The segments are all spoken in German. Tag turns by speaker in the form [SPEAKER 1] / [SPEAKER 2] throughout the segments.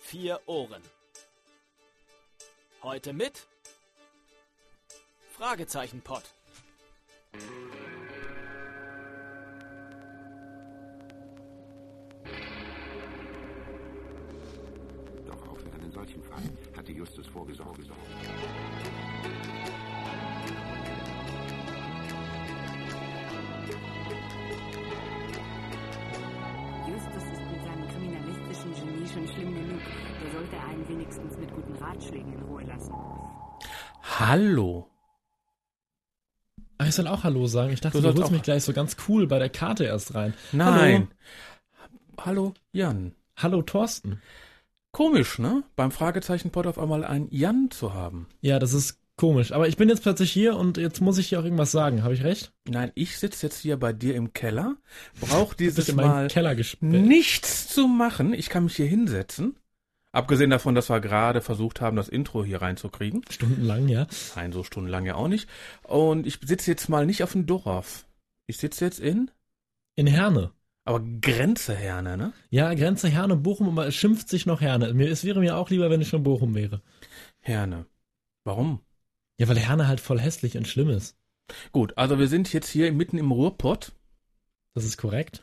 [SPEAKER 1] vier Ohren. Heute mit Fragezeichenpot.
[SPEAKER 2] Doch auch für einen solchen Fall hatte Justus vorgesorgt.
[SPEAKER 3] Justus ist mit seinem kriminalistischen Genie schon schlimm genug. Der sollte einen wenigstens mit guten Ratschlägen in Ruhe lassen.
[SPEAKER 4] Hallo.
[SPEAKER 5] Ah, ich soll auch Hallo sagen. Ich dachte,
[SPEAKER 4] Du
[SPEAKER 5] du,
[SPEAKER 4] sollst
[SPEAKER 5] holst
[SPEAKER 4] auch-
[SPEAKER 5] mich gleich so ganz cool bei der Karte erst rein.
[SPEAKER 4] Nein. Hallo. Jan.
[SPEAKER 5] Hallo Thorsten.
[SPEAKER 4] Komisch, ne? Beim Fragezeichenpot auf einmal einen Jan zu haben.
[SPEAKER 5] Ja, das ist komisch. Aber ich bin jetzt plötzlich hier und jetzt muss ich hier auch irgendwas sagen. Habe ich recht?
[SPEAKER 4] Nein, ich sitze jetzt hier bei dir im Keller, brauch
[SPEAKER 5] Bist
[SPEAKER 4] dieses
[SPEAKER 5] in meinen
[SPEAKER 4] Mal
[SPEAKER 5] Keller gespielt.
[SPEAKER 4] nichts zu machen. Ich kann mich hier hinsetzen. Abgesehen davon, dass wir gerade versucht haben, das Intro hier reinzukriegen.
[SPEAKER 5] Stundenlang, ja.
[SPEAKER 4] Nein, so stundenlang ja auch nicht. Und ich sitze jetzt mal nicht auf dem Dorf. Ich sitze jetzt in,
[SPEAKER 5] In Herne.
[SPEAKER 4] aber Grenze Herne, ne?
[SPEAKER 5] Ja, Grenze Herne, Bochum, aber es schimpft sich noch Herne. Mir, es wäre mir auch lieber, wenn ich schon Bochum wäre.
[SPEAKER 4] Herne. Warum?
[SPEAKER 5] Ja, weil Herne halt voll hässlich und schlimm ist.
[SPEAKER 4] Gut, also wir sind jetzt hier mitten im Ruhrpott.
[SPEAKER 5] Das ist korrekt.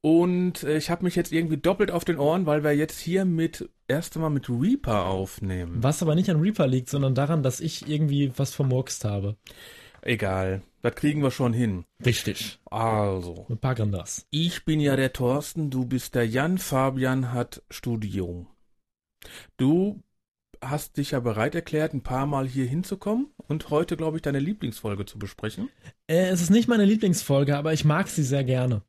[SPEAKER 4] Und äh, ich habe mich jetzt irgendwie doppelt auf den Ohren, weil wir jetzt hier mit erst einmal mit Reaper aufnehmen.
[SPEAKER 5] Was aber nicht an Reaper liegt, sondern daran, dass ich irgendwie was vermurkst habe.
[SPEAKER 4] Egal, das kriegen wir schon hin.
[SPEAKER 5] Richtig.
[SPEAKER 4] Also,
[SPEAKER 5] Wir packen das.
[SPEAKER 4] ich bin ja der Thorsten, du bist der Jan, Fabian hat Studium. Du hast dich ja bereit erklärt, ein paar Mal hier hinzukommen und heute, glaube ich, deine Lieblingsfolge zu besprechen.
[SPEAKER 5] Äh, es ist nicht meine Lieblingsfolge, aber ich mag sie sehr gerne.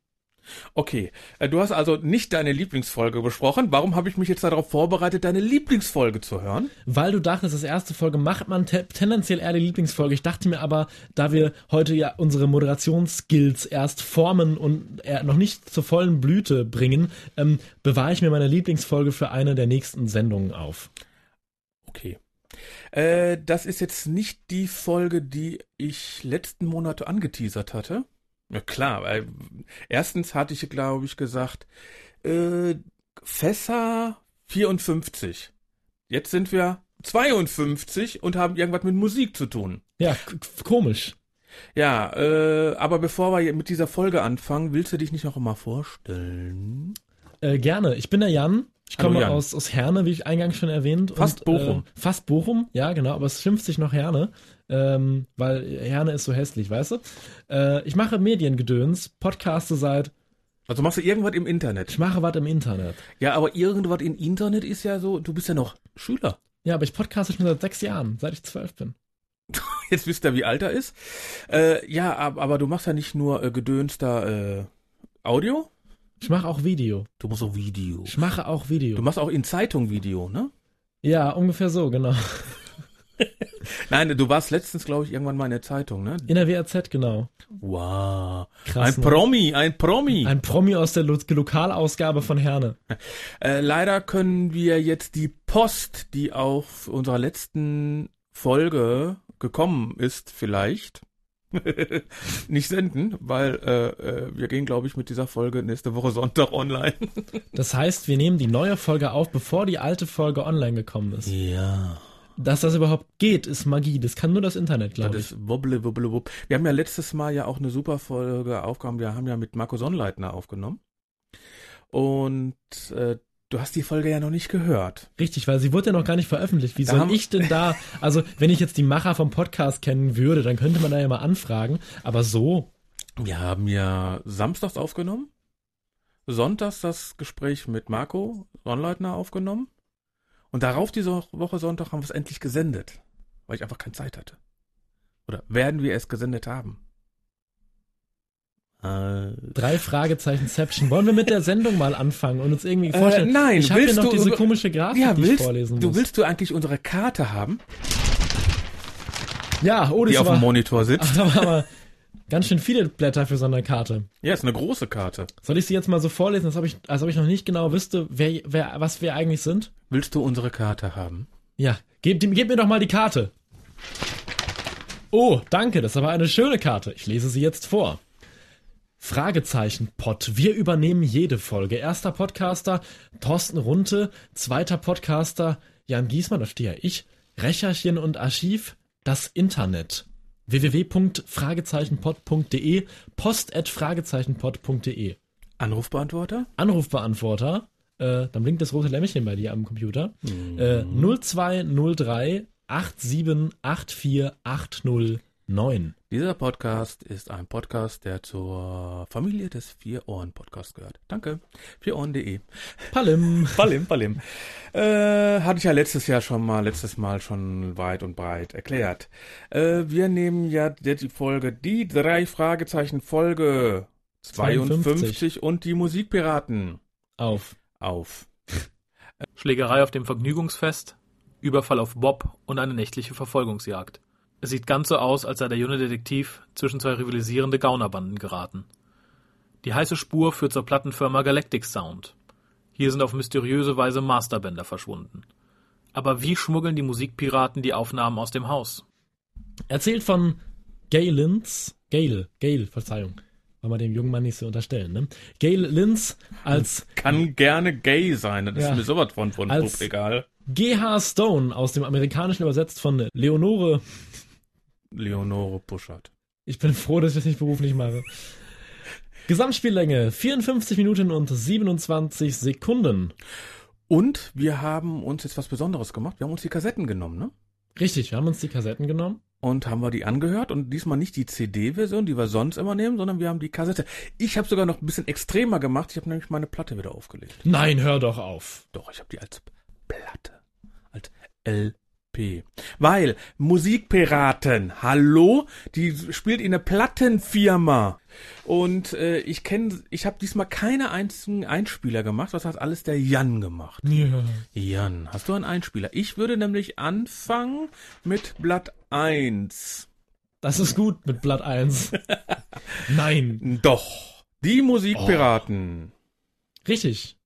[SPEAKER 4] Okay, äh, du hast also nicht deine Lieblingsfolge besprochen. Warum habe ich mich jetzt darauf vorbereitet, deine Lieblingsfolge zu hören?
[SPEAKER 5] Weil du dachtest, das erste Folge macht man te tendenziell eher die Lieblingsfolge. Ich dachte mir aber, da wir heute ja unsere Moderationsskills erst formen und äh, noch nicht zur vollen Blüte bringen, ähm, bewahre ich mir meine Lieblingsfolge für eine der nächsten Sendungen auf.
[SPEAKER 4] Okay. Äh, das ist jetzt nicht die Folge, die ich letzten Monat angeteasert hatte. Ja klar, weil erstens hatte ich, glaube ich, gesagt, äh, Fässer 54. Jetzt sind wir 52 und haben irgendwas mit Musik zu tun.
[SPEAKER 5] Ja, k- k- komisch.
[SPEAKER 4] Ja, äh, aber bevor wir mit dieser Folge anfangen, willst du dich nicht noch mal vorstellen?
[SPEAKER 5] Äh, gerne. Ich bin der Jan. Ich
[SPEAKER 4] Hallo,
[SPEAKER 5] komme
[SPEAKER 4] Jan.
[SPEAKER 5] aus, aus Herne, wie ich eingangs schon erwähnt.
[SPEAKER 4] Fast Bochum.
[SPEAKER 5] Äh, fast Bochum, ja, genau, aber es schimpft sich noch Herne, ähm, weil Herne ist so hässlich, weißt du? Äh, ich mache Mediengedöns, podcaste seit,
[SPEAKER 4] Also machst du irgendwas im Internet?
[SPEAKER 5] ich mache was im Internet.
[SPEAKER 4] Ja, aber irgendwas im Internet ist ja so, du bist ja noch Schüler.
[SPEAKER 5] Ja, aber ich podcaste schon seit sechs Jahren, seit ich zwölf bin.
[SPEAKER 4] Jetzt wisst ihr, wie alt er ist. Äh, ja, ab, aber du machst ja nicht nur äh, gedönster äh, Audio,
[SPEAKER 5] Ich mache auch Video.
[SPEAKER 4] du machst auch Video.
[SPEAKER 5] Ich mache auch
[SPEAKER 4] Du
[SPEAKER 5] Video.
[SPEAKER 4] machst auch in Zeitung Video, ne?
[SPEAKER 5] Ja, ungefähr so, genau.
[SPEAKER 4] Nein, du warst letztens, glaube ich, irgendwann mal in der Zeitung, ne?
[SPEAKER 5] In der WRZ, genau.
[SPEAKER 4] Wow.
[SPEAKER 5] Krass,
[SPEAKER 4] ein
[SPEAKER 5] ne?
[SPEAKER 4] Promi, ein Promi.
[SPEAKER 5] Ein Promi aus der Lo Lokalausgabe von Herne.
[SPEAKER 4] äh, leider können wir jetzt die Post, die auf unserer letzten Folge gekommen ist, vielleicht nicht senden, weil äh, äh, wir gehen, glaube ich, mit dieser Folge nächste Woche Sonntag online.
[SPEAKER 5] Das heißt, wir nehmen die neue Folge auf, bevor die alte Folge online gekommen ist.
[SPEAKER 4] Ja.
[SPEAKER 5] Dass das überhaupt geht, ist Magie. Das kann nur das Internet, glaube
[SPEAKER 4] Das
[SPEAKER 5] ich.
[SPEAKER 4] ist wobble, wobble, wob. Wir haben ja letztes Mal ja auch eine super Folge aufgenommen. Wir haben ja mit Marco Sonnleitner aufgenommen. Und äh, du hast die Folge ja noch nicht gehört.
[SPEAKER 5] Richtig, weil sie wurde ja noch gar nicht veröffentlicht. Wie
[SPEAKER 4] Da
[SPEAKER 5] soll
[SPEAKER 4] haben-
[SPEAKER 5] ich denn da, also wenn ich jetzt die Macher vom Podcast kennen würde, dann könnte man da ja mal anfragen. Aber so,
[SPEAKER 4] Wir haben ja samstags aufgenommen, sonntags das Gespräch mit Marco Sonnleitner aufgenommen. Und darauf diese Woche Sonntag haben wir es endlich gesendet, weil ich einfach keine Zeit hatte. Oder werden wir es gesendet haben? Äh,
[SPEAKER 5] drei Fragezeichenception. Wollen wir mit der Sendung mal anfangen und uns irgendwie
[SPEAKER 4] Äh,
[SPEAKER 5] vorstellen?
[SPEAKER 4] nein,
[SPEAKER 5] ich habe hier
[SPEAKER 4] willst
[SPEAKER 5] noch
[SPEAKER 4] du
[SPEAKER 5] diese
[SPEAKER 4] über-
[SPEAKER 5] komische Grafik,
[SPEAKER 4] ja,
[SPEAKER 5] die
[SPEAKER 4] willst,
[SPEAKER 5] ich vorlesen
[SPEAKER 4] du
[SPEAKER 5] muss.
[SPEAKER 4] willst du eigentlich unsere Karte haben,
[SPEAKER 5] ja, oh, das
[SPEAKER 4] die auf
[SPEAKER 5] war,
[SPEAKER 4] dem Monitor sitzt?
[SPEAKER 5] Ach, da waren aber ganz schön viele Blätter für so eine Karte.
[SPEAKER 4] Ja, ist eine große Karte.
[SPEAKER 5] Soll ich sie jetzt mal so vorlesen, als ob ich, als ob ich noch nicht genau wüsste, wer, wer, was wir eigentlich sind?
[SPEAKER 4] Willst du unsere Karte haben?
[SPEAKER 5] Ja, gebt, ihm- gebt mir doch mal die Karte. Oh, danke, das ist aber eine schöne Karte. Ich lese sie jetzt vor. Fragezeichen-Pod. Wir übernehmen jede Folge. Erster Podcaster Thorsten Runte, zweiter Podcaster Jan Giesmann, das stehe ja ich. Recherchen und Archiv, das Internet. www.fragezeichenpod.de, post.fragezeichenpod.de.
[SPEAKER 4] Anrufbeantworter?
[SPEAKER 5] Anrufbeantworter, äh, dann blinkt das rote Lämmchen bei dir am Computer. Äh, 0203 8784809.
[SPEAKER 4] Dieser Podcast ist ein Podcast, der zur Familie des Vier-Ohren-Podcasts gehört. Danke. Vierohren.de.
[SPEAKER 5] Palim.
[SPEAKER 4] Palim, Palim. Äh, hatte ich ja letztes Jahr schon mal, letztes Mal schon weit und breit erklärt. Äh, wir nehmen ja jetzt die Folge, die drei Fragezeichen Folge 52,
[SPEAKER 5] 52
[SPEAKER 4] und die Musikpiraten
[SPEAKER 5] Auf.
[SPEAKER 4] auf.
[SPEAKER 1] Schlägerei auf dem Vergnügungsfest, Überfall auf Bob und eine nächtliche Verfolgungsjagd. Es sieht ganz so aus, als sei der junge Detektiv zwischen zwei rivalisierende Gaunerbanden geraten. Die heiße Spur führt zur Plattenfirma Galactic Sound. Hier sind auf mysteriöse Weise Masterbänder verschwunden. Aber wie schmuggeln die Musikpiraten die Aufnahmen aus dem Haus?
[SPEAKER 5] Erzählt von Gay Linz. Gail, Gail, Verzeihung. Wollen wir dem jungen Mann nicht so unterstellen, ne? Gail Linz als
[SPEAKER 4] Kann gerne gay sein, das
[SPEAKER 5] Ja.
[SPEAKER 4] ist mir sowas von von
[SPEAKER 5] Als-
[SPEAKER 4] Pup egal.
[SPEAKER 5] G.H. Stone aus dem Amerikanischen übersetzt von Leonore.
[SPEAKER 4] Leonore Puschert.
[SPEAKER 5] Ich bin froh, dass ich das nicht beruflich mache. Gesamtspiellänge 54 Minuten und 27 Sekunden.
[SPEAKER 4] Und wir haben uns jetzt was Besonderes gemacht. Wir haben uns die Kassetten genommen, ne?
[SPEAKER 5] Richtig, wir haben uns die Kassetten genommen.
[SPEAKER 4] Und haben wir die angehört und diesmal nicht die CD-Version, die wir sonst immer nehmen, sondern wir haben die Kassette. Ich habe sogar noch ein bisschen extremer gemacht. Ich habe nämlich meine Platte wieder aufgelegt.
[SPEAKER 5] Nein, hör doch auf.
[SPEAKER 4] Doch, ich habe die als Platte, als LP. Weil Musikpiraten, hallo, die spielt in einer Plattenfirma. Und äh, ich kenne, ich habe diesmal keine einzigen Einspieler gemacht. Das hat alles der Jan gemacht.
[SPEAKER 5] Ja.
[SPEAKER 4] Jan, hast du einen Einspieler? Ich würde nämlich anfangen mit Blatt 1.
[SPEAKER 5] Das ist gut mit Blatt 1. Nein.
[SPEAKER 4] Doch. Die Musikpiraten.
[SPEAKER 5] Oh. Richtig.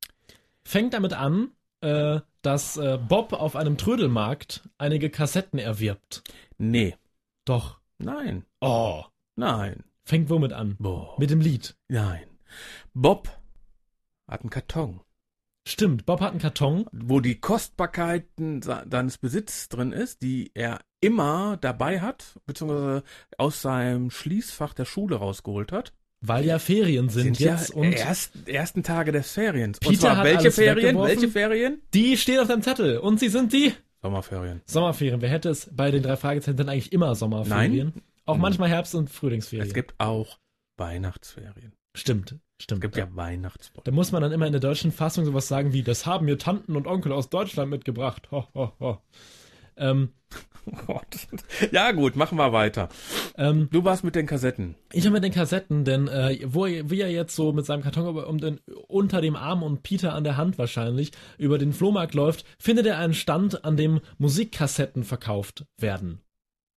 [SPEAKER 5] Fängt damit an, äh, dass äh, Bob auf einem Trödelmarkt einige Kassetten erwirbt.
[SPEAKER 4] Nee.
[SPEAKER 5] Doch.
[SPEAKER 4] Nein.
[SPEAKER 5] Oh.
[SPEAKER 4] Nein.
[SPEAKER 5] Fängt womit an?
[SPEAKER 4] Boah.
[SPEAKER 5] Mit dem Lied.
[SPEAKER 4] Nein. Bob hat einen Karton,
[SPEAKER 5] Stimmt, Bob hat einen Karton.
[SPEAKER 4] wo die Kostbarkeiten se- seines Besitzes drin ist, die er immer dabei hat, beziehungsweise aus seinem Schließfach der Schule rausgeholt hat.
[SPEAKER 5] Weil ja Ferien sind, jetzt
[SPEAKER 4] ja
[SPEAKER 5] und
[SPEAKER 4] erst, ersten Tage des Feriens. und
[SPEAKER 5] Peter
[SPEAKER 4] zwar
[SPEAKER 5] hat
[SPEAKER 4] welche
[SPEAKER 5] alles
[SPEAKER 4] Ferien?
[SPEAKER 5] weggeworfen.
[SPEAKER 4] Welche Ferien?
[SPEAKER 5] die stehen auf deinem Zettel und sie sind die
[SPEAKER 4] Sommerferien.
[SPEAKER 5] Sommerferien. Wer hätte es bei den drei Fragezeichen dann eigentlich immer Sommerferien? Auch
[SPEAKER 4] Hm.
[SPEAKER 5] manchmal Herbst- und Frühlingsferien.
[SPEAKER 4] Es gibt auch Weihnachtsferien.
[SPEAKER 5] stimmt, stimmt.
[SPEAKER 4] Es gibt ja Weihnachtswochen.
[SPEAKER 5] Da muss man dann immer in der deutschen Fassung sowas sagen wie, das haben mir Tanten und Onkel aus Deutschland mitgebracht. Ho, ho, ho. Ähm,
[SPEAKER 4] Gott. Ja gut, machen wir weiter.
[SPEAKER 5] ähm,
[SPEAKER 4] Du warst mit den Kassetten.
[SPEAKER 5] ich habe mit den Kassetten, denn äh, wo, er- wie er jetzt so mit seinem Karton über, um den, unter dem Arm und Peter an der Hand wahrscheinlich über den Flohmarkt läuft, findet er einen Stand, an dem Musikkassetten verkauft werden.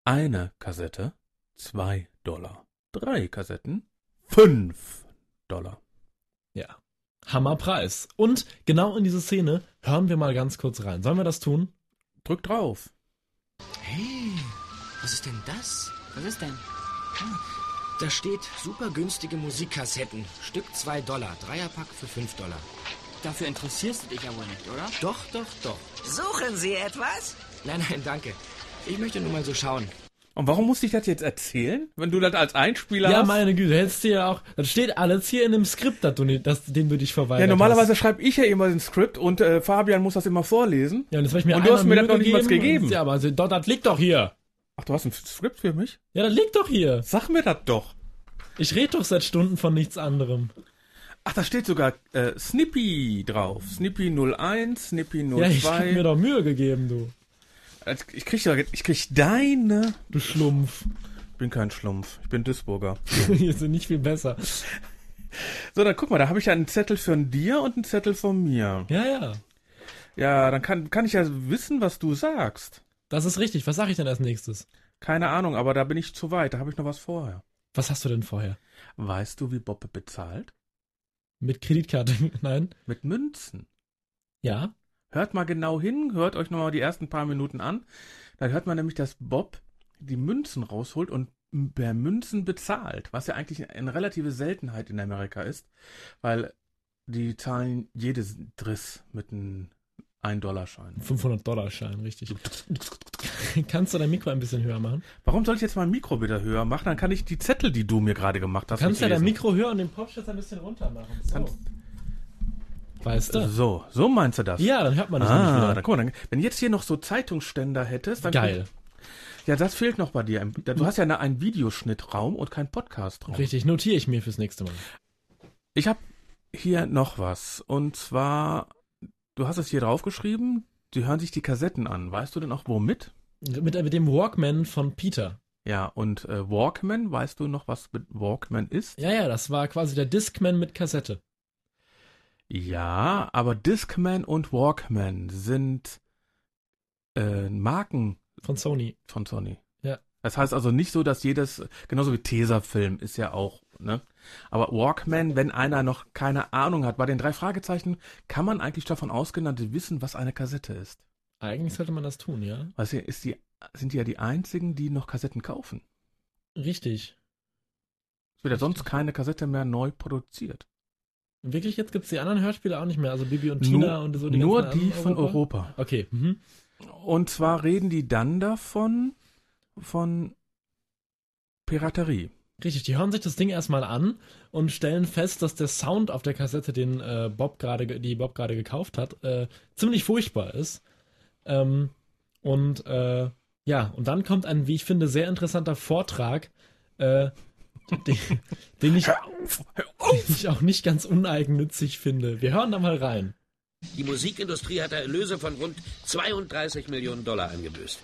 [SPEAKER 4] Eine Kassette, zwei Dollar. Drei Kassetten, fünf Dollar.
[SPEAKER 5] Ja. Hammerpreis. Und genau in diese Szene hören wir mal ganz kurz rein. Sollen wir das tun?
[SPEAKER 4] Drück drauf.
[SPEAKER 6] Hey, was ist denn das?
[SPEAKER 3] Was ist denn?
[SPEAKER 6] Hm. Da steht super günstige Musikkassetten. Stück 2 Dollar, Dreierpack für 5 Dollar.
[SPEAKER 3] Dafür interessierst du dich ja wohl nicht, oder?
[SPEAKER 6] Doch, doch, doch.
[SPEAKER 7] Suchen Sie etwas?
[SPEAKER 6] Nein, nein, danke. Ich möchte nur mal so schauen.
[SPEAKER 4] Und warum musste ich das jetzt erzählen, wenn du das als Einspieler
[SPEAKER 5] Ja,
[SPEAKER 4] hast?
[SPEAKER 5] meine Güte, hättest du ja auch. Das steht alles hier in dem Skript, das du, nicht- das, den du dich
[SPEAKER 4] ja,
[SPEAKER 5] verweigert
[SPEAKER 4] normalerweise
[SPEAKER 5] Hast.
[SPEAKER 4] schreibe ich ja immer den Skript und äh, Fabian muss das immer vorlesen.
[SPEAKER 5] Ja, und, jetzt hab ich mir
[SPEAKER 4] Und du hast mir
[SPEAKER 5] einmal
[SPEAKER 4] das
[SPEAKER 5] Mühe
[SPEAKER 4] noch niemals gegeben.
[SPEAKER 5] Ja, aber also, doch, das liegt doch hier.
[SPEAKER 4] Ach, du hast ein Skript für mich?
[SPEAKER 5] Ja, das liegt doch hier.
[SPEAKER 4] Sag mir das doch.
[SPEAKER 5] Ich rede doch seit Stunden von nichts anderem.
[SPEAKER 4] Ach, da steht sogar äh, Snippy drauf. Snippy 01, Snippy 02.
[SPEAKER 5] ja, ich hab mir doch Mühe gegeben, du.
[SPEAKER 4] Also, Ich krieg, ja- ich krieg deine.
[SPEAKER 5] Du Schlumpf.
[SPEAKER 4] Ich bin kein Schlumpf, ich bin Duisburger.
[SPEAKER 5] hier sind nicht viel besser.
[SPEAKER 4] So, dann guck mal, da habe ich ja einen Zettel von dir und einen Zettel von mir.
[SPEAKER 5] Ja, ja.
[SPEAKER 4] Ja, dann kann, kann ich ja wissen, was du sagst.
[SPEAKER 5] Das ist richtig. Was sage ich denn als nächstes?
[SPEAKER 4] Keine Ahnung, aber da bin ich zu weit, da habe ich noch was vorher.
[SPEAKER 5] Was hast du denn vorher?
[SPEAKER 4] Weißt du, wie Boppe bezahlt?
[SPEAKER 5] Mit Kreditkarte? Nein?
[SPEAKER 4] Mit Münzen.
[SPEAKER 5] Ja?
[SPEAKER 4] Hört mal genau hin, hört euch nochmal die ersten paar Minuten an. Da hört man nämlich, dass Bob die Münzen rausholt und per Münzen bezahlt, was ja eigentlich eine relative Seltenheit in Amerika ist, weil die zahlen jedes Driss mit einem 1-Dollar-Schein.
[SPEAKER 5] 500-Dollar-Schein, richtig. Kannst du dein Mikro ein bisschen höher machen?
[SPEAKER 4] Warum soll ich jetzt mein Mikro wieder höher machen? Dann kann ich die Zettel, die du mir gerade gemacht hast,
[SPEAKER 5] Kannst du
[SPEAKER 4] nicht
[SPEAKER 5] dein
[SPEAKER 4] lesen.
[SPEAKER 5] Mikro höher und den Popschutz ein bisschen runter machen? So. Weißt du?
[SPEAKER 4] So, so meinst du das?
[SPEAKER 5] Ja, dann hört man das nämlich
[SPEAKER 4] Äh, Ah,
[SPEAKER 5] wieder.
[SPEAKER 4] dann, guck mal, dann, wenn jetzt hier noch so Zeitungsständer hättest, dann
[SPEAKER 5] Geil.
[SPEAKER 4] Ja, das fehlt noch bei dir. Ein- Du hast ja eine- einen Videoschnittraum und keinen Podcastraum.
[SPEAKER 5] Richtig, notiere ich mir fürs nächste Mal.
[SPEAKER 4] Ich habe hier noch was. Und zwar, du hast es hier draufgeschrieben, die hören sich die Kassetten an. Weißt du denn auch womit?
[SPEAKER 5] Mit, mit dem Walkman von Peter.
[SPEAKER 4] Ja, und äh, Walkman, weißt du noch, was mit Walkman ist?
[SPEAKER 5] Ja, ja, das war quasi der Discman mit Kassette.
[SPEAKER 4] Ja, aber Discman und Walkman sind äh, Marken
[SPEAKER 5] Von Sony.
[SPEAKER 4] von Sony.
[SPEAKER 5] Ja.
[SPEAKER 4] Das heißt also nicht so, dass jedes, genauso wie Tesafilm ist ja auch, ne? Aber Walkman, wenn einer noch keine Ahnung hat, bei den drei Fragezeichen kann man eigentlich davon ausgehen, dass die wissen, was eine Kassette ist.
[SPEAKER 5] Eigentlich sollte man das tun, ja?
[SPEAKER 4] Weil sie ist die, sind die ja die einzigen, die noch Kassetten kaufen.
[SPEAKER 5] Richtig.
[SPEAKER 4] Es wird ja sonst keine Kassette mehr neu produziert.
[SPEAKER 5] Wirklich, jetzt gibt's die anderen Hörspiele auch nicht mehr. Also Bibi und
[SPEAKER 4] Nur-
[SPEAKER 5] Tina und so die
[SPEAKER 4] Nur
[SPEAKER 5] ganzen
[SPEAKER 4] die
[SPEAKER 5] anderen
[SPEAKER 4] von Europa.
[SPEAKER 5] Okay. Mhm.
[SPEAKER 4] Und zwar reden die dann davon, von Piraterie.
[SPEAKER 5] Richtig, die hören sich das Ding erstmal an und stellen fest, dass der Sound auf der Kassette, den äh, Bob gerade, ge- die Bob gerade gekauft hat, äh, ziemlich furchtbar ist. Ähm, und äh, ja, und dann kommt ein, wie ich finde, sehr interessanter Vortrag, äh, den, den, ich, den ich auch nicht ganz uneigennützig finde. Wir hören da mal rein.
[SPEAKER 8] Die Musikindustrie hat Erlöse von rund 32 Millionen Dollar eingebüßt.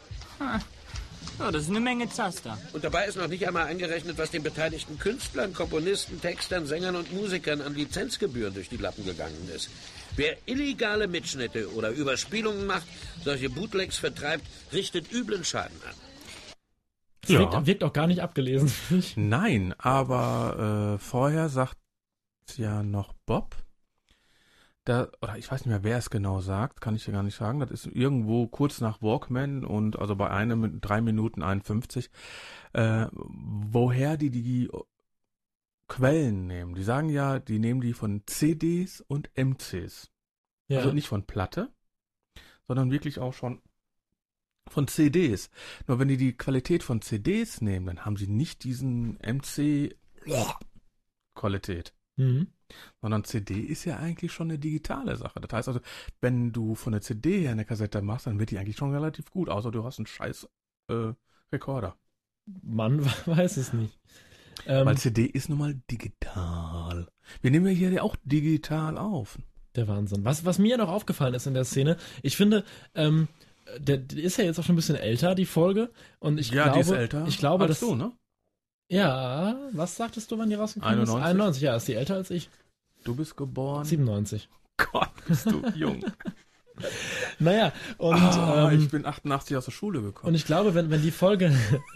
[SPEAKER 9] Ja, das ist eine Menge Zaster.
[SPEAKER 8] Und dabei ist noch nicht einmal eingerechnet, was den beteiligten Künstlern, Komponisten, Textern, Sängern und Musikern an Lizenzgebühren durch die Lappen gegangen ist. Wer illegale Mitschnitte oder Überspielungen macht, solche Bootlegs vertreibt, richtet üblen Schaden an.
[SPEAKER 5] Das
[SPEAKER 4] Ja.
[SPEAKER 5] wirkt, wirkt auch gar nicht abgelesen. finde ich.
[SPEAKER 4] Nein, aber äh, vorher sagt ja noch Bob. Da, oder ich weiß nicht mehr, wer es genau sagt, kann ich dir gar nicht sagen. Das ist irgendwo kurz nach Walkman und also bei einem mit 3 Minuten 51, äh, woher die die Quellen nehmen. Die sagen ja, die nehmen die von CDs und MCs.
[SPEAKER 5] Ja.
[SPEAKER 4] Also nicht von Platte, sondern wirklich auch schon von CDs. Nur wenn die die Qualität von CDs nehmen, dann haben sie nicht diesen MC-Qualität.
[SPEAKER 5] mhm.
[SPEAKER 4] Sondern CD ist ja eigentlich schon eine digitale Sache. Das heißt also, wenn du von der CD her eine Kassette machst, dann wird die eigentlich schon relativ gut, außer du hast einen scheiß äh, Rekorder.
[SPEAKER 5] Man weiß es nicht. Ähm,
[SPEAKER 4] Weil CD ist nun mal digital. Wir nehmen ja hier auch digital auf.
[SPEAKER 5] Der Wahnsinn. Was, was mir noch aufgefallen ist in der Szene, ich finde, ähm, der, der ist ja jetzt auch schon ein bisschen älter, die Folge. Und ich glaube, ich glaube,
[SPEAKER 4] als
[SPEAKER 5] dass,
[SPEAKER 4] du, ne?
[SPEAKER 5] ja, was sagtest du, wann die rausgekommen ist?
[SPEAKER 4] 91?
[SPEAKER 5] 91, ja, ist die älter als ich?
[SPEAKER 4] Du bist geboren.
[SPEAKER 5] 97.
[SPEAKER 4] Gott, bist du jung.
[SPEAKER 5] Naja, und,
[SPEAKER 4] Ah,
[SPEAKER 5] ähm,
[SPEAKER 4] ich bin 88 aus der Schule
[SPEAKER 5] und
[SPEAKER 4] gekommen.
[SPEAKER 5] ich glaube, wenn, wenn die Folge,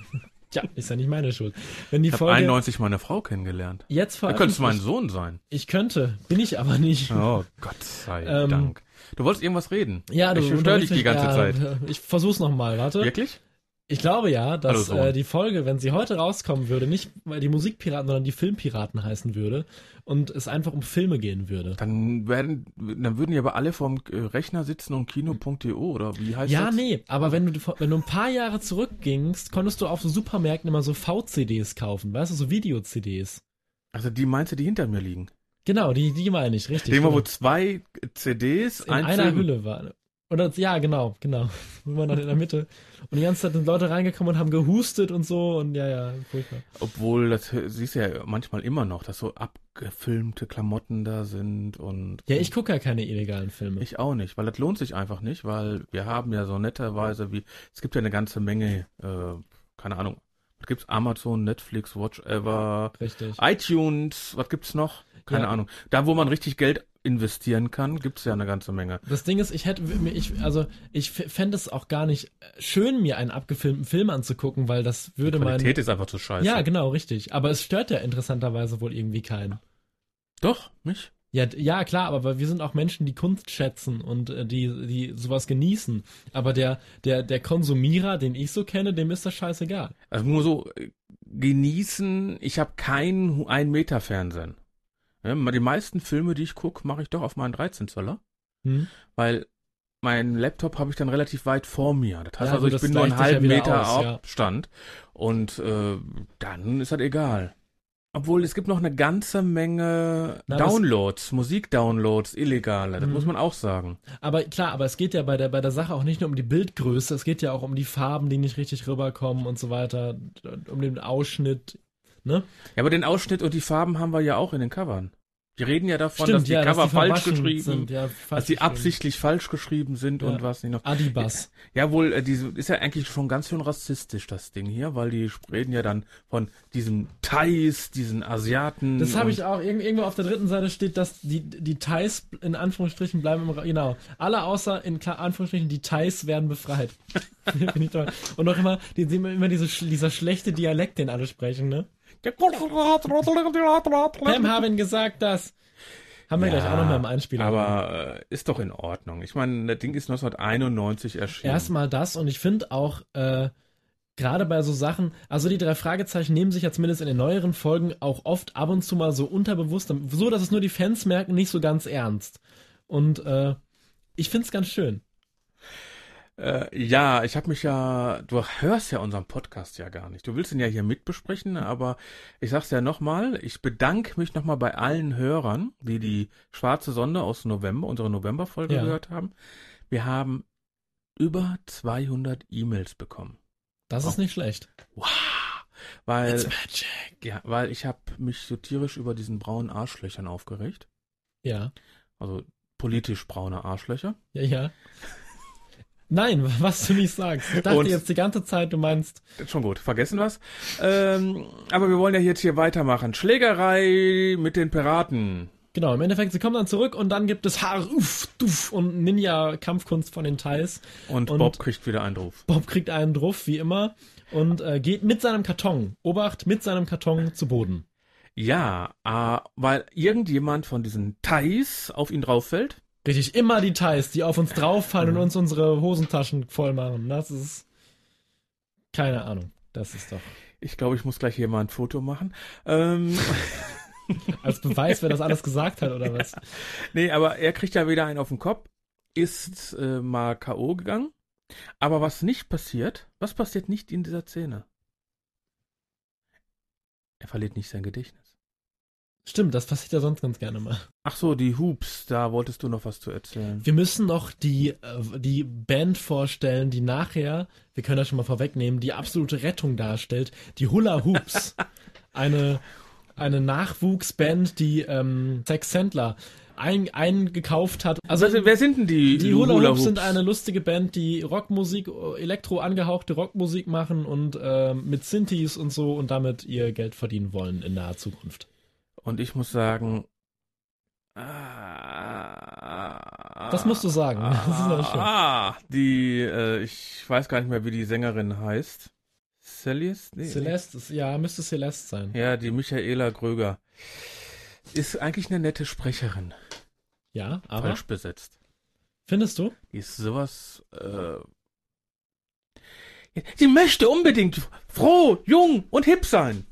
[SPEAKER 5] tja, ist ja nicht meine Schuld, wenn die
[SPEAKER 4] Ich habe
[SPEAKER 5] Folge
[SPEAKER 4] 91 meine Frau kennengelernt.
[SPEAKER 5] jetzt
[SPEAKER 4] Da könntest du mein
[SPEAKER 5] veröffentlicht,
[SPEAKER 4] Sohn sein.
[SPEAKER 5] ich könnte, bin ich aber nicht.
[SPEAKER 4] Oh, Gott sei
[SPEAKER 5] Ähm,
[SPEAKER 4] Dank. Du wolltest irgendwas reden.
[SPEAKER 5] Ja, du
[SPEAKER 4] ich störe dich
[SPEAKER 5] unterbrichst
[SPEAKER 4] die
[SPEAKER 5] mich- äh,
[SPEAKER 4] ganze
[SPEAKER 5] ja,
[SPEAKER 4] Zeit.
[SPEAKER 5] Ich versuch's nochmal, warte.
[SPEAKER 4] Wirklich?
[SPEAKER 5] Ich glaube ja, dass
[SPEAKER 4] Hallo, Sohn.
[SPEAKER 5] äh, die Folge, wenn sie heute rauskommen würde, nicht weil die Musikpiraten, sondern die Filmpiraten heißen würde und es einfach um Filme gehen würde.
[SPEAKER 4] Dann werden, dann würden ja aber alle vorm äh, Rechner sitzen und kino.de oder wie heißt
[SPEAKER 5] Ja,
[SPEAKER 4] das?
[SPEAKER 5] nee, aber wenn du, wenn du ein paar Jahre zurückgingst, konntest du auf so Supermärkten immer so VCDs kaufen, weißt du, so Video-CDs.
[SPEAKER 4] Also die meinst du, die hinter mir liegen?
[SPEAKER 5] Genau, die, die meine ich, richtig.
[SPEAKER 4] Die Thema, wo
[SPEAKER 5] genau.
[SPEAKER 4] zwei CDs,
[SPEAKER 5] in
[SPEAKER 4] ein
[SPEAKER 5] einer
[SPEAKER 4] Film.
[SPEAKER 5] Hülle war. Oder, ja, genau, genau. Wo man dann in der Mitte. Und die ganze Zeit sind Leute reingekommen und haben gehustet und so und ja, ja, furchtbar.
[SPEAKER 4] Obwohl, das äh, siehst du ja manchmal immer noch, dass so abgefilmte Klamotten da sind und.
[SPEAKER 5] Ja, ich gucke ja keine illegalen Filme.
[SPEAKER 4] Ich auch nicht, weil das lohnt sich einfach nicht, weil wir haben ja so netterweise wie, es gibt ja eine ganze Menge, äh, keine Ahnung, was gibt's? Amazon, Netflix, Watchever,
[SPEAKER 5] richtig.
[SPEAKER 4] iTunes, was gibt's noch? Keine
[SPEAKER 5] Ja.
[SPEAKER 4] Ahnung. Da, wo man richtig Geld investieren kann, gibt's ja eine ganze Menge.
[SPEAKER 5] Das Ding ist, ich hätte mir- ich also ich fände es auch gar nicht äh, schön, mir einen abgefilmten Film anzugucken, weil das würde mein
[SPEAKER 4] Qualität ist einfach zu scheiße.
[SPEAKER 5] ja genau richtig. Aber es stört ja interessanterweise wohl irgendwie keinen.
[SPEAKER 4] Doch, mich?
[SPEAKER 5] Ja, d- ja klar, aber wir sind auch Menschen, die Kunst schätzen und äh, die die sowas genießen. Aber der der der Konsumierer, den ich so kenne, dem ist das scheißegal.
[SPEAKER 4] Also nur so, äh, genießen. Ich habe keinen 1 Meter Fernsehen. Ja, die meisten Filme, die ich gucke, mache ich doch auf meinen 13 Zöller,
[SPEAKER 5] Hm?
[SPEAKER 4] weil meinen Laptop habe ich dann relativ weit vor mir. Das heißt
[SPEAKER 5] Ja,
[SPEAKER 4] also,
[SPEAKER 5] gut,
[SPEAKER 4] ich
[SPEAKER 5] das
[SPEAKER 4] bin nur einen
[SPEAKER 5] gleicht sich ja
[SPEAKER 4] halben
[SPEAKER 5] wieder
[SPEAKER 4] Meter
[SPEAKER 5] aus, ja.
[SPEAKER 4] Abstand und äh, dann ist das egal. Obwohl es gibt noch eine ganze Menge
[SPEAKER 5] Na, das- Mhm.
[SPEAKER 4] Downloads, Musikdownloads, illegale. Das muss man auch sagen.
[SPEAKER 5] Aber klar, aber es geht ja bei der, bei der Sache auch nicht nur um die Bildgröße, es geht ja auch um die Farben, die nicht richtig rüberkommen und so weiter, um den Ausschnitt. Ne?
[SPEAKER 4] Ja, aber den Ausschnitt und die Farben haben wir ja auch in den Covern. Die reden ja davon, dass die
[SPEAKER 5] ja,
[SPEAKER 4] Cover falsch
[SPEAKER 5] verwaschen
[SPEAKER 4] geschrieben
[SPEAKER 5] sind, ja, falsch
[SPEAKER 4] dass die
[SPEAKER 5] geschrieben.
[SPEAKER 4] absichtlich falsch geschrieben sind
[SPEAKER 5] Ja.
[SPEAKER 4] und was nicht noch.
[SPEAKER 5] Adibas.
[SPEAKER 4] Jawohl, äh, diese ist ja eigentlich schon ganz schön rassistisch, das Ding hier, weil die reden ja dann von diesem Thais, diesen Asiaten.
[SPEAKER 5] Das habe
[SPEAKER 4] Hm, und-
[SPEAKER 5] ich auch. Irgend, irgendwo auf der dritten Seite steht, dass die, die Thais in Anführungsstrichen bleiben im Ra- Genau. Alle außer in klar- Anführungsstrichen die Thais werden befreit. Finde ich toll. Und auch immer, die sehen wir immer diese, sch- dieser schlechte Dialekt, den alle sprechen, ne? Pam haben gesagt, dass. Haben wir gleich auch nochmal im Einspieler.
[SPEAKER 4] Aber äh, ist doch in Ordnung. Ich meine, das Ding ist 1991 erschienen.
[SPEAKER 5] Erstmal das und ich finde auch, äh, gerade bei so Sachen, also die drei Fragezeichen nehmen sich ja zumindest in den neueren Folgen auch oft ab und zu mal so unterbewusst, so dass es nur die Fans merken, nicht so ganz ernst. Und äh, ich finde es ganz schön.
[SPEAKER 4] Äh, ja, ich habe mich ja, du hörst ja unseren Podcast ja gar nicht. Du willst ihn ja hier mitbesprechen, aber ich sag's ja nochmal, ich bedanke mich nochmal bei allen Hörern, die die Schwarze Sonde aus November, unsere Novemberfolge
[SPEAKER 5] Ja.
[SPEAKER 4] gehört haben. Wir haben über 200 E-Mails bekommen.
[SPEAKER 5] Das ist nicht schlecht.
[SPEAKER 4] Weil, ja, weil ich habe mich so tierisch über diesen braunen Arschlöchern aufgeregt.
[SPEAKER 5] Ja.
[SPEAKER 4] Also politisch braune Arschlöcher.
[SPEAKER 5] Ja, ja. Nein, was du nicht sagst. Ich dachte
[SPEAKER 4] Und-
[SPEAKER 5] jetzt die ganze Zeit, du meinst.
[SPEAKER 4] Schon gut, vergessen was. Ähm, aber wir wollen ja jetzt hier weitermachen. Schlägerei mit den Piraten.
[SPEAKER 5] Genau, im Endeffekt, sie kommen dann zurück und dann gibt es Haruf, Duf und Ninja-Kampfkunst von den Thais.
[SPEAKER 4] Und,
[SPEAKER 5] Und-
[SPEAKER 4] Bob kriegt wieder einen Ruf.
[SPEAKER 5] Bob kriegt einen drauf, wie immer, und äh, geht mit seinem Karton, Obacht, mit seinem Karton zu Boden.
[SPEAKER 4] Ja, äh, weil irgendjemand von diesen Thais auf ihn drauf fällt.
[SPEAKER 5] Richtig, immer die Thais, die auf uns drauffallen und uns unsere Hosentaschen voll machen. Das ist. Keine Ahnung. Das ist doch.
[SPEAKER 4] Ich glaube, ich muss gleich hier mal ein Foto machen. Ähm,
[SPEAKER 5] Als Beweis, wer das alles gesagt hat, oder was?
[SPEAKER 4] nee, aber er kriegt ja wieder einen auf den Kopf. Ist äh, mal K.O. gegangen. Aber was nicht passiert, was passiert nicht in dieser Szene? Er verliert nicht sein Gedächtnis.
[SPEAKER 5] Stimmt, das passiert ja sonst ganz gerne mal.
[SPEAKER 4] Ach so, die Hoops, da wolltest du noch was zu erzählen.
[SPEAKER 5] Wir müssen noch die, äh, die Band vorstellen, die nachher, wir können das schon mal vorwegnehmen, die absolute Rettung darstellt, die Hula Hoops. eine, eine Nachwuchsband, die ähm, Zack Sandler ein, eingekauft hat. Also
[SPEAKER 4] wer, wer sind denn die,
[SPEAKER 5] die Hula Hoops sind eine lustige Band, die Rockmusik, äh, Elektro angehauchte Rockmusik machen und ähm, mit Synthes und so und damit ihr Geld verdienen wollen in naher Zukunft.
[SPEAKER 4] Und ich muss sagen. ah,
[SPEAKER 5] Das musst du sagen. Das ist aber schön.
[SPEAKER 4] Ah, die, äh, ich weiß gar nicht mehr, wie die Sängerin heißt. Celeste? Nee,
[SPEAKER 5] Celeste ist, ja, müsste Celeste sein.
[SPEAKER 4] nee. Ja, die Michaela Gröger. Ist eigentlich eine nette Sprecherin.
[SPEAKER 5] Ja, aber
[SPEAKER 4] Falsch besetzt.
[SPEAKER 5] findest du?
[SPEAKER 4] Die ist sowas. Äh, sie möchte unbedingt froh, jung und hip sein.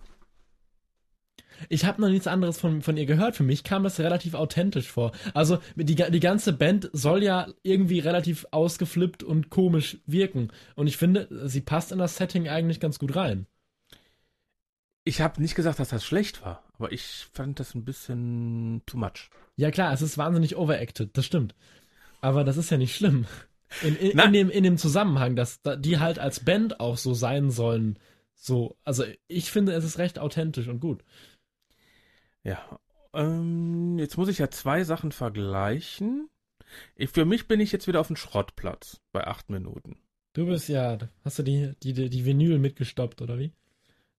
[SPEAKER 5] Ich habe noch nichts anderes von, von ihr gehört. Für mich kam das relativ authentisch vor. Also die, ga- die ganze Band soll ja irgendwie relativ ausgeflippt und komisch wirken. Und ich finde, sie passt in das Setting eigentlich ganz gut rein.
[SPEAKER 4] Ich habe nicht gesagt, dass das schlecht war, aber ich fand das ein bisschen too much.
[SPEAKER 5] Ja klar, es ist wahnsinnig overacted, das stimmt. Aber das ist ja nicht schlimm. In, in,
[SPEAKER 4] Na-
[SPEAKER 5] in, dem, in dem Zusammenhang, dass da- die halt als Band auch so sein sollen. So, also ich finde, es ist recht authentisch und gut.
[SPEAKER 4] Ja. Ähm, jetzt muss ich ja zwei Sachen vergleichen. Ich, für mich bin ich jetzt wieder auf dem Schrottplatz bei acht Minuten.
[SPEAKER 5] Du bist ja, hast du die, die, die, die Vinyl mitgestoppt, oder wie?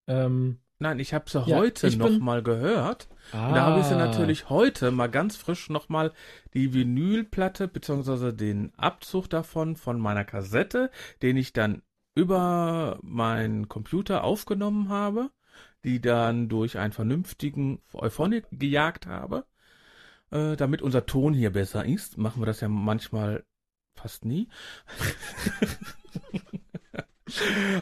[SPEAKER 5] Ähm,
[SPEAKER 4] Nein, ich habe sie
[SPEAKER 5] Ja,
[SPEAKER 4] heute
[SPEAKER 5] ich bin-
[SPEAKER 4] nochmal gehört. Und da habe ich sie
[SPEAKER 5] ah.
[SPEAKER 4] natürlich heute mal ganz frisch nochmal die Vinylplatte beziehungsweise den Abzug davon von meiner Kassette, den ich dann über meinen Computer aufgenommen habe, die dann durch einen vernünftigen Euphonic gejagt habe. Äh, damit unser Ton hier besser ist, machen wir das ja manchmal fast nie.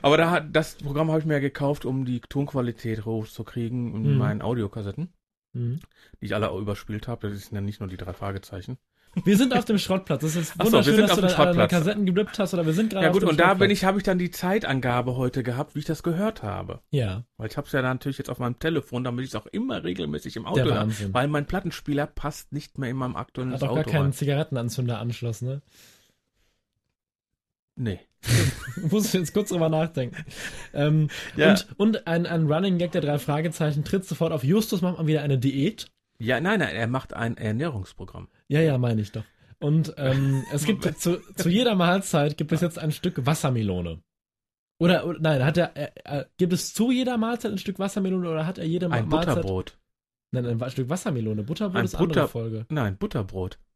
[SPEAKER 4] Aber da hat, das Programm habe ich mir ja gekauft, um die Tonqualität hochzukriegen in
[SPEAKER 5] Mhm.
[SPEAKER 4] meinen Audiokassetten,
[SPEAKER 5] Mhm.
[SPEAKER 4] die ich alle überspielt habe. Das sind ja nicht nur die drei Fragezeichen.
[SPEAKER 5] Wir sind auf dem Schrottplatz. Das ist
[SPEAKER 4] Ach so, wir
[SPEAKER 5] wunderschön,
[SPEAKER 4] sind
[SPEAKER 5] dass
[SPEAKER 4] auf
[SPEAKER 5] du
[SPEAKER 4] dem
[SPEAKER 5] da an deine
[SPEAKER 4] Schrottplatz.
[SPEAKER 5] Kassetten gerippt hast oder wir sind gerade
[SPEAKER 4] Ja
[SPEAKER 5] auf
[SPEAKER 4] gut,
[SPEAKER 5] dem
[SPEAKER 4] und da bin
[SPEAKER 5] Schrottplatz.
[SPEAKER 4] ich, habe ich dann die Zeitangabe heute gehabt, wie ich das gehört habe.
[SPEAKER 5] Ja,
[SPEAKER 4] Weil ich habe es ja dann natürlich jetzt auf meinem Telefon, damit ich es auch immer regelmäßig im Auto
[SPEAKER 5] Der
[SPEAKER 4] höre.
[SPEAKER 5] Wahnsinn.
[SPEAKER 4] Weil mein Plattenspieler passt nicht mehr in meinem aktuellen
[SPEAKER 5] hat auch
[SPEAKER 4] Auto
[SPEAKER 5] gar keinen
[SPEAKER 4] rein.
[SPEAKER 5] Zigarettenanzünderanschluss, ne?
[SPEAKER 4] Nee.
[SPEAKER 5] Muss ich jetzt kurz drüber nachdenken. Ähm,
[SPEAKER 4] Ja.
[SPEAKER 5] Und, und ein, ein Running Gag der drei Fragezeichen tritt sofort auf. Justus macht mal wieder eine Diät.
[SPEAKER 4] Ja, nein, nein, er macht ein Ernährungsprogramm.
[SPEAKER 5] Ja, ja, meine ich doch. Und ähm, es gibt zu, zu jeder Mahlzeit gibt es jetzt ein Stück Wassermelone. Oder, oder nein, hat er, er, er gibt es zu jeder Mahlzeit ein Stück Wassermelone oder hat er jede
[SPEAKER 4] Ein
[SPEAKER 5] Mahlzeit
[SPEAKER 4] Butterbrot.
[SPEAKER 5] Nein, ein Wa- Stück Wassermelone. Butterbrot
[SPEAKER 4] Ein
[SPEAKER 5] ist andere
[SPEAKER 4] Butter-
[SPEAKER 5] Folge.
[SPEAKER 4] Nein, Butterbrot.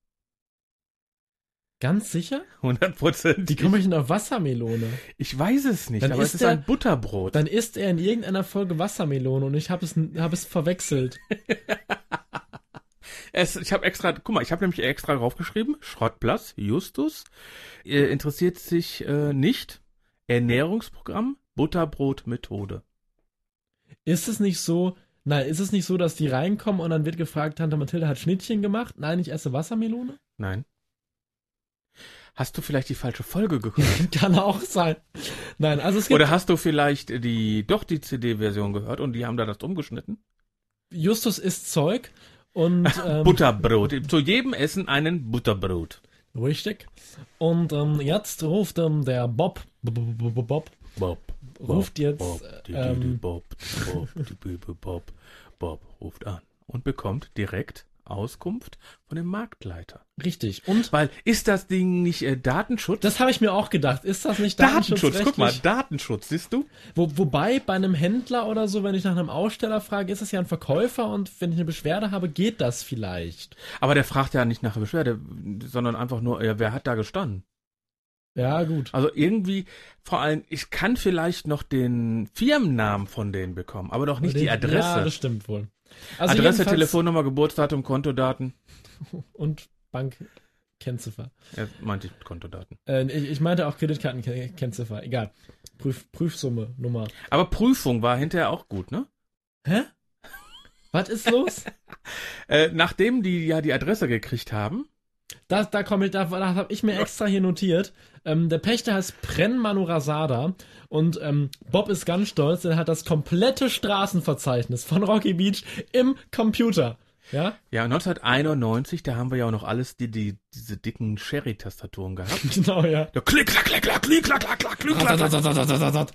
[SPEAKER 5] Ganz sicher?
[SPEAKER 4] 100 Prozent.
[SPEAKER 5] Wie komme ich denn auf Wassermelone?
[SPEAKER 4] Ich weiß es nicht,
[SPEAKER 5] Dann
[SPEAKER 4] aber
[SPEAKER 5] ist
[SPEAKER 4] es ist
[SPEAKER 5] der-
[SPEAKER 4] ein Butterbrot.
[SPEAKER 5] Dann isst er in irgendeiner Folge Wassermelone und ich habe es, hab es verwechselt.
[SPEAKER 4] Es, ich habe extra, guck mal, ich habe nämlich extra draufgeschrieben, Schrottplatz, Justus, äh, interessiert sich äh, nicht, Ernährungsprogramm, Butterbrot-Methode.
[SPEAKER 5] Ist es nicht so, nein, ist es nicht so, dass die reinkommen und dann wird gefragt, Tante Mathilde hat Schnittchen gemacht? Nein, ich esse Wassermelone?
[SPEAKER 4] Nein. Hast du vielleicht die falsche Folge gehört?
[SPEAKER 5] Kann auch sein. Nein, also es gibt,
[SPEAKER 4] Oder hast du vielleicht die, doch die CD-Version gehört und die haben da das umgeschnitten?
[SPEAKER 5] Justus isst Zeug und, ähm,
[SPEAKER 4] Butterbrot. Zu jedem Essen einen Butterbrot.
[SPEAKER 5] richtig. Und, ähm, jetzt ruft, ähm, der Bob, B- B- B- B- Bob,
[SPEAKER 4] Bob.
[SPEAKER 5] Ruft jetzt,
[SPEAKER 4] Bob, die, die, die,
[SPEAKER 5] ähm,
[SPEAKER 4] Bob, Bob, die, die, die, Bob, Bob ruft an und bekommt direkt Auskunft von dem Marktleiter.
[SPEAKER 5] richtig. Und
[SPEAKER 4] Weil ist das Ding nicht äh, Datenschutz?
[SPEAKER 5] das habe ich mir auch gedacht. Ist das nicht
[SPEAKER 4] Datenschutz, guck mal,
[SPEAKER 5] datenschutzrechtlich?
[SPEAKER 4] Datenschutz, siehst du?
[SPEAKER 5] Wo, wobei bei einem Händler oder so, wenn ich nach einem Aussteller frage, ist es ja ein Verkäufer und wenn ich eine Beschwerde habe, geht das vielleicht.
[SPEAKER 4] Aber der fragt ja nicht nach der Beschwerde, sondern einfach nur, ja, wer hat da gestanden?
[SPEAKER 5] Ja, gut.
[SPEAKER 4] Also irgendwie, vor allem, ich kann vielleicht noch den Firmennamen von denen bekommen, aber doch nicht die
[SPEAKER 5] Ja, das
[SPEAKER 4] Adresse.
[SPEAKER 5] stimmt wohl. Also
[SPEAKER 4] Adresse,
[SPEAKER 5] jedenfalls-
[SPEAKER 4] Telefonnummer, Geburtsdatum, Kontodaten.
[SPEAKER 5] Und Bankkennziffer.
[SPEAKER 4] Ja, meinte ich Kontodaten.
[SPEAKER 5] Äh, ich, ich meinte auch Kreditkartenkennziffer. Egal. Prüf, Prüfsumme, Nummer.
[SPEAKER 4] Aber Prüfung war hinterher auch gut, ne?
[SPEAKER 5] Hä? Was ist los?
[SPEAKER 4] Äh, nachdem die ja die Adresse gekriegt haben,
[SPEAKER 5] Da, da komme ich, da, da habe ich mir extra hier notiert. Ähm, der Pächter heißt Pren Manurasada und ähm, Bob ist ganz stolz, denn er hat das komplette Straßenverzeichnis von Rocky Beach im Computer. Ja?
[SPEAKER 4] ja 1991, da haben wir ja auch noch alles die, die diese dicken Sherry-Tastaturen gehabt.
[SPEAKER 5] Genau, ja.
[SPEAKER 4] Ja, klick, klack, klack, klack, klick, klack, klack, klack, klick, klack, klack.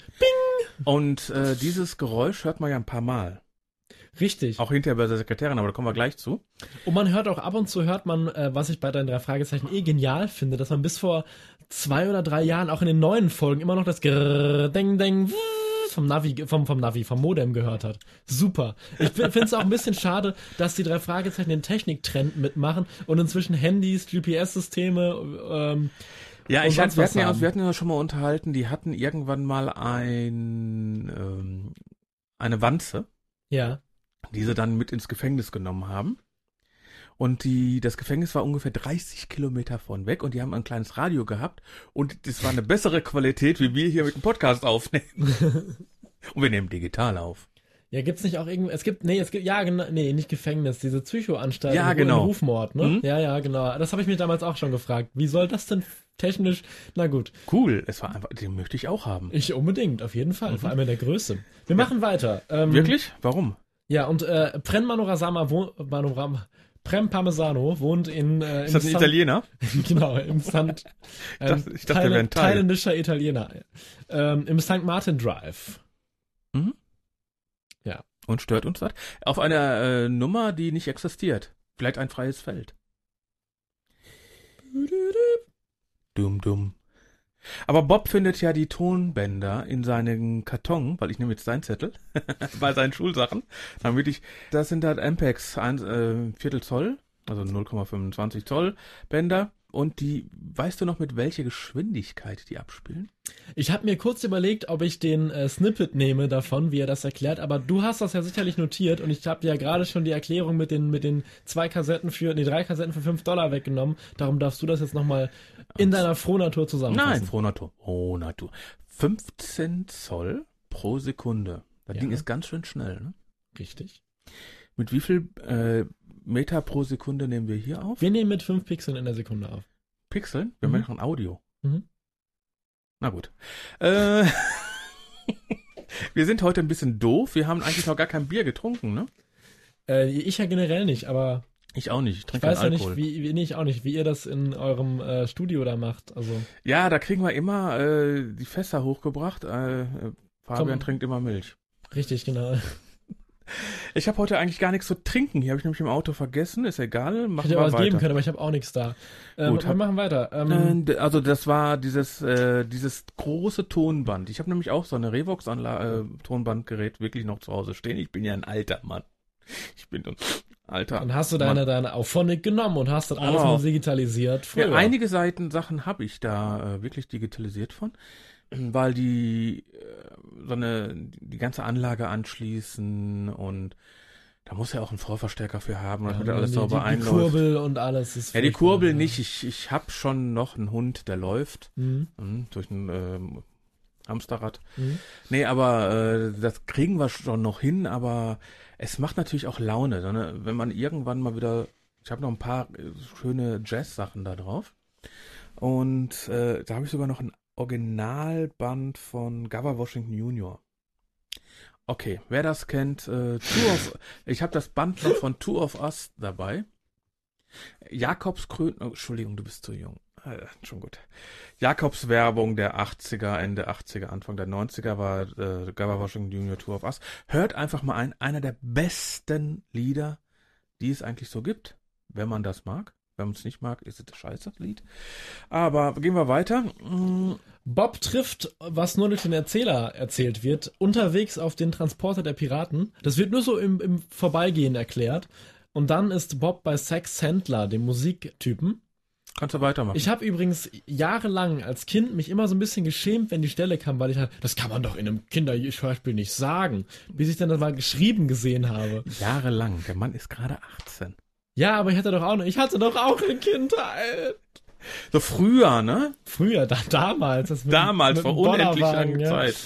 [SPEAKER 4] Und äh, dieses Geräusch hört man ja ein paar Mal.
[SPEAKER 5] Richtig.
[SPEAKER 4] Auch hinterher bei der Sekretärin, aber da kommen wir gleich zu.
[SPEAKER 5] Und man hört auch ab und zu hört man, äh, was ich bei deinen drei Fragezeichen eh genial finde, dass man bis vor zwei oder drei Jahren auch in den neuen Folgen immer noch das Grrrr, Deng Deng Wuh vom Navi, ge- vom, vom Navi, vom Modem gehört hat. Super. Ich finde es auch ein bisschen schade, dass die drei Fragezeichen den Techniktrend mitmachen und inzwischen Handys, GPS-Systeme, ähm,
[SPEAKER 4] Ja,
[SPEAKER 5] Und
[SPEAKER 4] ich
[SPEAKER 5] sonst
[SPEAKER 4] hatte, wir,
[SPEAKER 5] was
[SPEAKER 4] hatten ja,
[SPEAKER 5] haben.
[SPEAKER 4] uns- wir hatten ja schon mal unterhalten, die hatten irgendwann mal ein, ähm, eine Wanze,
[SPEAKER 5] ja.
[SPEAKER 4] die sie dann mit ins Gefängnis genommen haben. Und die, das Gefängnis war ungefähr 30 Kilometer von weg und die haben ein kleines Radio gehabt und das war eine bessere Qualität, wie wir hier mit dem Podcast aufnehmen. Und wir nehmen digital auf.
[SPEAKER 5] Ja, gibt's nicht auch irgendwie, es gibt, nee, es gibt, ja, genau, nee, nicht Gefängnis, diese Psychoanstalt,
[SPEAKER 4] Ja,
[SPEAKER 5] wo in
[SPEAKER 4] genau.
[SPEAKER 5] Rufmord, ne?
[SPEAKER 4] Mhm.
[SPEAKER 5] Ja, ja, genau. Das habe ich mich damals auch schon gefragt. Wie soll das denn technisch, na gut.
[SPEAKER 4] Cool, es war einfach, den möchte ich auch haben.
[SPEAKER 5] Ich unbedingt, auf jeden Fall. Vor allem in der Größe. Wir machen weiter. Ähm,
[SPEAKER 4] Mhm. Wirklich? Warum?
[SPEAKER 5] Ja, und äh, Pren Manorasama wohnt. Manoram, Prem Parmesano wohnt in. Äh,
[SPEAKER 4] Ist das ein
[SPEAKER 5] San-
[SPEAKER 4] Italiener?
[SPEAKER 5] genau, im St.
[SPEAKER 4] dachte- ich dachte, der wäre ein Thai.
[SPEAKER 5] Thailändischer Italiener. Ähm, Im St. Martin Drive.
[SPEAKER 4] Und stört uns das? Auf einer äh, Nummer, die nicht existiert. Vielleicht ein freies Feld. Dumm, dumm. Aber Bob findet ja die Tonbänder in seinem Karton, weil ich nehme jetzt seinen Zettel, bei seinen Schulsachen, damit ich, das sind halt Ampex, ein äh, Viertel Zoll also 0,25 Zoll Bänder. Und die, weißt du noch, mit welcher Geschwindigkeit die abspielen?
[SPEAKER 5] Ich habe mir kurz überlegt, ob ich den äh, Snippet nehme davon, wie er das erklärt, aber du hast das ja sicherlich notiert und ich habe ja gerade schon die Erklärung mit den, mit den zwei Kassetten für, die drei Kassetten für 5 Dollar weggenommen. Darum darfst du das jetzt nochmal in deiner Frohnatur
[SPEAKER 4] Nein,
[SPEAKER 5] zusammenfassen.
[SPEAKER 4] pro Natur. Pro Natur. 15 Zoll pro Sekunde. Das
[SPEAKER 5] Ja.
[SPEAKER 4] Ding ist ganz schön schnell. Ne?
[SPEAKER 5] Richtig.
[SPEAKER 4] Mit wie viel äh, Meter pro Sekunde nehmen wir hier auf?
[SPEAKER 5] Wir nehmen mit 5 Pixeln in der Sekunde auf.
[SPEAKER 4] Pixeln? Wir
[SPEAKER 5] Mhm.
[SPEAKER 4] machen Audio.
[SPEAKER 5] Mhm.
[SPEAKER 4] Na gut. Äh, wir sind heute ein bisschen doof. Wir haben eigentlich noch gar kein Bier getrunken, ne?
[SPEAKER 5] Äh, ich ja generell nicht, aber
[SPEAKER 4] Ich auch nicht. Ich
[SPEAKER 5] ich
[SPEAKER 4] trinke
[SPEAKER 5] weiß ja
[SPEAKER 4] keinen Alkohol.
[SPEAKER 5] nicht, wie, wie nee, ich auch nicht, wie ihr das in eurem äh, Studio da macht. Also
[SPEAKER 4] Ja, da kriegen wir immer äh, die Fässer hochgebracht. Äh, äh, Fabian
[SPEAKER 5] Komm.
[SPEAKER 4] trinkt immer Milch.
[SPEAKER 5] richtig, genau.
[SPEAKER 4] Ich habe heute eigentlich gar nichts zu trinken. Hier habe ich nämlich im Auto vergessen. Ist egal.
[SPEAKER 5] Ich
[SPEAKER 4] Machen
[SPEAKER 5] hätte
[SPEAKER 4] wir
[SPEAKER 5] aber was
[SPEAKER 4] weiter.
[SPEAKER 5] geben können, aber ich habe auch nichts da. Ähm,
[SPEAKER 4] Gut,
[SPEAKER 5] wir
[SPEAKER 4] hab-
[SPEAKER 5] machen weiter. Ähm,
[SPEAKER 4] Nein, d- also das war dieses äh, dieses große Tonband. Ich habe nämlich auch so eine Revox äh, Tonbandgerät wirklich noch zu Hause stehen. Ich bin ja ein alter Mann. Ich bin ein alter.
[SPEAKER 5] Dann hast du
[SPEAKER 4] Mann.
[SPEAKER 5] deine, deine Auphonic genommen und hast das alles
[SPEAKER 4] Genau.
[SPEAKER 5] mal digitalisiert. Früher.
[SPEAKER 4] Ja, einige Seiten Sachen habe ich da äh, wirklich digitalisiert von, weil die äh, so eine die ganze Anlage anschließen und da muss ja auch ein Vorverstärker für haben,
[SPEAKER 5] Ja,
[SPEAKER 4] damit
[SPEAKER 5] und
[SPEAKER 4] alles
[SPEAKER 5] die,
[SPEAKER 4] sauber
[SPEAKER 5] die, die
[SPEAKER 4] einläuft.
[SPEAKER 5] Kurbel und alles ist
[SPEAKER 4] ja, die
[SPEAKER 5] furchtbar,
[SPEAKER 4] Kurbel
[SPEAKER 5] ja.
[SPEAKER 4] nicht. Ich ich hab schon noch einen Hund, der läuft.
[SPEAKER 5] Mhm.
[SPEAKER 4] Mhm, durch ein ähm, Hamsterrad.
[SPEAKER 5] Mhm.
[SPEAKER 4] Nee, aber äh, das kriegen wir schon noch hin, aber es macht natürlich auch Laune, so, ne? wenn man irgendwann mal wieder. Ich habe noch ein paar äh, schöne Jazz-Sachen da drauf. Und äh, da habe ich sogar noch ein Originalband von Gava Washington Jr. Okay, wer das kennt, äh, Two of, ich habe das Band noch von Two of Us dabei. Jakobskrön, oh, Entschuldigung, du bist zu jung. Äh, schon gut. Jakobswerbung der 80er, Ende 80er, Anfang der 90er war äh, Gabba Washington Junior Tour of Us. Hört einfach mal ein, einer der besten Lieder, die es eigentlich so gibt, wenn man das mag. Wenn man es nicht mag, ist es scheiße, das Lied. Aber gehen wir weiter. Mm,
[SPEAKER 5] Bob trifft, was nur durch den Erzähler erzählt wird, unterwegs auf den Transporter der Piraten. Das wird nur so im, im Vorbeigehen erklärt. Und dann ist Bob bei Sax Sandler, dem Musiktypen.
[SPEAKER 4] Kannst du weitermachen?
[SPEAKER 5] Ich habe übrigens jahrelang als Kind mich immer so ein bisschen geschämt, wenn die Stelle kam, weil ich halt, das kann man doch in einem Kinderhörspiel nicht sagen, bis ich dann das mal geschrieben gesehen habe.
[SPEAKER 4] Jahrelang. Der Mann ist gerade 18.
[SPEAKER 5] Ja, aber ich hatte doch auch noch, ich hatte doch auch eine Kindheit.
[SPEAKER 4] So früher, ne?
[SPEAKER 5] Früher, da, damals. Das mit-
[SPEAKER 4] Damals,
[SPEAKER 5] mit
[SPEAKER 4] vor
[SPEAKER 5] dem
[SPEAKER 4] unendlich
[SPEAKER 5] Bollerwagen,
[SPEAKER 4] langer
[SPEAKER 5] ja.
[SPEAKER 4] Zeit.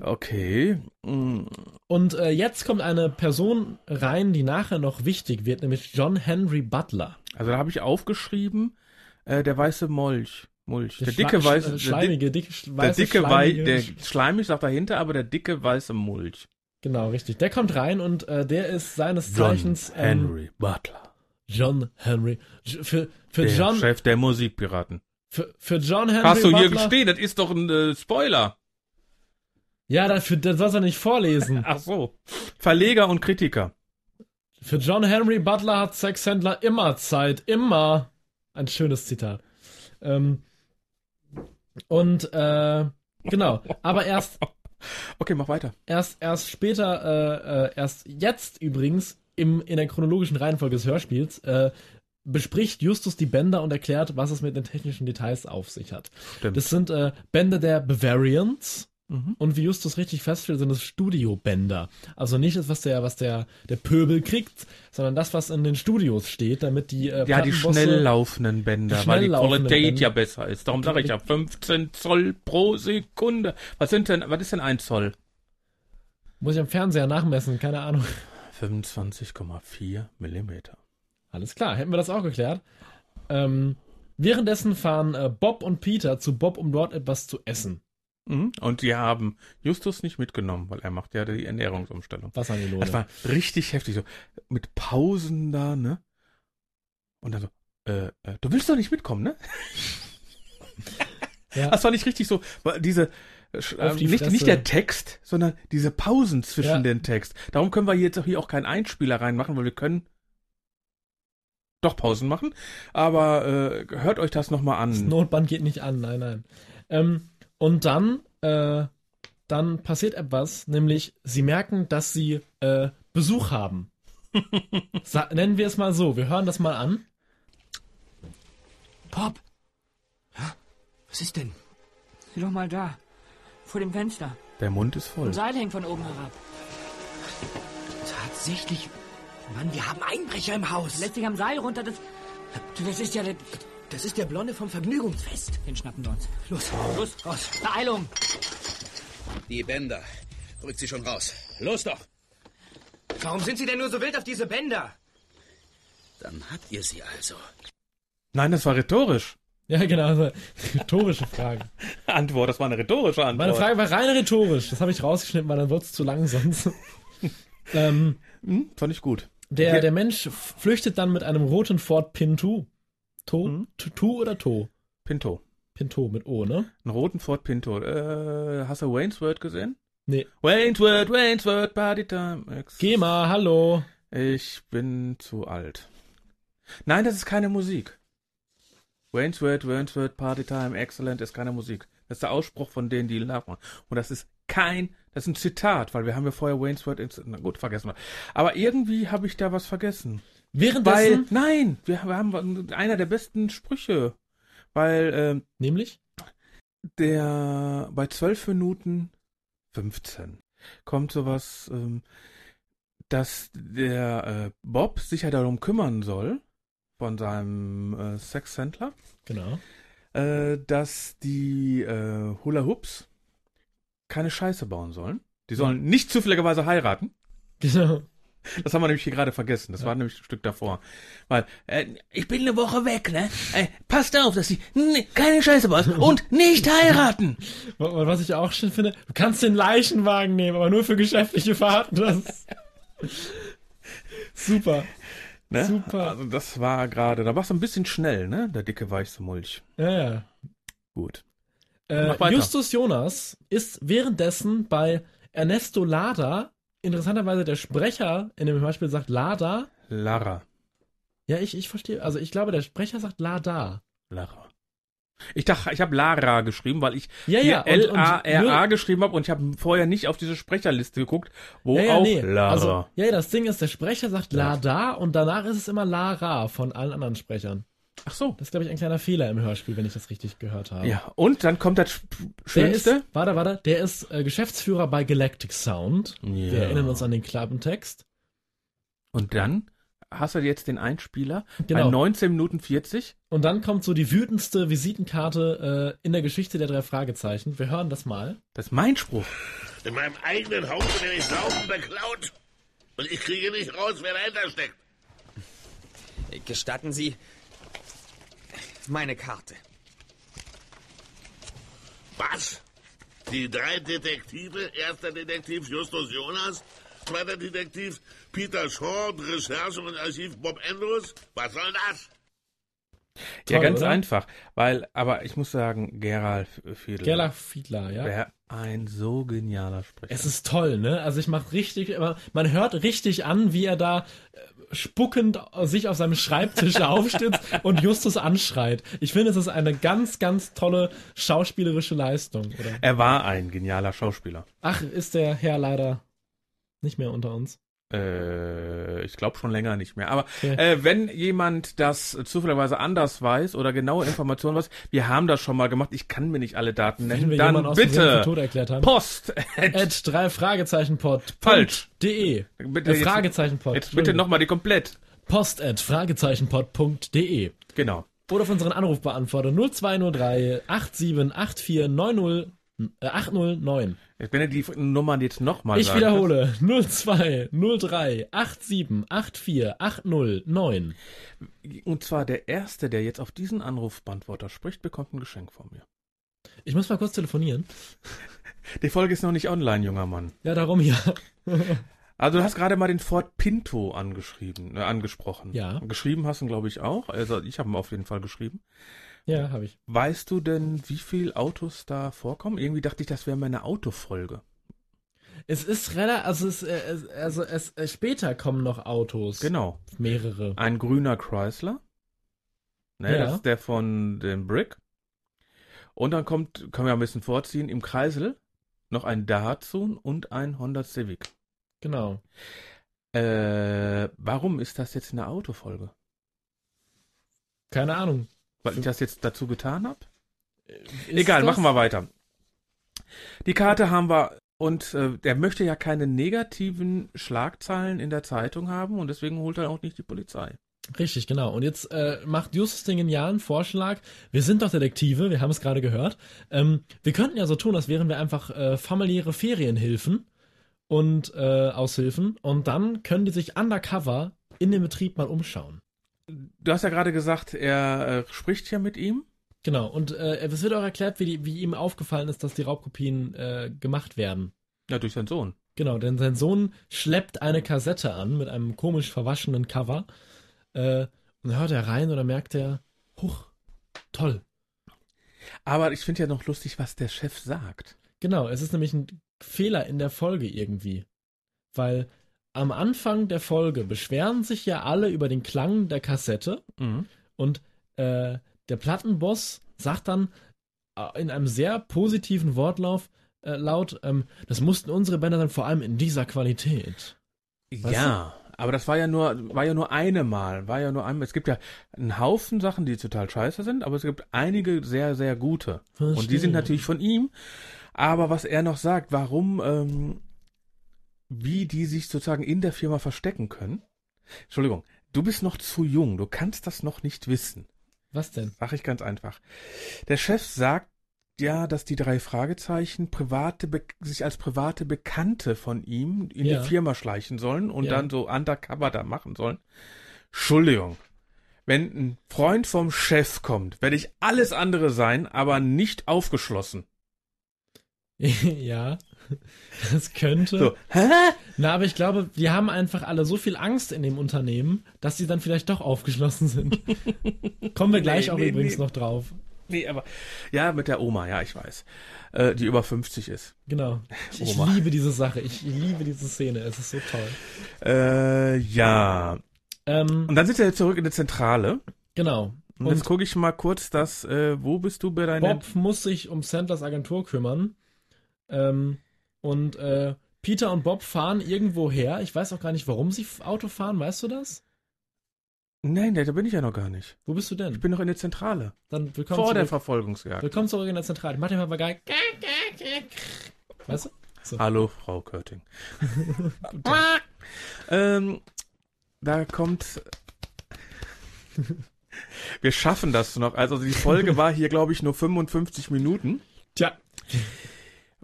[SPEAKER 4] Okay. Mm,
[SPEAKER 5] Und äh, jetzt kommt eine Person rein, die nachher noch wichtig wird, nämlich John Henry Butler.
[SPEAKER 4] Also da habe ich aufgeschrieben, äh, der weiße Molch. Mulch. Der, dicke
[SPEAKER 5] Schla-
[SPEAKER 4] weiße,
[SPEAKER 5] äh,
[SPEAKER 4] der dick-
[SPEAKER 5] schleimige, dicke, sch-
[SPEAKER 4] Der
[SPEAKER 5] weiße,
[SPEAKER 4] dicke, wei
[SPEAKER 5] schleimige-
[SPEAKER 4] der schleimig sagt dahinter, aber der dicke weiße Mulch.
[SPEAKER 5] Genau, richtig. Der kommt rein und äh, der ist seines Zeichens ähm,
[SPEAKER 4] Butler.
[SPEAKER 5] John Henry. J- Für, für
[SPEAKER 4] Der
[SPEAKER 5] John
[SPEAKER 4] Chef der Musikpiraten.
[SPEAKER 5] für, für John Henry
[SPEAKER 4] Hast du
[SPEAKER 5] Butler.
[SPEAKER 4] hier stehen? Das ist doch ein äh, Spoiler.
[SPEAKER 5] Ja, dafür, das sollst du nicht vorlesen.
[SPEAKER 4] Ach so. Verleger und Kritiker.
[SPEAKER 5] Für John Henry Butler hat Sexhändler immer Zeit, immer. Ein schönes Zitat. Ähm, und äh, genau, aber erst
[SPEAKER 4] Okay, mach weiter.
[SPEAKER 5] erst erst später, äh, äh, erst jetzt übrigens im in der chronologischen Reihenfolge des Hörspiels äh, bespricht Justus die Bänder und erklärt, was es mit den technischen Details auf sich hat.
[SPEAKER 4] Stimmt.
[SPEAKER 5] Das sind äh, Bänder der Bavarians.
[SPEAKER 4] Mhm.
[SPEAKER 5] Und wie Justus richtig feststellt, sind es Studiobänder. Also nicht das, was der, was der, der Pöbel kriegt, sondern das, was in den Studios steht, damit die äh,
[SPEAKER 4] ja, die
[SPEAKER 5] Plattenbosse-
[SPEAKER 4] schnell laufenden Bänder,
[SPEAKER 5] Die
[SPEAKER 4] weil die
[SPEAKER 5] schnell laufenden
[SPEAKER 4] Qualität
[SPEAKER 5] Bänder.
[SPEAKER 4] ja besser ist. Darum sage ich ja 15 Zoll pro Sekunde. Was sind denn, was ist denn ein Zoll?
[SPEAKER 5] Muss ich am Fernseher nachmessen, keine Ahnung.
[SPEAKER 4] 25,4 Millimeter.
[SPEAKER 5] Alles klar, hätten wir das auch geklärt. Ähm, währenddessen fahren äh, Bob und Peter zu Bob, um dort etwas zu essen.
[SPEAKER 4] Mhm. Und die haben Justus nicht mitgenommen, weil er macht ja die Ernährungsumstellung.
[SPEAKER 5] Was an die Lohne.
[SPEAKER 4] Das war richtig heftig, so mit Pausen da, ne? Und dann so, äh, äh, du willst doch nicht mitkommen, ne?
[SPEAKER 5] Ja.
[SPEAKER 4] Das war nicht richtig so, weil diese, äh, sch- äh,
[SPEAKER 5] Auf die
[SPEAKER 4] nicht,
[SPEAKER 5] Fresse.
[SPEAKER 4] nicht der Text, sondern diese Pausen zwischen
[SPEAKER 5] Ja.
[SPEAKER 4] den Text. Darum können wir jetzt auch hier auch keinen Einspieler reinmachen, weil wir können doch Pausen machen. Aber äh, hört euch das nochmal
[SPEAKER 5] Das
[SPEAKER 4] an.
[SPEAKER 5] Notband geht nicht an, nein, nein. Ähm, und dann, äh, dann passiert etwas, nämlich sie merken, dass sie äh, Besuch haben. Sa nennen wir es mal so. Wir hören das mal an.
[SPEAKER 9] Pop,
[SPEAKER 6] Was ist denn?
[SPEAKER 9] sieh doch mal da. Vor dem Fenster.
[SPEAKER 4] Der Mund ist voll.
[SPEAKER 9] Ein Seil hängt von oben herab.
[SPEAKER 6] Tatsächlich. Mann, wir haben Einbrecher im Haus.
[SPEAKER 9] Lässt sich am Seil runter, das... Du, Das ist ja der...
[SPEAKER 6] Das ist der Blonde vom Vergnügungsfest.
[SPEAKER 9] Den schnappen wir uns.
[SPEAKER 6] Los,
[SPEAKER 9] Los, raus. Beeilung.
[SPEAKER 6] Die Bänder. Rückt sie schon raus. Los doch! Warum sind Sie denn nur so wild auf diese Bänder? Dann habt ihr sie also.
[SPEAKER 4] Nein, das war rhetorisch.
[SPEAKER 5] Ja, genau. so. Rhetorische Frage.
[SPEAKER 4] Antwort, das war eine rhetorische Antwort.
[SPEAKER 5] Meine Frage war rein rhetorisch. Das habe ich rausgeschnitten, weil dann wurde es zu lang sonst. ähm,
[SPEAKER 4] Hm, fand ich gut.
[SPEAKER 5] der, der Mensch flüchtet dann mit einem roten Ford Pinto. To?
[SPEAKER 4] Mhm.
[SPEAKER 5] Tu oder To?
[SPEAKER 4] Pinto.
[SPEAKER 5] Pinto mit O, ne?
[SPEAKER 4] Einen roten Ford Pinto. Äh, hast du Wayne's World gesehen?
[SPEAKER 5] Nee.
[SPEAKER 4] Wayne's World, Wayne's World, Party Time. Ex-
[SPEAKER 5] Geh mal, hallo.
[SPEAKER 4] Ich bin zu alt. Nein, das ist keine Musik. Wayne's World, Wayne's World, Party Time, Excellent ist keine Musik. Das ist der Ausspruch von denen, die labern. Und das ist kein, das ist ein Zitat, weil wir haben ja vorher Wayne's World, ins, na gut, vergessen wir. Aber irgendwie habe ich da was vergessen.
[SPEAKER 5] Währenddessen.
[SPEAKER 4] Weil, nein, wir haben einer der besten Sprüche. Weil, ähm,
[SPEAKER 5] nämlich?
[SPEAKER 4] der bei 12 Minuten 15 kommt sowas, ähm, dass der äh, Bob sich ja darum kümmern soll, von seinem äh, Sexhändler,
[SPEAKER 5] Genau.
[SPEAKER 4] äh, dass die äh, Hula Hoops keine Scheiße bauen sollen. Die sollen nicht zufälligerweise heiraten.
[SPEAKER 5] Genau.
[SPEAKER 4] Das haben wir nämlich hier gerade vergessen. Das war nämlich ein Stück davor. Weil, äh, ich bin eine Woche weg, ne? Äh, passt auf, dass sie n- keine Scheiße bauen und nicht heiraten.
[SPEAKER 5] Wa- Was ich auch schön finde, du kannst den Leichenwagen nehmen, aber nur für geschäftliche Fahrten. Das ist super.
[SPEAKER 4] Ne?
[SPEAKER 5] Super.
[SPEAKER 4] Also das war gerade, da war es ein bisschen schnell, ne? Der dicke weiße Mulch.
[SPEAKER 5] Ja, ja.
[SPEAKER 4] Gut. Mach
[SPEAKER 5] Äh,
[SPEAKER 4] weiter.
[SPEAKER 5] Justus Jonas ist währenddessen bei Ernesto Lada, interessanterweise der Sprecher in dem Beispiel sagt Lada.
[SPEAKER 4] Lara.
[SPEAKER 5] Ja, ich, ich verstehe, also ich glaube, der Sprecher sagt Lada.
[SPEAKER 4] Lara. Ich dachte, ich habe Lara geschrieben, weil ich
[SPEAKER 5] Ja, ja,
[SPEAKER 4] hier
[SPEAKER 5] und- und-
[SPEAKER 4] L-A-R-A geschrieben habe und ich habe vorher nicht auf diese Sprecherliste geguckt, wo
[SPEAKER 5] ja, ja,
[SPEAKER 4] Oh, auch
[SPEAKER 5] nee.
[SPEAKER 4] Lara.
[SPEAKER 5] Also, ja, ja, das Ding ist, der Sprecher sagt Lada und danach ist es immer Lara von allen anderen Sprechern.
[SPEAKER 4] Ach so.
[SPEAKER 5] Das ist, glaube ich, ein kleiner Fehler im Hörspiel, wenn ich das richtig gehört habe.
[SPEAKER 4] Ja, und dann kommt das Sch-
[SPEAKER 5] Der
[SPEAKER 4] Schönste.
[SPEAKER 5] Ist, warte, warte. Der ist äh, Geschäftsführer bei Galactic Sound. Wir erinnern uns an den Klappentext.
[SPEAKER 4] Und dann hast du jetzt den Einspieler
[SPEAKER 5] Genau.
[SPEAKER 4] bei 19 Minuten 40.
[SPEAKER 5] Und dann kommt so die wütendste Visitenkarte äh, in der Geschichte der drei Fragezeichen. Wir hören das mal.
[SPEAKER 4] Das ist mein Spruch.
[SPEAKER 10] In meinem eigenen Haus werde ich Saufen beklaut. Und ich kriege nicht raus, wer dahinter steckt.
[SPEAKER 6] Gestatten Sie meine Karte.
[SPEAKER 10] Was? Die drei Detektive, erster Detektiv Justus Jonas, zweiter Detektiv Peter Shaw und Recherche und Archiv Bob Andrews? Was soll das?
[SPEAKER 4] ja,
[SPEAKER 5] Toll,
[SPEAKER 4] ganz
[SPEAKER 5] oder?
[SPEAKER 4] einfach. Weil, aber ich muss sagen, Gerald Fiedler.
[SPEAKER 5] Gerlach Fiedler, ja.
[SPEAKER 4] Wär ein so genialer Sprecher.
[SPEAKER 5] Es ist toll, ne? Also ich mache richtig, aber man hört richtig an, wie er da äh, spuckend sich auf seinem Schreibtisch aufstützt und Justus anschreit. Ich finde, es ist eine ganz, ganz tolle schauspielerische Leistung. Oder?
[SPEAKER 4] er war ein genialer Schauspieler.
[SPEAKER 5] Ach, ist der Herr leider nicht mehr unter uns.
[SPEAKER 4] Äh, ich glaube schon länger nicht mehr. Aber
[SPEAKER 5] Ja.
[SPEAKER 4] äh, wenn jemand das zufälligerweise anders weiß oder genaue Informationen weiß, wir haben das schon mal gemacht. Ich kann mir nicht alle Daten
[SPEAKER 5] Wenn
[SPEAKER 4] nennen.
[SPEAKER 5] wir
[SPEAKER 4] Dann
[SPEAKER 5] jemanden aus Versehen für tot
[SPEAKER 4] bitte
[SPEAKER 5] erklärt haben.
[SPEAKER 4] Post.
[SPEAKER 5] at drei Fragezeichenpod.
[SPEAKER 4] Falsch.
[SPEAKER 5] .de.
[SPEAKER 4] Bitte
[SPEAKER 5] äh,
[SPEAKER 4] jetzt-
[SPEAKER 5] Fragezeichenpod.
[SPEAKER 4] Jetzt bitte nochmal die komplett.
[SPEAKER 5] Post at Fragezeichenpod.de.
[SPEAKER 4] Genau.
[SPEAKER 5] E. Oder auf unseren Anrufbeantworter 0203 8784 90 äh, 809.
[SPEAKER 4] Wenn ihr die Nummern jetzt nochmal
[SPEAKER 5] Ich wiederhole 0203 8784 809.
[SPEAKER 4] Und zwar der Erste, der jetzt auf diesen Anrufbeantworter spricht, bekommt ein Geschenk von mir.
[SPEAKER 5] Ich muss mal kurz telefonieren.
[SPEAKER 4] Die Folge ist noch nicht online, junger Mann.
[SPEAKER 5] Ja, darum ja.
[SPEAKER 4] Also du hast gerade mal den Ford Pinto angeschrieben, äh, angesprochen.
[SPEAKER 5] Ja.
[SPEAKER 4] Geschrieben hast du, glaube ich, auch. Also ich habe ihn auf jeden Fall geschrieben.
[SPEAKER 5] Ja, habe ich.
[SPEAKER 4] Weißt du denn, wie viele Autos da vorkommen? Irgendwie dachte ich, das wäre meine Autofolge.
[SPEAKER 5] Es ist relativ, also es, äh, es- also es, äh, später kommen noch Autos.
[SPEAKER 4] Genau.
[SPEAKER 5] Mehrere.
[SPEAKER 4] Ein grüner Chrysler. Ne,
[SPEAKER 5] Ja.
[SPEAKER 4] Das ist der von dem Brick. Und dann kommt, können wir ein bisschen vorziehen, im Kreisel noch ein Datsun und ein Honda Civic.
[SPEAKER 5] Genau.
[SPEAKER 4] Äh, warum ist das jetzt eine Autofolge?
[SPEAKER 5] Keine Ahnung.
[SPEAKER 4] Weil ich das jetzt dazu getan habe? Egal, machen wir weiter. Die Karte haben wir und äh, der möchte ja keine negativen Schlagzeilen in der Zeitung haben und deswegen holt er auch nicht die Polizei.
[SPEAKER 5] Richtig, genau. Und jetzt äh, macht Justus den genialen Vorschlag, wir sind doch Detektive, wir haben es gerade gehört. Ähm, wir könnten ja so tun, als wären wir einfach äh, familiäre Ferienhilfen und äh, Aushilfen und dann können die sich undercover in dem Betrieb mal umschauen.
[SPEAKER 4] Du hast ja gerade gesagt, er äh, spricht ja mit ihm.
[SPEAKER 5] Genau, und äh, es wird auch erklärt, wie, die, wie ihm aufgefallen ist, dass die Raubkopien äh, gemacht werden.
[SPEAKER 4] Ja, durch seinen Sohn.
[SPEAKER 5] Genau, denn sein Sohn schleppt eine Kassette an mit einem komisch verwaschenen Cover. Äh, und dann hört er rein und dann merkt er, huch, toll.
[SPEAKER 4] Aber ich finde ja noch lustig, was der Chef sagt.
[SPEAKER 5] Genau, es ist nämlich ein Fehler in der Folge irgendwie. Weil am Anfang der Folge beschweren sich ja alle über den Klang der Kassette
[SPEAKER 4] Mhm.
[SPEAKER 5] und äh, der Plattenboss sagt dann äh, in einem sehr positiven Wortlauf äh, laut, ähm, das mussten unsere Bänder dann vor allem in dieser Qualität. Weißt
[SPEAKER 4] ja, aber das war ja nur, war ja nur eine Mal, war ja nur einmal. Es gibt ja einen Haufen Sachen, die total scheiße sind, aber es gibt einige sehr, sehr gute. Und die
[SPEAKER 5] Verstehe.
[SPEAKER 4] sind natürlich von ihm. Aber was er noch sagt, warum, ähm, wie die sich sozusagen in der Firma verstecken können. Entschuldigung, du bist noch zu jung, du kannst das noch nicht wissen.
[SPEAKER 5] Was denn?
[SPEAKER 4] Sag ich ganz einfach. Der Chef sagt ja, dass die drei Fragezeichen private Be sich als private Bekannte von ihm in
[SPEAKER 5] Ja.
[SPEAKER 4] die Firma schleichen sollen und
[SPEAKER 5] Ja.
[SPEAKER 4] dann so undercover da machen sollen. Entschuldigung. Wenn ein Freund vom Chef kommt, werde ich alles andere sein, aber nicht aufgeschlossen.
[SPEAKER 5] ja, das könnte.
[SPEAKER 4] So, hä?
[SPEAKER 5] Na, aber ich glaube, die haben einfach alle so viel Angst in dem Unternehmen, dass sie dann vielleicht doch aufgeschlossen sind. Kommen wir gleich
[SPEAKER 4] Nee,
[SPEAKER 5] auch
[SPEAKER 4] nee,
[SPEAKER 5] übrigens
[SPEAKER 4] nee.
[SPEAKER 5] noch drauf.
[SPEAKER 4] Nee, aber ja, mit der Oma, ja, ich weiß. Äh, die über 50 ist.
[SPEAKER 5] Genau. Ich, ich
[SPEAKER 4] Oma.
[SPEAKER 5] liebe diese Sache. Ich liebe diese Szene. Es ist so toll.
[SPEAKER 4] Äh, ja.
[SPEAKER 5] Ähm,
[SPEAKER 4] Und dann sind wir zurück in der Zentrale.
[SPEAKER 5] genau.
[SPEAKER 4] Und, jetzt gucke ich mal kurz, dass, äh, wo bist du bei deinen
[SPEAKER 5] Bob muss sich um Sandlers Agentur kümmern. Ähm, und äh, Peter und Bob fahren irgendwo her. Ich weiß auch gar nicht, warum sie F- Auto fahren. Weißt du das?
[SPEAKER 4] Nein, da bin ich ja noch gar nicht.
[SPEAKER 5] Wo bist du denn?
[SPEAKER 4] Ich bin noch in der Zentrale.
[SPEAKER 5] Dann willkommen
[SPEAKER 4] vor der
[SPEAKER 5] zurück.
[SPEAKER 4] Verfolgungsjagd.
[SPEAKER 5] willkommen zurück in der Zentrale. Mach dir mal geil. Weißt du?
[SPEAKER 4] Hallo, Frau Körting. ähm, da kommt. Wir schaffen das noch. Also die Folge war hier, glaube ich, nur 55 Minuten.
[SPEAKER 5] Tja.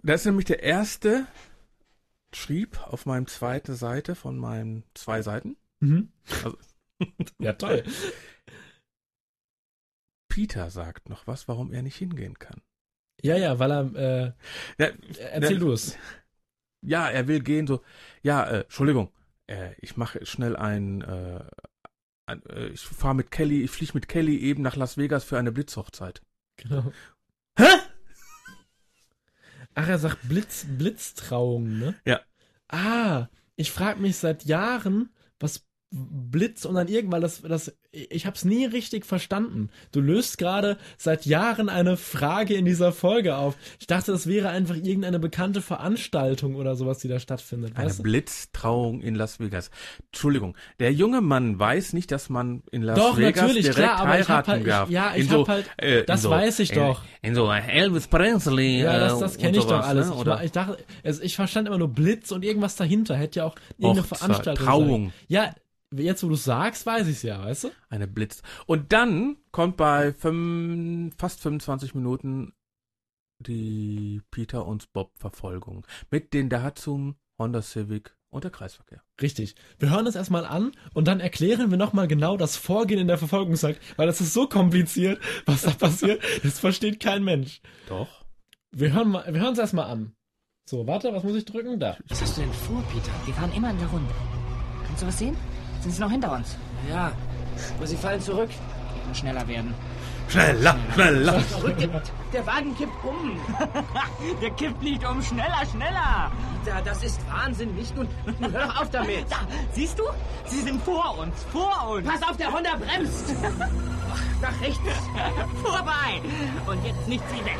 [SPEAKER 4] Das ist nämlich der erste Schrieb auf meinem zweiten Seite von meinen zwei Seiten.
[SPEAKER 5] Mhm.
[SPEAKER 4] Also-
[SPEAKER 5] ja, toll.
[SPEAKER 4] Peter sagt noch was, warum er nicht hingehen kann.
[SPEAKER 5] Ja, ja, weil er.
[SPEAKER 4] Ja,
[SPEAKER 5] Äh, erzähl
[SPEAKER 4] Ja.
[SPEAKER 5] du es.
[SPEAKER 4] ja, er will gehen, so, ja, äh, Entschuldigung, äh, ich mache schnell ein, äh, ein äh, ich fahre mit Kelly, ich fliege mit Kelly eben nach Las Vegas für eine Blitzhochzeit.
[SPEAKER 5] Genau.
[SPEAKER 4] Hä?
[SPEAKER 5] Ach, er sagt Blitz, Blitztrauung, ne?
[SPEAKER 4] Ja.
[SPEAKER 5] Ah, ich frage mich seit Jahren, was Blitz und dann irgendwann das, das, ich hab's nie richtig verstanden. Du löst gerade seit Jahren eine Frage in dieser Folge auf. Ich dachte, das wäre einfach irgendeine bekannte Veranstaltung oder sowas, die da stattfindet.
[SPEAKER 4] Eine
[SPEAKER 5] Weißt du?
[SPEAKER 4] Blitztrauung in Las Vegas. Entschuldigung, der junge Mann weiß nicht, dass man in Las
[SPEAKER 5] Doch,
[SPEAKER 4] Vegas
[SPEAKER 5] natürlich,
[SPEAKER 4] direkt
[SPEAKER 5] klar, aber ich hab
[SPEAKER 4] heiraten
[SPEAKER 5] halt- ich-
[SPEAKER 4] darf.
[SPEAKER 5] ja, ich
[SPEAKER 4] in so,
[SPEAKER 5] hab halt-
[SPEAKER 4] äh, in
[SPEAKER 5] das
[SPEAKER 4] so,
[SPEAKER 5] weiß ich
[SPEAKER 4] in,
[SPEAKER 5] doch.
[SPEAKER 4] In so Elvis Presley.
[SPEAKER 5] Ja,
[SPEAKER 4] äh,
[SPEAKER 5] das, das kenne
[SPEAKER 4] und
[SPEAKER 5] ich
[SPEAKER 4] sowas,
[SPEAKER 5] doch alles.
[SPEAKER 4] Ne?
[SPEAKER 5] Ich
[SPEAKER 4] Oder
[SPEAKER 5] war- Ich dachte, also ich verstand immer nur Blitz und irgendwas dahinter. Hätte ja auch irgendeine
[SPEAKER 4] Hochzeit,
[SPEAKER 5] Veranstaltung.
[SPEAKER 4] Trauung.
[SPEAKER 5] Sein. Ja, jetzt wo du sagst, weiß ich's ja, weißt du?
[SPEAKER 4] eine Blitz. Und dann kommt bei fünf, fast 25 Minuten die Peter und Bob Verfolgung mit den Datsum, Honda Civic und der Kreisverkehr.
[SPEAKER 5] Richtig. Wir hören es erstmal an und dann erklären wir nochmal genau das Vorgehen in der Verfolgungsjagd, weil das ist so kompliziert, was da passiert. Das versteht kein Mensch.
[SPEAKER 4] Doch.
[SPEAKER 5] Wir hören mal, wir hören es erstmal an. So, warte, was muss ich drücken? Da.
[SPEAKER 9] Was hast du denn vor, Peter?
[SPEAKER 3] Wir fahren immer in der Runde. Kannst du was sehen? Sind sie noch hinter uns?
[SPEAKER 9] Ja, aber sie fallen zurück. Wir müssen schneller werden.
[SPEAKER 4] Schneller, schneller.
[SPEAKER 9] Rückgibt. Der Wagen kippt um.
[SPEAKER 7] Der kippt nicht um. Schneller, schneller.
[SPEAKER 9] Peter, das ist Wahnsinn, nicht? Und nun hör doch auf damit.
[SPEAKER 7] Da, siehst du? Sie sind vor uns, vor uns.
[SPEAKER 9] Pass auf, der Honda bremst. Nach rechts.
[SPEAKER 7] Vorbei. Und jetzt nicht sie weg.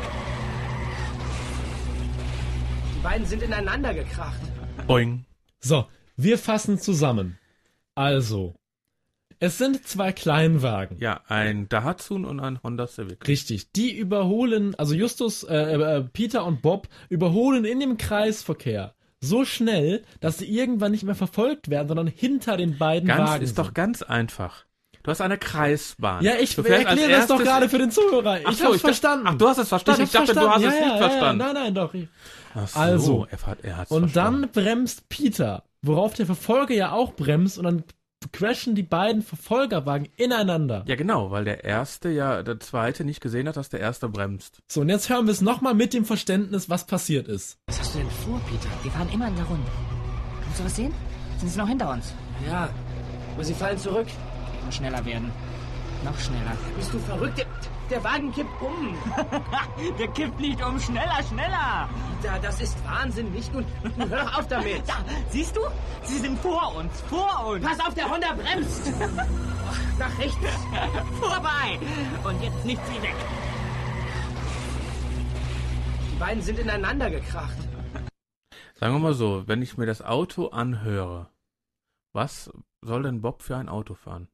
[SPEAKER 9] Die beiden sind ineinander gekracht.
[SPEAKER 4] Boing.
[SPEAKER 5] So, Wir fassen zusammen. Also, es sind zwei Kleinwagen.
[SPEAKER 4] Ja, ein Datsun und ein Honda Civic.
[SPEAKER 5] Richtig, die überholen, also Justus, äh, äh, Peter und Bob überholen in dem Kreisverkehr so schnell, dass sie irgendwann nicht mehr verfolgt werden, sondern hinter den beiden
[SPEAKER 4] Ganz
[SPEAKER 5] Wagen
[SPEAKER 4] ist doch
[SPEAKER 5] sind.
[SPEAKER 4] ganz einfach. Du hast eine Kreisbahn.
[SPEAKER 5] Ja, ich
[SPEAKER 4] Du fährst als
[SPEAKER 5] erkläre das doch
[SPEAKER 4] erstes-
[SPEAKER 5] gerade für den Zuhörer. Ich
[SPEAKER 4] Ach so,
[SPEAKER 5] hab's
[SPEAKER 4] dach-
[SPEAKER 5] verstanden.
[SPEAKER 4] Ach, du hast es verstanden. Ich,
[SPEAKER 5] hab's
[SPEAKER 4] dachte, du hast
[SPEAKER 5] verstanden.
[SPEAKER 4] es
[SPEAKER 5] ja,
[SPEAKER 4] nicht
[SPEAKER 5] ja,
[SPEAKER 4] verstanden.
[SPEAKER 5] Ja, nein, nein, doch. Ich,
[SPEAKER 4] Ach so,
[SPEAKER 5] Also.
[SPEAKER 4] er, hat- er hat's
[SPEAKER 5] Und
[SPEAKER 4] verstanden.
[SPEAKER 5] dann bremst Peter, worauf der Verfolger ja auch bremst und dann crashen die beiden Verfolgerwagen ineinander.
[SPEAKER 4] Ja, genau, weil der erste ja, der zweite nicht gesehen hat, dass der erste bremst.
[SPEAKER 5] So, und jetzt hören wir es nochmal mit dem Verständnis, was passiert ist.
[SPEAKER 9] Was hast du denn vor, Peter?
[SPEAKER 3] Wir fahren immer in der Runde. Kannst du was sehen? Sind sie noch hinter uns?
[SPEAKER 9] Ja, aber sie fallen zurück. Und schneller werden. Noch schneller.
[SPEAKER 7] Bist du verrückt? Der, der Wagen kippt um. der kippt nicht um. Schneller, schneller. Da, das ist Wahnsinn, nicht? Und, hör doch auf damit. Da, siehst du? Sie sind vor uns, vor uns. Pass auf, der Honda bremst. Nach rechts. Vorbei. Und jetzt nicht sie weg. Die beiden sind ineinander gekracht.
[SPEAKER 4] Sagen wir mal so, wenn ich mir das Auto anhöre, was soll denn Bob für ein Auto fahren?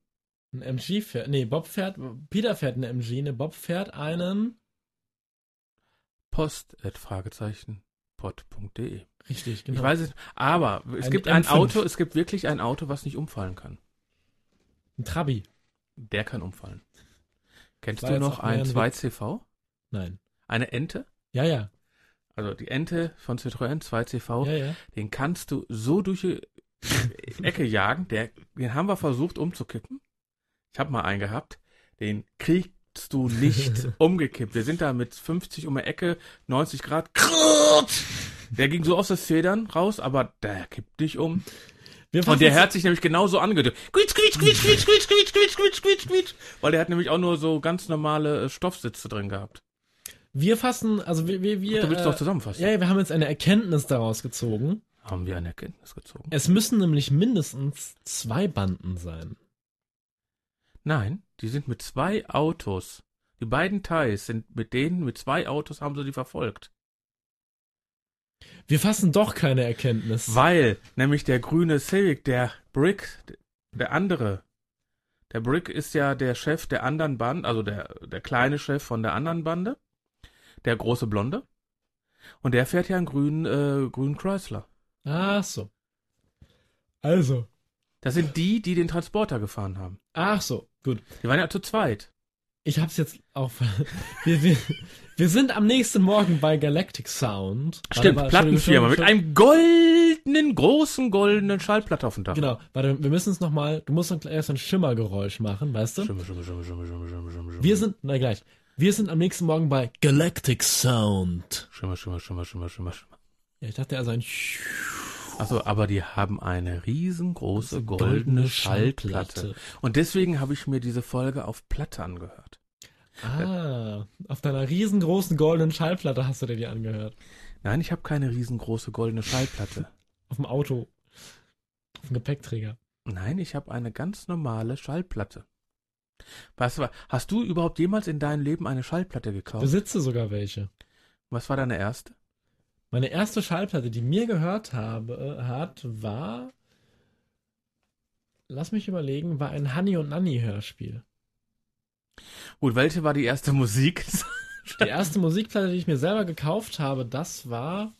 [SPEAKER 5] Ein MG fährt, nee, Bob fährt, Peter fährt eine MG, ne, Bob fährt einen,
[SPEAKER 4] Post, at Fragezeichen, pot.de.
[SPEAKER 5] richtig, genau.
[SPEAKER 4] E. Ich weiß es, aber es
[SPEAKER 5] Ein
[SPEAKER 4] gibt ein
[SPEAKER 5] M5.
[SPEAKER 4] Auto, es gibt wirklich ein Auto, was nicht umfallen kann.
[SPEAKER 5] Ein Trabi.
[SPEAKER 4] Der kann umfallen. Kennst
[SPEAKER 5] war
[SPEAKER 4] du
[SPEAKER 5] jetzt
[SPEAKER 4] noch
[SPEAKER 5] auch mehr
[SPEAKER 4] ein
[SPEAKER 5] ein Witz.
[SPEAKER 4] 2CV?
[SPEAKER 5] Nein.
[SPEAKER 4] Eine Ente?
[SPEAKER 5] Ja, ja,
[SPEAKER 4] Also die Ente von Citroën 2CV,
[SPEAKER 5] ja, ja.
[SPEAKER 4] den kannst du so durch die Ecke jagen. Der, den haben wir versucht umzukippen. Ich habe mal einen gehabt. Den kriegst du nicht umgekippt. Wir sind da mit 50 um die Ecke, 90 Grad. Krrrt! Der ging so aus den Federn raus, aber der kippt nicht um.
[SPEAKER 5] Wir
[SPEAKER 4] Und der
[SPEAKER 5] fassen-
[SPEAKER 4] hat sich nämlich genauso angedrückt. Quietsch, quietsch, quietsch, quietsch, quietsch, quietsch, quietsch, quietsch, quietsch, quietsch. Weil der hat nämlich auch nur so ganz normale äh, Stoffsitze drin gehabt.
[SPEAKER 5] wir fassen, also wir, wir, wir,
[SPEAKER 4] du willst
[SPEAKER 5] äh,
[SPEAKER 4] doch zusammenfassen.
[SPEAKER 5] ja, ja, wir haben jetzt eine Erkenntnis daraus gezogen.
[SPEAKER 4] Haben wir eine Erkenntnis gezogen?
[SPEAKER 5] Es müssen nämlich mindestens zwei Banden sein.
[SPEAKER 4] Nein, die sind mit zwei Autos. Die beiden Thais sind mit denen, mit zwei Autos haben sie die verfolgt.
[SPEAKER 5] Wir fassen doch keine Erkenntnis.
[SPEAKER 4] Weil nämlich der grüne Civic, der Brick, der andere, der Brick ist ja der Chef der anderen Bande, also der, der kleine Chef von der anderen Bande, der große Blonde. Und der fährt ja einen grünen, äh, grünen Chrysler.
[SPEAKER 5] Ach so. Also.
[SPEAKER 4] Das sind die, die den Transporter gefahren haben.
[SPEAKER 5] Ach so, gut.
[SPEAKER 4] Die waren ja zu zweit.
[SPEAKER 5] Ich hab's jetzt auch. Wir, wir, wir sind am nächsten Morgen bei Galactic Sound.
[SPEAKER 4] Stimmt,
[SPEAKER 5] Warte mal,
[SPEAKER 4] Plattenfirma
[SPEAKER 5] Entschuldigung,
[SPEAKER 4] mit einem goldenen, großen goldenen Schallplatte auf dem Dach.
[SPEAKER 5] Genau, warte, wir müssen es nochmal. Du musst noch erst ein Schimmergeräusch machen, weißt du?
[SPEAKER 4] Schimmel, schimmel, schimmel, schimmel, schimmel, schimmel, schimmel, schimmel.
[SPEAKER 5] Wir sind, na gleich. Wir sind am nächsten Morgen bei Galactic Sound.
[SPEAKER 4] Schimmer, Schimmer, Schimmer, Schimmer, Schimmer, Schimmer.
[SPEAKER 5] Ja, ich dachte, also ein
[SPEAKER 4] Achso, Also, aber die haben eine riesengroße goldene,
[SPEAKER 5] goldene
[SPEAKER 4] Schallplatte.
[SPEAKER 5] Schallplatte.
[SPEAKER 4] Und deswegen habe ich mir diese Folge auf Platte angehört.
[SPEAKER 5] Ah, auf deiner riesengroßen goldenen Schallplatte hast du dir die angehört.
[SPEAKER 4] Nein, ich habe keine riesengroße goldene Schallplatte.
[SPEAKER 5] Auf dem Auto. Auf dem Gepäckträger.
[SPEAKER 4] Nein, ich habe eine ganz normale Schallplatte. Weißt du, was- hast du überhaupt jemals in deinem Leben eine Schallplatte gekauft?
[SPEAKER 5] Besitze sogar welche.
[SPEAKER 4] Was war deine erste?
[SPEAKER 5] Meine erste Schallplatte, die mir gehört habe, hat, war. Lass mich überlegen, war ein Honey und Nanny Hörspiel.
[SPEAKER 4] Gut, welche war die erste Musik?
[SPEAKER 5] Die erste Musikplatte, die ich mir selber gekauft habe, das war.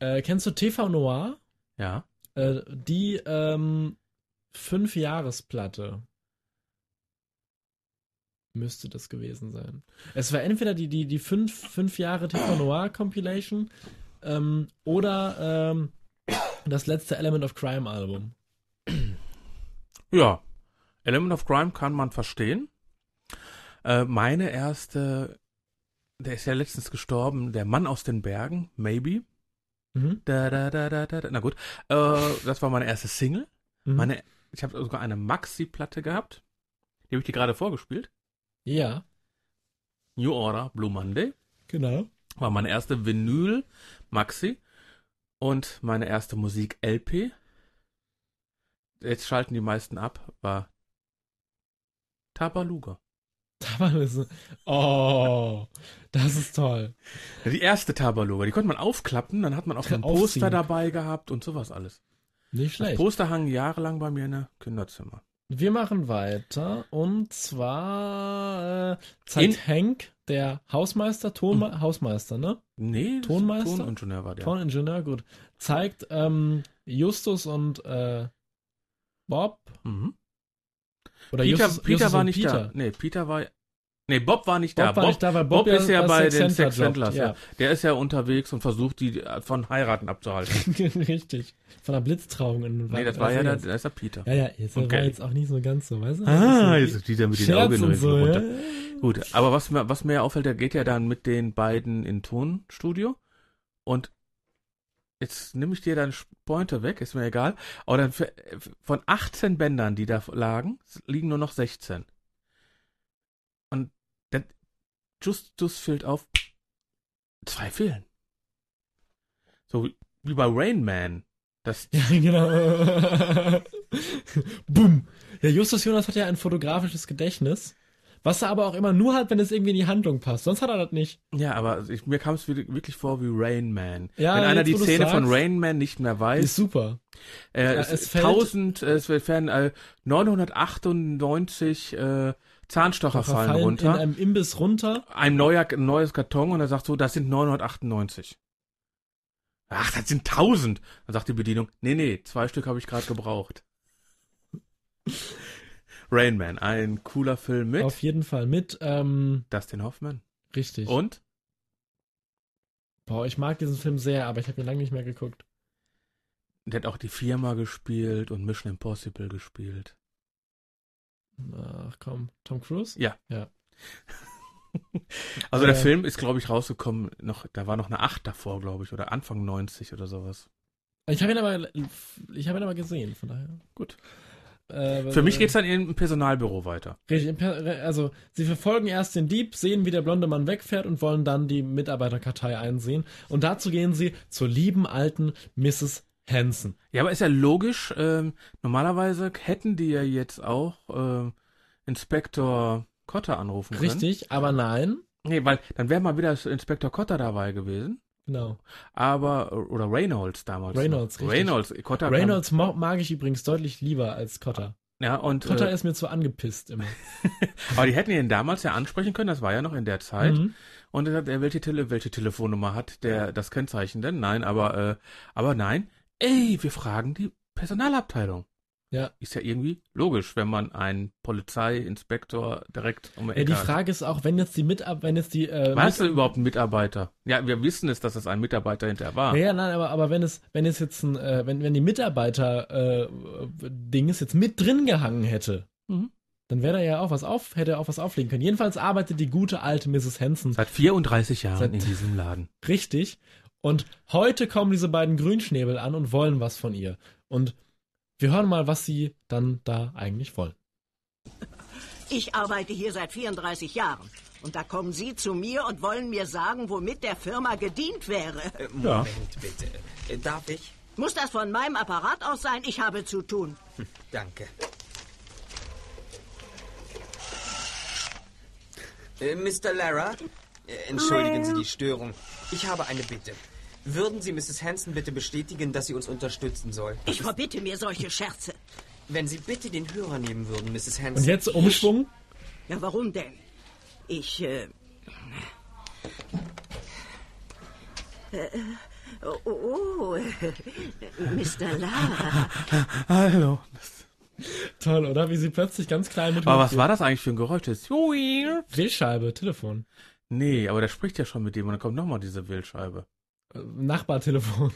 [SPEAKER 5] Äh, kennst du TV Noir?
[SPEAKER 4] ja.
[SPEAKER 5] Äh, die ähm, Fünf-Jahres-Platte. Müsste das gewesen sein. Es war entweder die, die, die fünf, fünf Jahre TV Noir Compilation ähm, oder ähm, das letzte Element of Crime Album.
[SPEAKER 4] Ja. Element of Crime kann man verstehen. Äh, meine erste, der ist ja letztens gestorben, der Mann aus den Bergen, maybe.
[SPEAKER 5] Mhm.
[SPEAKER 4] Da, da, da, da, da, da. Na gut. Äh, das war meine erste Single.
[SPEAKER 5] Mhm.
[SPEAKER 4] Meine, ich habe sogar eine Maxi-Platte gehabt. Die habe ich dir gerade vorgespielt.
[SPEAKER 5] Ja,
[SPEAKER 4] New Order, Blue Monday.
[SPEAKER 5] genau.
[SPEAKER 4] War meine erste Vinyl Maxi und meine erste Musik LP. Jetzt schalten die meisten ab, war Tabaluga.
[SPEAKER 5] Tabalüsse. Oh, das ist toll.
[SPEAKER 4] Die erste Tabaluga, die konnte man aufklappen, dann hat man auch ein
[SPEAKER 5] Aufziehen.
[SPEAKER 4] Poster dabei gehabt und sowas alles.
[SPEAKER 5] Nicht schlecht.
[SPEAKER 4] Das Poster hang jahrelang bei mir in der Kinderzimmer.
[SPEAKER 5] Wir machen weiter und zwar äh, zeigt
[SPEAKER 4] In- Mhm.
[SPEAKER 5] Hank, der Hausmeister, Tonma Hausmeister, ne?
[SPEAKER 4] Nee, das
[SPEAKER 5] Tonmeister?
[SPEAKER 4] Toningenieur war der.
[SPEAKER 5] Toningenieur, gut. Zeigt ähm, Justus und äh, Bob.
[SPEAKER 4] mhm.
[SPEAKER 5] Oder
[SPEAKER 4] Peter,
[SPEAKER 5] Justus,
[SPEAKER 4] Peter
[SPEAKER 5] Justus
[SPEAKER 4] war
[SPEAKER 5] und
[SPEAKER 4] nicht
[SPEAKER 5] Peter.
[SPEAKER 4] da. Nee, Peter war. Nee, Bob war nicht
[SPEAKER 5] Bob
[SPEAKER 4] da.
[SPEAKER 5] war nicht da, weil Bob ja
[SPEAKER 4] ist ja
[SPEAKER 5] das
[SPEAKER 4] bei
[SPEAKER 5] Sex
[SPEAKER 4] den
[SPEAKER 5] Center
[SPEAKER 4] Sex
[SPEAKER 5] jobbt,
[SPEAKER 4] Handlers. Ja.
[SPEAKER 5] ja.
[SPEAKER 4] Der ist ja unterwegs und versucht, die von heiraten abzuhalten.
[SPEAKER 5] Richtig. Von der Blitztrauung in also
[SPEAKER 4] nee, das war ja der, das ist der Peter.
[SPEAKER 5] Ja, ja, jetzt
[SPEAKER 4] Okay.
[SPEAKER 5] war jetzt auch nicht so ganz so, weißt du?
[SPEAKER 4] Ah,
[SPEAKER 5] Das ist
[SPEAKER 4] jetzt wieder mit den
[SPEAKER 5] Scherz
[SPEAKER 4] Augen
[SPEAKER 5] und
[SPEAKER 4] so,
[SPEAKER 5] so,
[SPEAKER 4] runter.
[SPEAKER 5] ja.
[SPEAKER 4] Gut, aber was mir, was mir ja auffällt, der geht ja dann mit den beiden in Tonstudio und jetzt nehme ich dir deinen Pointer weg, ist mir egal, aber dann f- von 18 Bändern, die da lagen, liegen nur noch 16. Und dann Justus fällt auf, zwei fehlen. So wie- wie bei Rain Man. Das,
[SPEAKER 5] Ja, genau. Bumm. Ja, Justus Jonas hat ja ein fotografisches Gedächtnis, was er aber auch immer nur hat, wenn es irgendwie in die Handlung passt. Sonst hat er das nicht.
[SPEAKER 4] ja, aber ich, mir kam es wieder- wirklich vor wie Rain Man.
[SPEAKER 5] Ja,
[SPEAKER 4] Wenn einer
[SPEAKER 5] jetzt,
[SPEAKER 4] die
[SPEAKER 5] wo du's
[SPEAKER 4] Szene von
[SPEAKER 5] sagst.
[SPEAKER 4] Rain Man nicht mehr
[SPEAKER 5] Die
[SPEAKER 4] weiß,
[SPEAKER 5] ist super.
[SPEAKER 4] Äh,
[SPEAKER 5] Ja,
[SPEAKER 4] es,
[SPEAKER 5] es fällt-
[SPEAKER 4] 1000, äh, es werden äh, 998 äh, Zahnstocher
[SPEAKER 5] Verfallen
[SPEAKER 4] fallen runter.
[SPEAKER 5] In
[SPEAKER 4] Ein,
[SPEAKER 5] einem Imbiss runter.
[SPEAKER 4] neuer, ein neues Karton und er sagt so, das sind 998. Ach, das sind 1000. Dann sagt die Bedienung, nee, nee, zwei Stück habe ich gerade gebraucht. Rain Man, ein cooler Film mit
[SPEAKER 5] Auf jeden Fall mit. Ähm,
[SPEAKER 4] Dustin Hoffman.
[SPEAKER 5] richtig.
[SPEAKER 4] Und?
[SPEAKER 5] Boah, ich mag diesen Film sehr, aber ich habe ihn lange nicht mehr geguckt.
[SPEAKER 4] Der hat auch die Firma gespielt und Mission Impossible gespielt.
[SPEAKER 5] Ach komm, Tom Cruise?
[SPEAKER 4] Ja.
[SPEAKER 5] Ja.
[SPEAKER 4] Also der
[SPEAKER 5] Äh,
[SPEAKER 4] Film ist, glaube ich, rausgekommen, noch, da war noch eine 8 davor, glaube ich, oder Anfang 90 oder sowas.
[SPEAKER 5] Ich habe ihn aber, ich habe ihn aber gesehen, von daher.
[SPEAKER 4] Gut.
[SPEAKER 5] Äh,
[SPEAKER 4] Für mich
[SPEAKER 5] äh,
[SPEAKER 4] geht's dann im Personalbüro weiter.
[SPEAKER 5] Richtig, im Per- also sie verfolgen erst den Dieb, sehen, wie der blonde Mann wegfährt und wollen dann die Mitarbeiterkartei einsehen. Und dazu gehen sie zur lieben alten Mrs. Hansen.
[SPEAKER 4] Ja, aber ist ja logisch, ähm, normalerweise hätten die ja jetzt auch ähm, Inspektor Kotter anrufen können.
[SPEAKER 5] Richtig, aber nein.
[SPEAKER 4] Nee, weil dann wäre mal wieder Inspektor Kotter dabei gewesen,
[SPEAKER 5] Genau.
[SPEAKER 4] aber, oder Reynolds damals.
[SPEAKER 5] Reynolds,
[SPEAKER 4] noch.
[SPEAKER 5] richtig.
[SPEAKER 4] Reynolds, Kotter.
[SPEAKER 5] Reynolds mo- mag ich übrigens deutlich lieber als Cotter.
[SPEAKER 4] Ja, und,
[SPEAKER 5] Cotter
[SPEAKER 4] äh,
[SPEAKER 5] ist mir zu angepisst immer.
[SPEAKER 4] aber die hätten ihn damals ja ansprechen können, das war ja noch in der Zeit.
[SPEAKER 5] Mhm.
[SPEAKER 4] Und er sagt, äh, welche, Tele welche Telefonnummer hat der das Kennzeichen denn? Nein, aber, äh, aber nein. Ey, wir fragen die Personalabteilung.
[SPEAKER 5] Ja.
[SPEAKER 4] Ist ja irgendwie logisch, wenn man einen Polizeiinspektor direkt um
[SPEAKER 5] Ja, die
[SPEAKER 4] hat.
[SPEAKER 5] Frage ist auch, wenn jetzt die Mitab wenn jetzt die äh,
[SPEAKER 4] War es denn überhaupt ein Mitarbeiter? Ja, wir wissen es, dass es ein Mitarbeiter hinterher war.
[SPEAKER 5] Ja, ja, nein, aber, aber wenn es, wenn es jetzt ein, äh, wenn, wenn die Mitarbeiter-Ding jetzt mit drin gehangen hätte,
[SPEAKER 4] Mhm.
[SPEAKER 5] dann wäre da ja auch was auf, hätte er auch was auflegen können. Jedenfalls arbeitet die gute alte Mrs. Hansen
[SPEAKER 4] Seit 34 Jahren
[SPEAKER 5] Seit-
[SPEAKER 4] in diesem Laden.
[SPEAKER 5] richtig. Und heute kommen diese beiden Grünschnäbel an und wollen was von ihr. Und wir hören mal, was sie dann da eigentlich wollen.
[SPEAKER 11] Ich arbeite hier seit 34 Jahren. Und da kommen Sie zu mir und wollen mir sagen, womit der Firma gedient wäre.
[SPEAKER 6] Moment, bitte. Äh, Darf ich?
[SPEAKER 11] Muss das von meinem Apparat aus sein? Ich habe zu tun.
[SPEAKER 6] Hm, Danke. Äh, Mr. Lara, äh, entschuldigen Sie die Störung. Ich habe eine Bitte. Würden Sie Mrs. Hansen bitte bestätigen, dass sie uns unterstützen soll?
[SPEAKER 11] Ich verbitte mir solche Scherze.
[SPEAKER 6] Wenn Sie bitte den Hörer nehmen würden, Mrs. Hansen.
[SPEAKER 5] Und jetzt Umschwung.
[SPEAKER 11] Ja, warum denn? Ich, äh. äh oh, oh, äh, Mr. Lara.
[SPEAKER 4] Hallo.
[SPEAKER 5] Toll, oder? Wie sie plötzlich ganz klein mit
[SPEAKER 4] Aber
[SPEAKER 5] Hut
[SPEAKER 4] was
[SPEAKER 5] wird.
[SPEAKER 4] war das eigentlich für ein Geräusch? Das Hui.
[SPEAKER 5] Wählscheibe, Telefon.
[SPEAKER 4] Nee, aber der spricht ja schon mit dem und dann kommt nochmal diese Wildscheibe.
[SPEAKER 5] Äh, Nachbartelefon.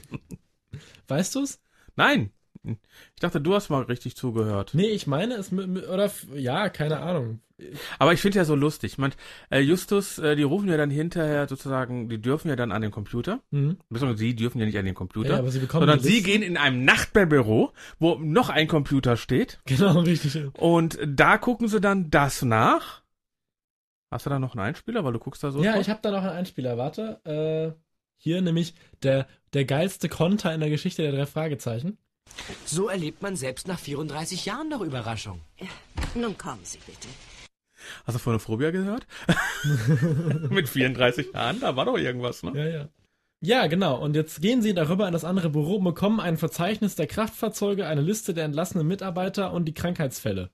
[SPEAKER 5] weißt du's?
[SPEAKER 4] Nein! Ich dachte, du hast mal richtig zugehört.
[SPEAKER 5] Nee, ich meine es mit, mit, oder f- ja, keine Ahnung.
[SPEAKER 4] Aber ich finde ja so lustig. Man, äh, Justus, äh, die rufen ja dann hinterher sozusagen, die dürfen ja dann an den Computer.
[SPEAKER 5] Mhm.
[SPEAKER 4] Beziehungsweise sie dürfen ja nicht an den Computer.
[SPEAKER 5] Ja, aber sie bekommen
[SPEAKER 4] sondern
[SPEAKER 5] die
[SPEAKER 4] sie
[SPEAKER 5] Listen.
[SPEAKER 4] gehen in einem Nachbarbüro, wo noch ein Computer steht.
[SPEAKER 5] Genau, richtig.
[SPEAKER 4] Und da gucken sie dann das nach. Hast du da noch einen Einspieler, weil du guckst da so
[SPEAKER 5] Ja,
[SPEAKER 4] drauf?
[SPEAKER 5] ich habe da noch einen Einspieler, warte. Äh, hier nämlich der, der geilste Konter in der Geschichte der drei Fragezeichen.
[SPEAKER 9] So erlebt man selbst nach 34 Jahren noch Überraschung.
[SPEAKER 11] Nun kommen Sie bitte.
[SPEAKER 4] Hast du von der Phobia gehört? Mit 34 Jahren, da war doch irgendwas, ne?
[SPEAKER 5] Ja, ja. Ja, genau. Und jetzt gehen Sie darüber in das andere Büro und bekommen ein Verzeichnis der Kraftfahrzeuge, eine Liste der entlassenen Mitarbeiter und die Krankheitsfälle.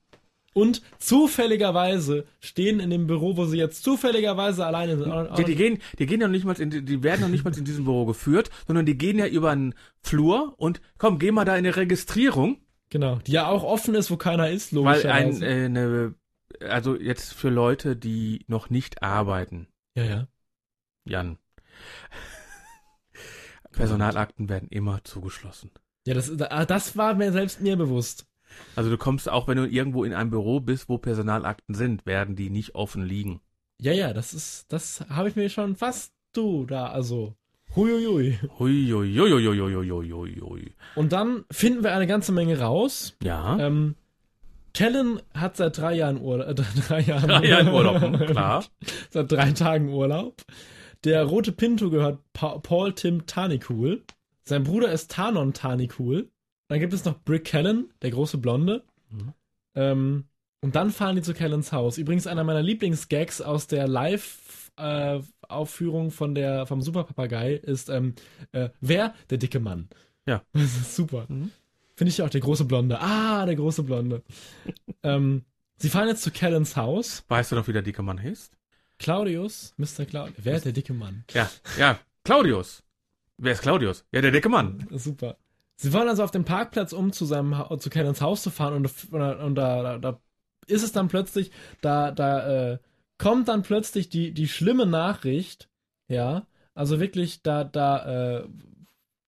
[SPEAKER 5] Und zufälligerweise stehen in dem Büro, wo sie jetzt zufälligerweise alleine sind. auch- auch-
[SPEAKER 4] Ja, die gehen, die gehen ja noch nicht mal, in, die- die werden noch nicht mal in diesem Büro geführt, sondern die gehen ja über einen Flur und komm, geh mal da in die Registrierung.
[SPEAKER 5] Genau, die ja auch offen ist, wo keiner ist,
[SPEAKER 4] Weil ein,
[SPEAKER 5] logischerweise.
[SPEAKER 4] äh, eine, also jetzt für Leute, die noch nicht arbeiten,
[SPEAKER 5] ja, ja.
[SPEAKER 4] Jan. Personalakten werden immer zugeschlossen.
[SPEAKER 5] Ja, das, ah, das war mir selbst mir bewusst.
[SPEAKER 4] Also du kommst auch, wenn du irgendwo in einem Büro bist, wo Personalakten sind, werden die nicht offen liegen.
[SPEAKER 5] Ja, ja, das ist, das habe ich mir schon fast du da, also. Huiuiui.
[SPEAKER 4] Huiuiuiuiuiuiuiui.
[SPEAKER 5] Und dann finden wir eine ganze Menge raus.
[SPEAKER 4] Ja.
[SPEAKER 5] Ähm, Tellen hat seit drei Jahren Urlaub. Äh, drei Jahren,
[SPEAKER 4] Drei Jahren Urlaub, hm, klar.
[SPEAKER 5] seit drei Tagen Urlaub. Der rote Pinto gehört pa Paul Tim Tarnikul. Sein Bruder ist Tanon Tarnikul. Dann gibt es noch Brick Callen, der große Blonde. Ähm, und dann fahren die zu Callens Haus. Übrigens einer meiner Lieblingsgags aus der Live- äh, Aufführung von der vom Superpapagei ist ähm, äh, wer der dicke Mann.
[SPEAKER 4] Ja.
[SPEAKER 5] Das ist super. Finde ich auch der große Blonde. Ah, der große Blonde. ähm, sie fahren jetzt zu Callens Haus.
[SPEAKER 4] Weißt du noch, wie der dicke Mann heißt?
[SPEAKER 5] Claudius, Mr. Claudius. Wer ist der dicke Mann?
[SPEAKER 4] Ja, ja, Claudius. Wer ist Claudius? Ja, der dicke Mann.
[SPEAKER 5] Super. Sie wollen also auf dem Parkplatz, um zu seinem Ha- zu Callens Haus zu fahren und, und, da- und da, da, da ist es dann plötzlich, da, da äh, kommt dann plötzlich die, die schlimme Nachricht, ja, also wirklich, da, da äh,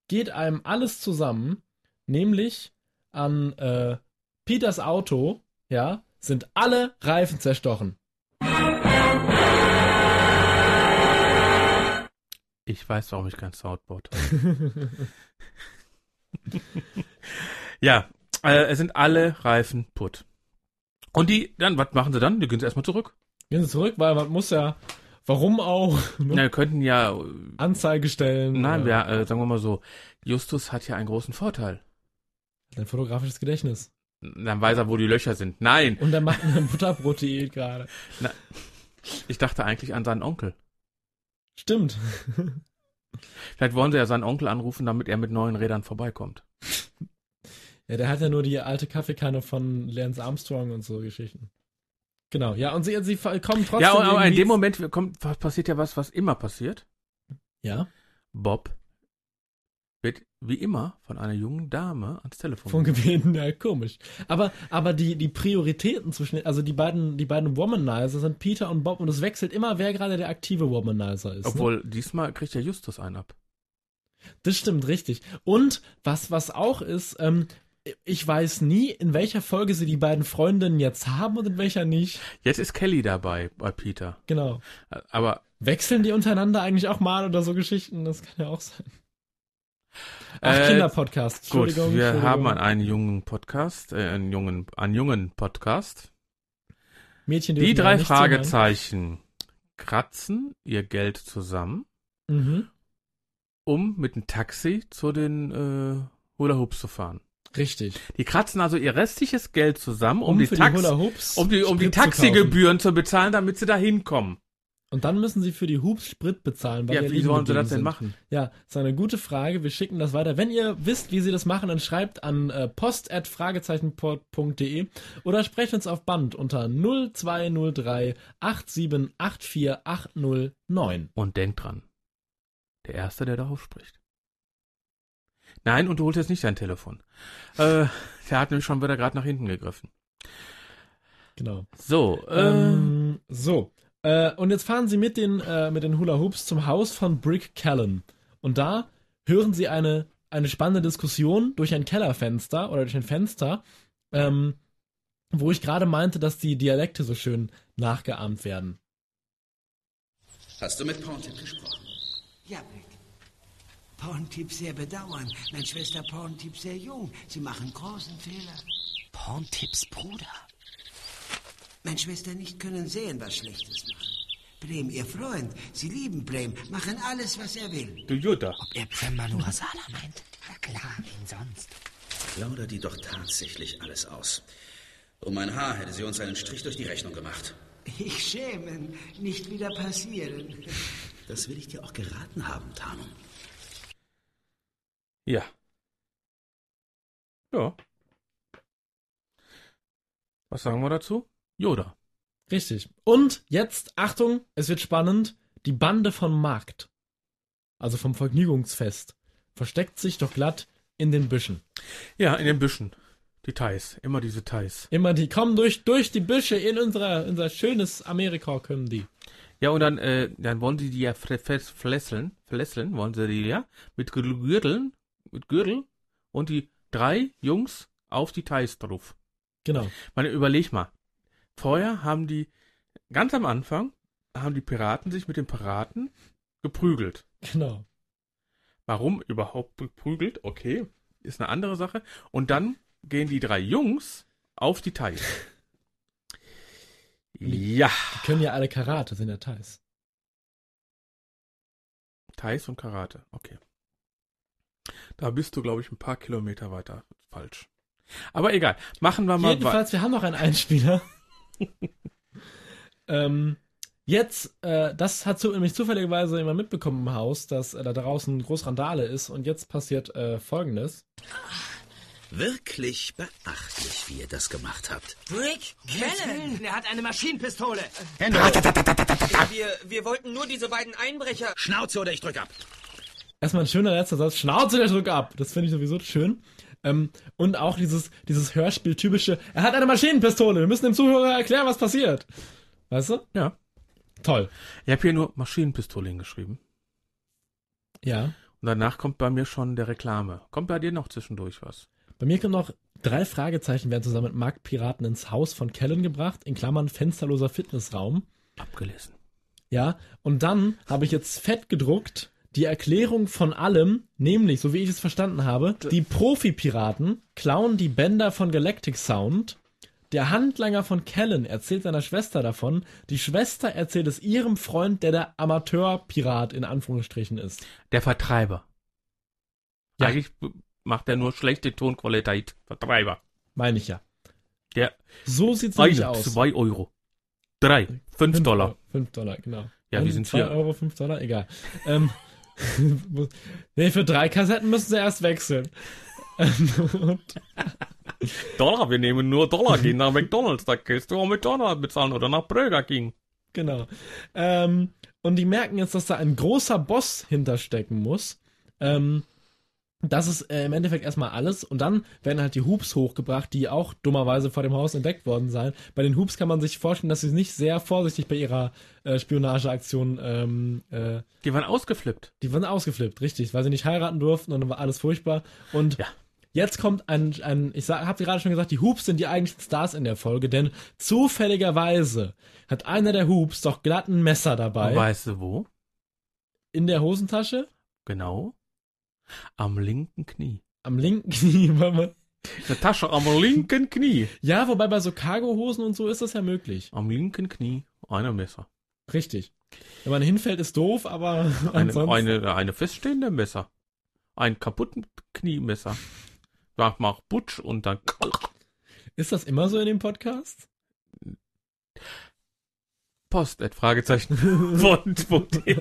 [SPEAKER 5] geht einem alles zusammen, nämlich an äh, Peters Auto, ja, sind alle Reifen zerstochen.
[SPEAKER 4] Ich weiß, warum ich kein Soundboard habe. ja, äh, es sind alle Reifen putt. Und die, dann, was machen sie dann? Die gehen sie erstmal zurück.
[SPEAKER 5] Gehen Sie zurück, weil man muss ja, warum auch,
[SPEAKER 4] Na, wir könnten ja, äh,
[SPEAKER 5] Anzeige stellen.
[SPEAKER 4] nein,
[SPEAKER 5] wer?
[SPEAKER 4] wir, äh, sagen wir mal so, Justus hat ja einen großen Vorteil.
[SPEAKER 5] Ein fotografisches Gedächtnis.
[SPEAKER 4] Dann weiß er, wo die Löcher sind. Nein,
[SPEAKER 5] Und er macht eine Butterbrot-Diät gerade.
[SPEAKER 4] ich dachte eigentlich an seinen Onkel.
[SPEAKER 5] Stimmt.
[SPEAKER 4] Vielleicht wollen sie ja seinen Onkel anrufen, damit er mit neuen Rädern vorbeikommt.
[SPEAKER 5] Ja, der hat ja nur die alte Kaffeekanne von Lance Armstrong und so Geschichten. Genau, ja, und sie, sie kommen trotzdem.
[SPEAKER 4] ja, und, aber in
[SPEAKER 5] irgendwie-
[SPEAKER 4] dem Moment kommt, passiert ja was, was immer passiert.
[SPEAKER 5] Ja,
[SPEAKER 4] Bob wird wie immer von einer jungen Dame ans Telefon.
[SPEAKER 5] von gebeten, ja, komisch. Aber, aber die, die Prioritäten zwischen, also die beiden, die beiden Womanizer sind Peter und Bob und es wechselt immer, wer gerade der aktive Womanizer ist. ne?
[SPEAKER 4] Obwohl, diesmal kriegt ja Justus einen ab.
[SPEAKER 5] Das stimmt, richtig. Und was, was auch ist, ähm, ich weiß nie, in welcher Folge sie die beiden Freundinnen jetzt haben und in welcher nicht.
[SPEAKER 4] Jetzt ist Kelly dabei bei Peter.
[SPEAKER 5] Genau.
[SPEAKER 4] Aber
[SPEAKER 5] Wechseln die untereinander eigentlich auch mal oder so Geschichten? Das kann ja auch sein. Ach,
[SPEAKER 4] Äh,
[SPEAKER 5] Kinderpodcast.
[SPEAKER 4] gut,
[SPEAKER 5] Entschuldigung.
[SPEAKER 4] wir
[SPEAKER 5] Entschuldigung.
[SPEAKER 4] haben an einen jungen Podcast, äh, einen jungen, einen jungen Podcast.
[SPEAKER 5] Mädchen
[SPEAKER 4] Die
[SPEAKER 5] dürfen ja
[SPEAKER 4] drei
[SPEAKER 5] nicht
[SPEAKER 4] Fragezeichen kratzen ihr Geld zusammen,
[SPEAKER 5] zuhören. Mhm.
[SPEAKER 4] um mit dem Taxi zu den äh, Hula Hoops zu fahren.
[SPEAKER 5] Richtig.
[SPEAKER 4] Die kratzen also ihr restliches Geld zusammen, um, die,
[SPEAKER 5] für
[SPEAKER 4] Tax
[SPEAKER 5] Hula Hoops
[SPEAKER 4] um die, um die
[SPEAKER 5] Sprit zu kaufen.
[SPEAKER 4] Taxigebühren zu bezahlen, damit sie da hinkommen.
[SPEAKER 5] Und dann müssen sie für die Hoops Sprit bezahlen. Weil
[SPEAKER 4] Ja,
[SPEAKER 5] die
[SPEAKER 4] wie
[SPEAKER 5] liegen
[SPEAKER 4] sollen sie
[SPEAKER 5] geblieben
[SPEAKER 4] das denn
[SPEAKER 5] sind.
[SPEAKER 4] machen?
[SPEAKER 5] Ja, ist eine gute Frage. Wir schicken das weiter. Wenn ihr wisst, wie sie das machen, dann schreibt an äh, post.fragezeichenport.de oder sprecht uns auf Band unter 0203 8784809.
[SPEAKER 4] Und denkt dran. Der Erste, der darauf spricht. Nein, und du holst jetzt nicht dein Telefon. Äh, der hat nämlich schon wieder gerade nach hinten gegriffen.
[SPEAKER 5] Genau.
[SPEAKER 4] So, äh,
[SPEAKER 5] Ähm, so. Äh, und jetzt fahren sie mit den, äh, mit den Hula Hoops zum Haus von Brick Callen. Und da hören sie eine, eine spannende Diskussion durch ein Kellerfenster oder durch ein Fenster, ähm, wo ich gerade meinte, dass die Dialekte so schön nachgeahmt werden.
[SPEAKER 6] Hast du mit Pontip gesprochen?
[SPEAKER 12] Ja, Brick. Porntip sehr bedauern. Meine Schwester Porntip sehr jung. Sie machen großen Fehler.
[SPEAKER 9] Porntips Bruder.
[SPEAKER 12] Meine Schwester nicht können sehen, was Schlechtes machen. Brem, ihr Freund, sie lieben Brem, machen alles, was er will.
[SPEAKER 4] du Jutta.
[SPEAKER 9] Ob er Prem Manurasala meint? Ja klar, wen sonst?
[SPEAKER 6] Plauder die doch tatsächlich alles aus. Um mein Haar hätte sie uns einen Strich durch die Rechnung gemacht.
[SPEAKER 12] Ich schämen, nicht wieder passieren.
[SPEAKER 6] Das will ich dir auch geraten haben, Tarnung.
[SPEAKER 4] Ja. Ja. Was sagen wir dazu? Yoda.
[SPEAKER 5] Richtig. Und jetzt, Achtung, es wird spannend, die Bande vom Markt, also vom Vergnügungsfest, versteckt sich doch glatt in den Büschen.
[SPEAKER 4] Ja, in den Büschen. Die Thais. Immer diese Thais.
[SPEAKER 5] Immer die kommen durch, durch die Büsche in unserer, unser schönes Amerika kommen die.
[SPEAKER 4] Ja, und dann, äh, dann wollen sie die ja fre- fes- flesseln. Flesseln wollen sie die ja. Mit Gürl- Gürteln. Mit Gürtel. Und die drei Jungs auf die Thais drauf.
[SPEAKER 5] Genau.
[SPEAKER 4] meine, überleg mal. Vorher haben die, ganz am Anfang, haben die Piraten sich mit den Piraten geprügelt.
[SPEAKER 5] Genau.
[SPEAKER 4] Warum überhaupt geprügelt? Okay, ist eine andere Sache. Und dann gehen die drei Jungs auf die Thais. ja.
[SPEAKER 5] Die können ja alle Karate, sind ja Thais.
[SPEAKER 4] Thais und Karate, okay. Da bist du, glaube ich, ein paar Kilometer weiter falsch. Aber egal, machen wir mal weiter.
[SPEAKER 5] Jedenfalls, wir haben noch einen Einspieler. ähm, jetzt, äh, das hat zu, nämlich zufälligerweise immer mitbekommen im Haus, dass äh, da draußen groß Randale ist und jetzt passiert äh, folgendes.
[SPEAKER 6] Wirklich beachtlich, wie ihr das gemacht habt.
[SPEAKER 7] Rick Cannon! Er hat eine Maschinenpistole!
[SPEAKER 13] Wir, wir wollten nur diese beiden Einbrecher.
[SPEAKER 6] Schnauze oder ich drück ab.
[SPEAKER 5] Erstmal ein schöner letzter Satz. Schnauze, der Druck ab. Das finde ich sowieso schön. Ähm, und auch dieses, dieses Hörspiel-typische, er hat eine Maschinenpistole, wir müssen dem Zuhörer erklären, was passiert. Weißt du?
[SPEAKER 4] Ja.
[SPEAKER 5] Toll.
[SPEAKER 4] Ich habe hier nur Maschinenpistole hingeschrieben.
[SPEAKER 5] Ja.
[SPEAKER 4] Und danach kommt bei mir schon der Reklame. Kommt bei dir noch zwischendurch was?
[SPEAKER 5] Bei mir kommt noch drei Fragezeichen werden zusammen mit Marktpiraten ins Haus von Kellen gebracht, in Klammern fensterloser Fitnessraum.
[SPEAKER 4] Abgelesen.
[SPEAKER 5] Ja, und dann habe ich jetzt fett gedruckt die Erklärung von allem, nämlich, so wie ich es verstanden habe, die Profi-Piraten klauen die Bänder von Galactic Sound. Der Handlanger von Kellen erzählt seiner Schwester davon. Die Schwester erzählt es ihrem Freund, der der Amateur-Pirat in Anführungsstrichen ist.
[SPEAKER 4] Der Vertreiber. Eigentlich b- macht er nur schlechte Tonqualität. Vertreiber.
[SPEAKER 5] Meine ich ja.
[SPEAKER 4] Der
[SPEAKER 5] So sieht's nämlich
[SPEAKER 4] Einer,
[SPEAKER 5] aus.
[SPEAKER 4] zwei Euro. Drei, fünf, Dollar.
[SPEAKER 5] Fünf Dollar, genau.
[SPEAKER 4] Ja, wir sind
[SPEAKER 5] zwei
[SPEAKER 4] hier.
[SPEAKER 5] Euro, fünf Dollar, egal. ähm, muss- nee, für drei Kassetten müssen sie erst wechseln. Ähm, und
[SPEAKER 4] Dollar, wir nehmen nur Dollar, gehen nach McDonalds, da kannst du auch mit Dollar bezahlen oder nach Burger King.
[SPEAKER 5] Genau. Ähm, und die merken jetzt, dass da ein großer Boss hinterstecken muss. Ähm, das ist äh, im Endeffekt erstmal alles. Und dann werden halt die Hoops hochgebracht, die auch dummerweise vor dem Haus entdeckt worden seien. Bei den Hoops kann man sich vorstellen, dass sie nicht sehr vorsichtig bei ihrer äh, Spionageaktion. Ähm, äh,
[SPEAKER 4] die waren ausgeflippt.
[SPEAKER 5] Die waren ausgeflippt, richtig, weil sie nicht heiraten durften und dann war alles furchtbar. Und jetzt kommt ein, ein ich sag, hab gerade schon gesagt, die Hoops sind die eigentlichen Stars in der Folge, denn zufälligerweise hat einer der Hoops doch glatt ein Messer dabei.
[SPEAKER 4] Weißt du wo?
[SPEAKER 5] In der Hosentasche?
[SPEAKER 4] Genau. Am linken Knie.
[SPEAKER 5] Am linken Knie, weil man.
[SPEAKER 4] Eine Tasche am linken Knie.
[SPEAKER 5] Ja, wobei bei so Cargohosen und so ist das ja möglich.
[SPEAKER 4] Am linken Knie. Einer Messer.
[SPEAKER 5] Richtig. Wenn man hinfällt, ist doof, aber
[SPEAKER 4] Eine,
[SPEAKER 5] ansonsten.
[SPEAKER 4] eine, eine feststehende Messer. Ein kaputten Kniemesser. Mach, mach Butsch und dann.
[SPEAKER 5] Ist das immer so in dem Podcast?
[SPEAKER 4] Post, at Fragezeichen. Wort.de.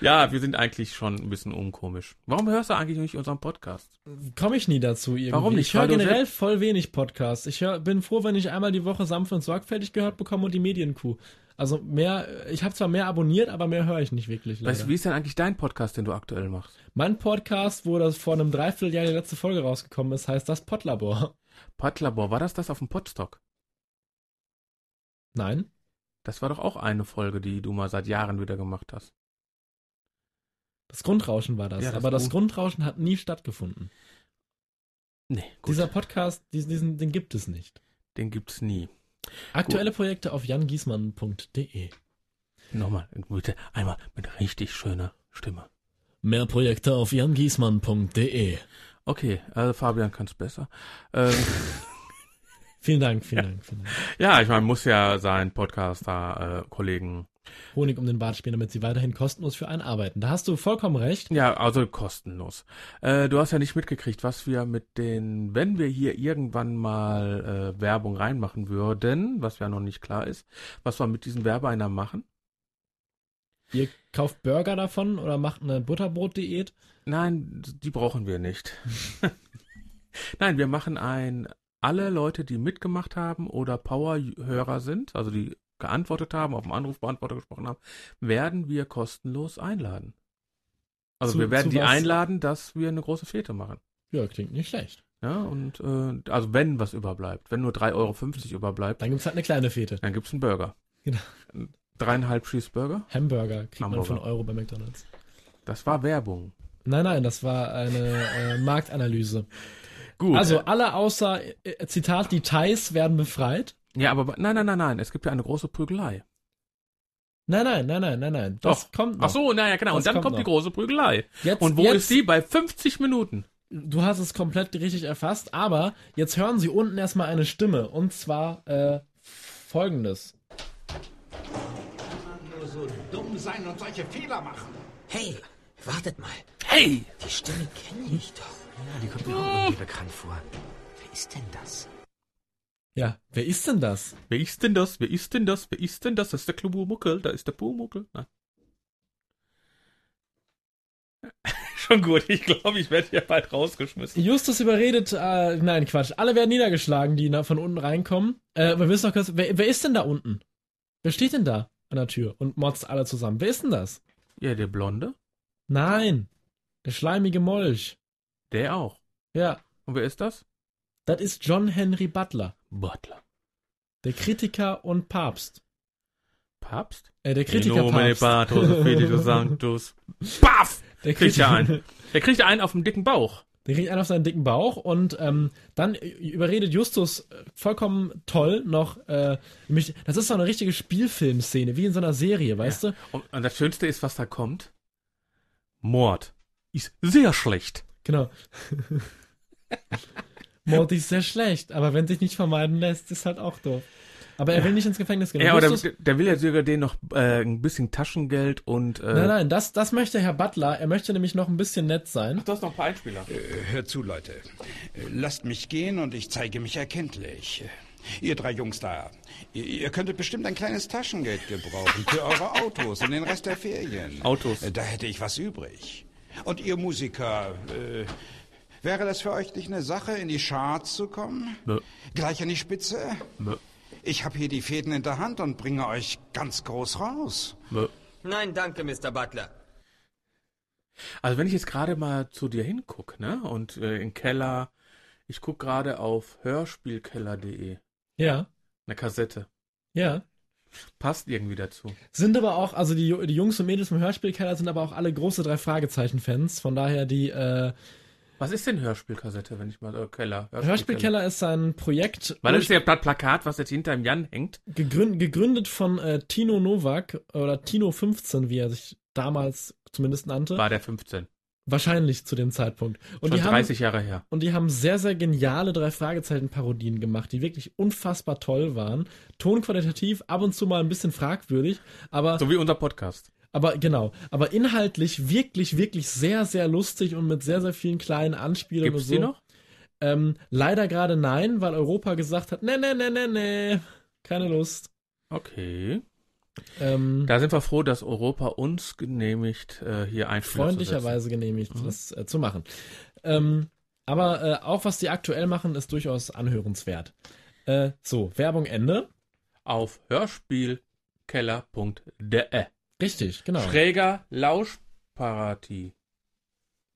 [SPEAKER 4] ja, wir sind eigentlich schon ein bisschen unkomisch. Warum hörst du eigentlich nicht unseren Podcast?
[SPEAKER 5] Komme ich nie dazu irgendwie.
[SPEAKER 4] Warum nicht?
[SPEAKER 5] Ich höre
[SPEAKER 4] Weil du
[SPEAKER 5] generell
[SPEAKER 4] selbst-
[SPEAKER 5] voll wenig Podcasts. Ich hör, bin froh, wenn ich einmal die Woche sanft und sorgfältig gehört bekomme und die Medienkuh. Also mehr, ich habe zwar mehr abonniert, aber mehr höre ich nicht wirklich. Leider.
[SPEAKER 4] Weißt du, wie ist denn eigentlich dein Podcast, den du aktuell machst?
[SPEAKER 5] mein Podcast, wo das vor einem Dreivierteljahr die letzte Folge rausgekommen ist, heißt das Podlabor.
[SPEAKER 4] Podlabor, war das das auf dem Podstock?
[SPEAKER 5] Nein.
[SPEAKER 4] Das war doch auch eine Folge, die du mal seit Jahren wieder gemacht hast.
[SPEAKER 5] Das Grundrauschen war das.
[SPEAKER 4] Ja, das
[SPEAKER 5] aber das
[SPEAKER 4] Grund-
[SPEAKER 5] Grundrauschen hat nie stattgefunden.
[SPEAKER 4] Nee,
[SPEAKER 5] Dieser Podcast, diesen, diesen, den gibt es nicht.
[SPEAKER 4] Den gibt's nie.
[SPEAKER 5] Aktuelle Projekte auf jangiesmann.de.
[SPEAKER 4] Nochmal, bitte einmal mit richtig schöner Stimme.
[SPEAKER 5] Mehr Projekte auf jangiesmann.de.
[SPEAKER 4] Okay, also Fabian kann's besser. Ähm,
[SPEAKER 5] Vielen Dank, vielen
[SPEAKER 4] Ja.
[SPEAKER 5] Dank, vielen Dank.
[SPEAKER 4] ja, ich meine, muss ja sein Podcaster-Kollegen.
[SPEAKER 5] Honig um den Bart spielen, damit sie weiterhin kostenlos für einen arbeiten. Da hast du vollkommen recht.
[SPEAKER 4] ja, also kostenlos. Äh, du hast ja nicht mitgekriegt, was wir mit den, wenn wir hier irgendwann mal äh, Werbung reinmachen würden, was ja noch nicht klar ist, was wir mit diesen Werbeeinnahmen machen.
[SPEAKER 5] Ihr kauft Burger davon oder macht eine Butterbrot-Diät?
[SPEAKER 4] Nein, die brauchen wir nicht. Nein, wir machen ein, alle Leute, die mitgemacht haben oder Power-Hörer sind, also die geantwortet haben, auf dem Anrufbeantworter gesprochen haben, werden wir kostenlos einladen. Also
[SPEAKER 5] Zu-
[SPEAKER 4] wir werden
[SPEAKER 5] zu
[SPEAKER 4] die
[SPEAKER 5] was?
[SPEAKER 4] einladen, dass wir eine große Fete machen.
[SPEAKER 5] Ja, klingt nicht schlecht.
[SPEAKER 4] Ja, und äh, also wenn was überbleibt, wenn nur 3,50 Euro überbleibt.
[SPEAKER 5] Dann gibt es halt eine kleine Fete.
[SPEAKER 4] Dann gibt es einen Burger.
[SPEAKER 5] Genau.
[SPEAKER 4] Dreieinhalb Cheeseburger.
[SPEAKER 5] Hamburger kriegt man
[SPEAKER 4] Hamburger.
[SPEAKER 5] von Euro bei McDonalds.
[SPEAKER 4] Das war Werbung.
[SPEAKER 5] Nein, nein, das war eine äh, Marktanalyse.
[SPEAKER 4] Gut.
[SPEAKER 5] Also alle außer, äh, Zitat, die Thais werden befreit.
[SPEAKER 4] Ja, aber nein, nein, nein, nein. Es gibt ja eine große Prügelei.
[SPEAKER 5] Nein, nein, nein, nein, nein, nein. Das kommt noch.
[SPEAKER 4] Ach so, naja, genau.
[SPEAKER 5] Das
[SPEAKER 4] und dann kommt, die
[SPEAKER 5] noch.
[SPEAKER 4] große Prügelei.
[SPEAKER 5] Jetzt-
[SPEAKER 4] und wo
[SPEAKER 5] jetzt-
[SPEAKER 4] ist sie? Bei 50 Minuten.
[SPEAKER 5] Du hast es komplett richtig erfasst, aber jetzt hören sie unten erstmal eine Stimme. Und zwar äh, folgendes.
[SPEAKER 14] Nur so dumm sein und solche Fehler machen.
[SPEAKER 13] Hey, wartet mal.
[SPEAKER 4] Hey!
[SPEAKER 13] Die Stimme kenne ich doch.
[SPEAKER 9] Ja, die kommt mir auch irgendwie bekannt vor. Wer ist denn das?
[SPEAKER 5] Ja, wer ist denn das?
[SPEAKER 4] Wer ist denn das? Wer ist denn das? Wer ist denn das? Das ist der Klubumuckel. Da ist der Pumuckel. Nein. Schon gut. Ich glaube, ich werde hier bald rausgeschmissen.
[SPEAKER 5] Justus überredet, äh, nein, Quatsch. Alle werden niedergeschlagen, die na, von unten reinkommen. Äh, wir wissen noch kurz, wer, wer ist denn da unten? Wer steht denn da an der Tür und motzt alle zusammen? Wer ist denn das?
[SPEAKER 4] Ja, der Blonde.
[SPEAKER 5] Nein, der schleimige Molch.
[SPEAKER 4] Der auch.
[SPEAKER 5] Ja.
[SPEAKER 4] Und wer ist das?
[SPEAKER 5] Das ist John Henry Butler,
[SPEAKER 4] Butler.
[SPEAKER 5] der Kritiker und Papst.
[SPEAKER 4] Papst?
[SPEAKER 5] Äh, der
[SPEAKER 4] In nomine
[SPEAKER 5] Kritiker-Papst.
[SPEAKER 4] Patris, Spiritus Sanctus. Baff!
[SPEAKER 5] Der
[SPEAKER 4] Der kriegt ja
[SPEAKER 5] kriegt-
[SPEAKER 4] einen. Der kriegt ja einen auf dem dicken Bauch.
[SPEAKER 5] Der kriegt einen auf seinen dicken Bauch und ähm, dann überredet Justus äh, vollkommen toll noch. Äh, mich, das ist so eine richtige Spielfilmszene, wie in so einer Serie, weißt du?
[SPEAKER 4] Und, und das Schönste ist, was da kommt. Mord. Ist sehr schlecht.
[SPEAKER 5] Genau. Mord ist sehr schlecht, aber wenn sich nicht vermeiden lässt, ist halt auch doof. Aber er will nicht ins Gefängnis genommen.
[SPEAKER 4] Ja, aber
[SPEAKER 5] Justus-
[SPEAKER 4] der, der will ja sogar den noch äh, ein bisschen Taschengeld und. Äh,
[SPEAKER 5] nein, nein, das, das möchte Herr Butler. Er möchte nämlich noch ein bisschen nett sein.
[SPEAKER 4] Du hast noch ein paar Einspieler.
[SPEAKER 14] Hört zu, Leute. Äh, Lasst mich gehen und ich zeige mich erkenntlich. Ihr drei Jungs da, ihr, ihr könntet bestimmt ein kleines Taschengeld gebrauchen für eure Autos und den Rest der Ferien.
[SPEAKER 4] Autos.
[SPEAKER 14] Da hätte ich was übrig. Und ihr Musiker, äh, wäre das für euch nicht eine Sache, in die Charts zu kommen?
[SPEAKER 4] Nö.
[SPEAKER 14] Gleich an die Spitze?
[SPEAKER 4] Nö.
[SPEAKER 14] Ich habe hier die Fäden in der Hand und bringe euch ganz groß raus.
[SPEAKER 4] Nö.
[SPEAKER 13] Nein, danke, Mr. Butler.
[SPEAKER 4] Also wenn ich jetzt gerade mal zu dir hinguck, ne? Und äh, in Keller, ich guck gerade auf hörspielkeller.de,
[SPEAKER 5] Ja,
[SPEAKER 4] eine Kassette.
[SPEAKER 5] ja.
[SPEAKER 4] Passt irgendwie dazu.
[SPEAKER 5] Sind aber auch, also die, Ju- die Jungs und Mädels vom Hörspielkeller sind aber auch alle große drei Fragezeichen-Fans. Von daher die äh,
[SPEAKER 4] Was ist denn Hörspielkassette, wenn ich mal äh, Keller?
[SPEAKER 5] Hörspielkeller ist ein Projekt.
[SPEAKER 4] Weil das ist ja das Plakat, was jetzt hinter dem Jan hängt.
[SPEAKER 5] gegründet, gegründet von äh, Tino Novak oder Tino 15, wie er sich damals zumindest nannte.
[SPEAKER 4] War der 15.
[SPEAKER 5] Wahrscheinlich zu dem Zeitpunkt. Und
[SPEAKER 4] Schon
[SPEAKER 5] die
[SPEAKER 4] 30
[SPEAKER 5] haben,
[SPEAKER 4] Jahre her.
[SPEAKER 5] Und die haben sehr, sehr geniale drei Fragezeichen-Parodien gemacht, die wirklich unfassbar toll waren. Tonqualitativ, ab und zu mal ein bisschen fragwürdig, aber.
[SPEAKER 4] So wie unser Podcast.
[SPEAKER 5] Aber genau, aber inhaltlich wirklich, wirklich sehr, sehr lustig und mit sehr, sehr vielen kleinen Anspielungen
[SPEAKER 4] Gibt's
[SPEAKER 5] und so.
[SPEAKER 4] die noch?
[SPEAKER 5] Ähm, leider gerade nein, weil Europa gesagt hat, ne, nee, nee, nee, nee, nee, ne, keine Lust.
[SPEAKER 4] Okay.
[SPEAKER 5] Ähm,
[SPEAKER 4] Da sind wir froh, dass Europa uns genehmigt, äh, hier ein
[SPEAKER 5] freundlicherweise genehmigt,
[SPEAKER 4] Mhm.
[SPEAKER 5] das äh, zu machen. Ähm, aber äh, auch was die aktuell machen, ist durchaus anhörenswert. Äh, so, Werbung Ende.
[SPEAKER 4] Auf hörspielkeller.de.
[SPEAKER 5] Richtig, genau.
[SPEAKER 4] Schräger Lauschparty.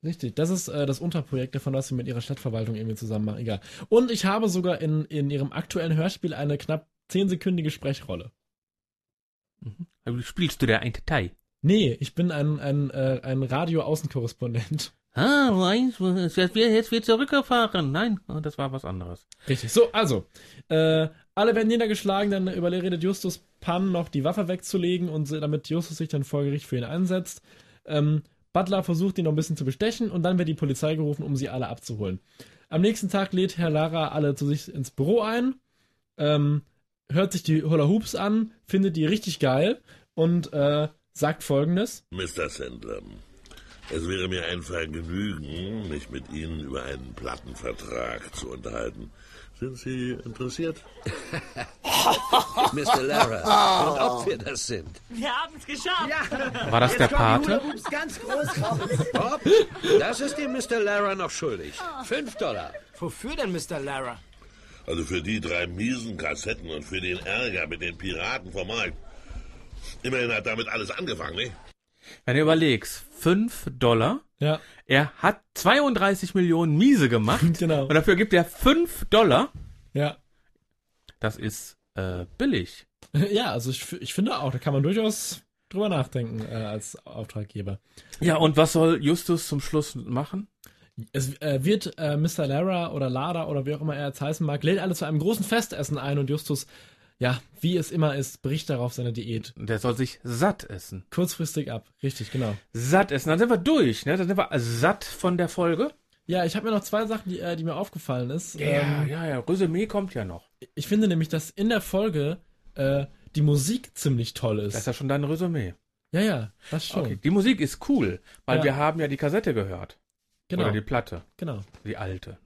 [SPEAKER 5] Richtig, das ist äh, das Unterprojekt davon, was sie mit ihrer Stadtverwaltung irgendwie zusammen machen. Egal. Und ich habe sogar in, in ihrem aktuellen Hörspiel eine knapp zehnsekündige Sprechrolle.
[SPEAKER 4] Also Spielst du da ein Detail?
[SPEAKER 5] Nee, ich bin ein, ein, äh, ein Radio-Außenkorrespondent.
[SPEAKER 4] Ah, weiß, jetzt wir, jetzt wir zurückgefahren. Nein, oh, das war was anderes.
[SPEAKER 5] Richtig. So, also, äh, alle werden niedergeschlagen, dann überredet Justus Pan noch die Waffe wegzulegen und so- damit Justus sich dann vor Gericht für ihn einsetzt. Ähm, Butler versucht ihn noch ein bisschen zu bestechen und dann wird die Polizei gerufen, um sie alle abzuholen. Am nächsten Tag lädt Herr Lara alle zu sich ins Büro ein, ähm, hört sich die Hula Hoops an, findet die richtig geil und äh, sagt folgendes.
[SPEAKER 10] Mr. Sandlam, es wäre mir ein Vergnügen, mich mit Ihnen über einen Plattenvertrag zu unterhalten. Sind Sie interessiert?
[SPEAKER 8] Mr. Lara, und ob wir das sind.
[SPEAKER 7] Wir haben es geschafft.
[SPEAKER 4] War das der Pate?
[SPEAKER 7] ganz groß
[SPEAKER 8] Bob, das ist dir Mr. Lara noch schuldig. Fünf Dollar.
[SPEAKER 9] Wofür denn, Mr. Lara?
[SPEAKER 10] Also für die drei miesen Kassetten und für den Ärger mit den Piraten vom Markt. Immerhin hat damit alles angefangen, ne?
[SPEAKER 4] Wenn du überlegst, 5 Dollar.
[SPEAKER 5] Ja.
[SPEAKER 4] Er hat 32 Millionen Miese gemacht.
[SPEAKER 5] Genau.
[SPEAKER 4] Und dafür gibt er 5 Dollar.
[SPEAKER 5] Ja.
[SPEAKER 4] Das ist äh, billig.
[SPEAKER 5] Ja, also ich, f- ich finde auch, da kann man durchaus drüber nachdenken äh, als Auftraggeber.
[SPEAKER 4] Ja, und was soll Justus zum Schluss machen?
[SPEAKER 5] Es äh, wird äh, Mr. Lara oder Lada oder wie auch immer er jetzt heißen mag, lädt alle zu einem großen Festessen ein und Justus, ja, wie es immer ist, bricht darauf seine Diät.
[SPEAKER 4] Der soll sich satt essen.
[SPEAKER 5] Kurzfristig ab, richtig, genau.
[SPEAKER 4] Satt essen. Dann sind wir durch, ne? Dann sind wir satt von der Folge.
[SPEAKER 5] Ja, ich habe mir noch zwei Sachen, die, äh, die mir aufgefallen ist. Ähm,
[SPEAKER 4] Ja, Ähm, ja, ja. Resümee kommt ja noch.
[SPEAKER 5] Ich finde nämlich, dass in der Folge äh, die Musik ziemlich toll ist.
[SPEAKER 4] Das ist ja schon dein Resümee.
[SPEAKER 5] ja, ja, das schon.
[SPEAKER 4] Okay. Die Musik ist cool, weil
[SPEAKER 5] Ja.
[SPEAKER 4] wir haben ja die Kassette gehört.
[SPEAKER 5] Genau.
[SPEAKER 4] Oder die Platte.
[SPEAKER 5] Genau.
[SPEAKER 4] Die alte.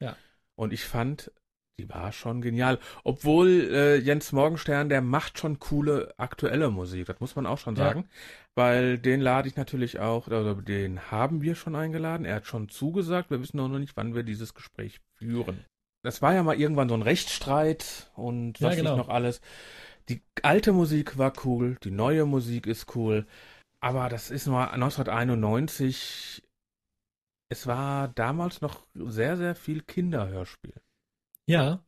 [SPEAKER 5] Ja.
[SPEAKER 4] Und ich fand, die war schon genial. Obwohl äh, Jens Morgenstern, der macht schon coole aktuelle Musik, das muss man auch schon
[SPEAKER 5] Ja.
[SPEAKER 4] sagen. Weil den lade ich natürlich auch, also den haben wir schon eingeladen, er hat schon zugesagt, wir wissen nur noch nicht, wann wir dieses Gespräch führen. Das war ja mal irgendwann so ein Rechtsstreit und
[SPEAKER 5] Ja,
[SPEAKER 4] was
[SPEAKER 5] genau.
[SPEAKER 4] nicht noch alles. Die alte Musik war cool, die neue Musik ist cool, aber das ist nur 1991. Es war damals noch sehr, sehr viel Kinderhörspiel.
[SPEAKER 5] Ja.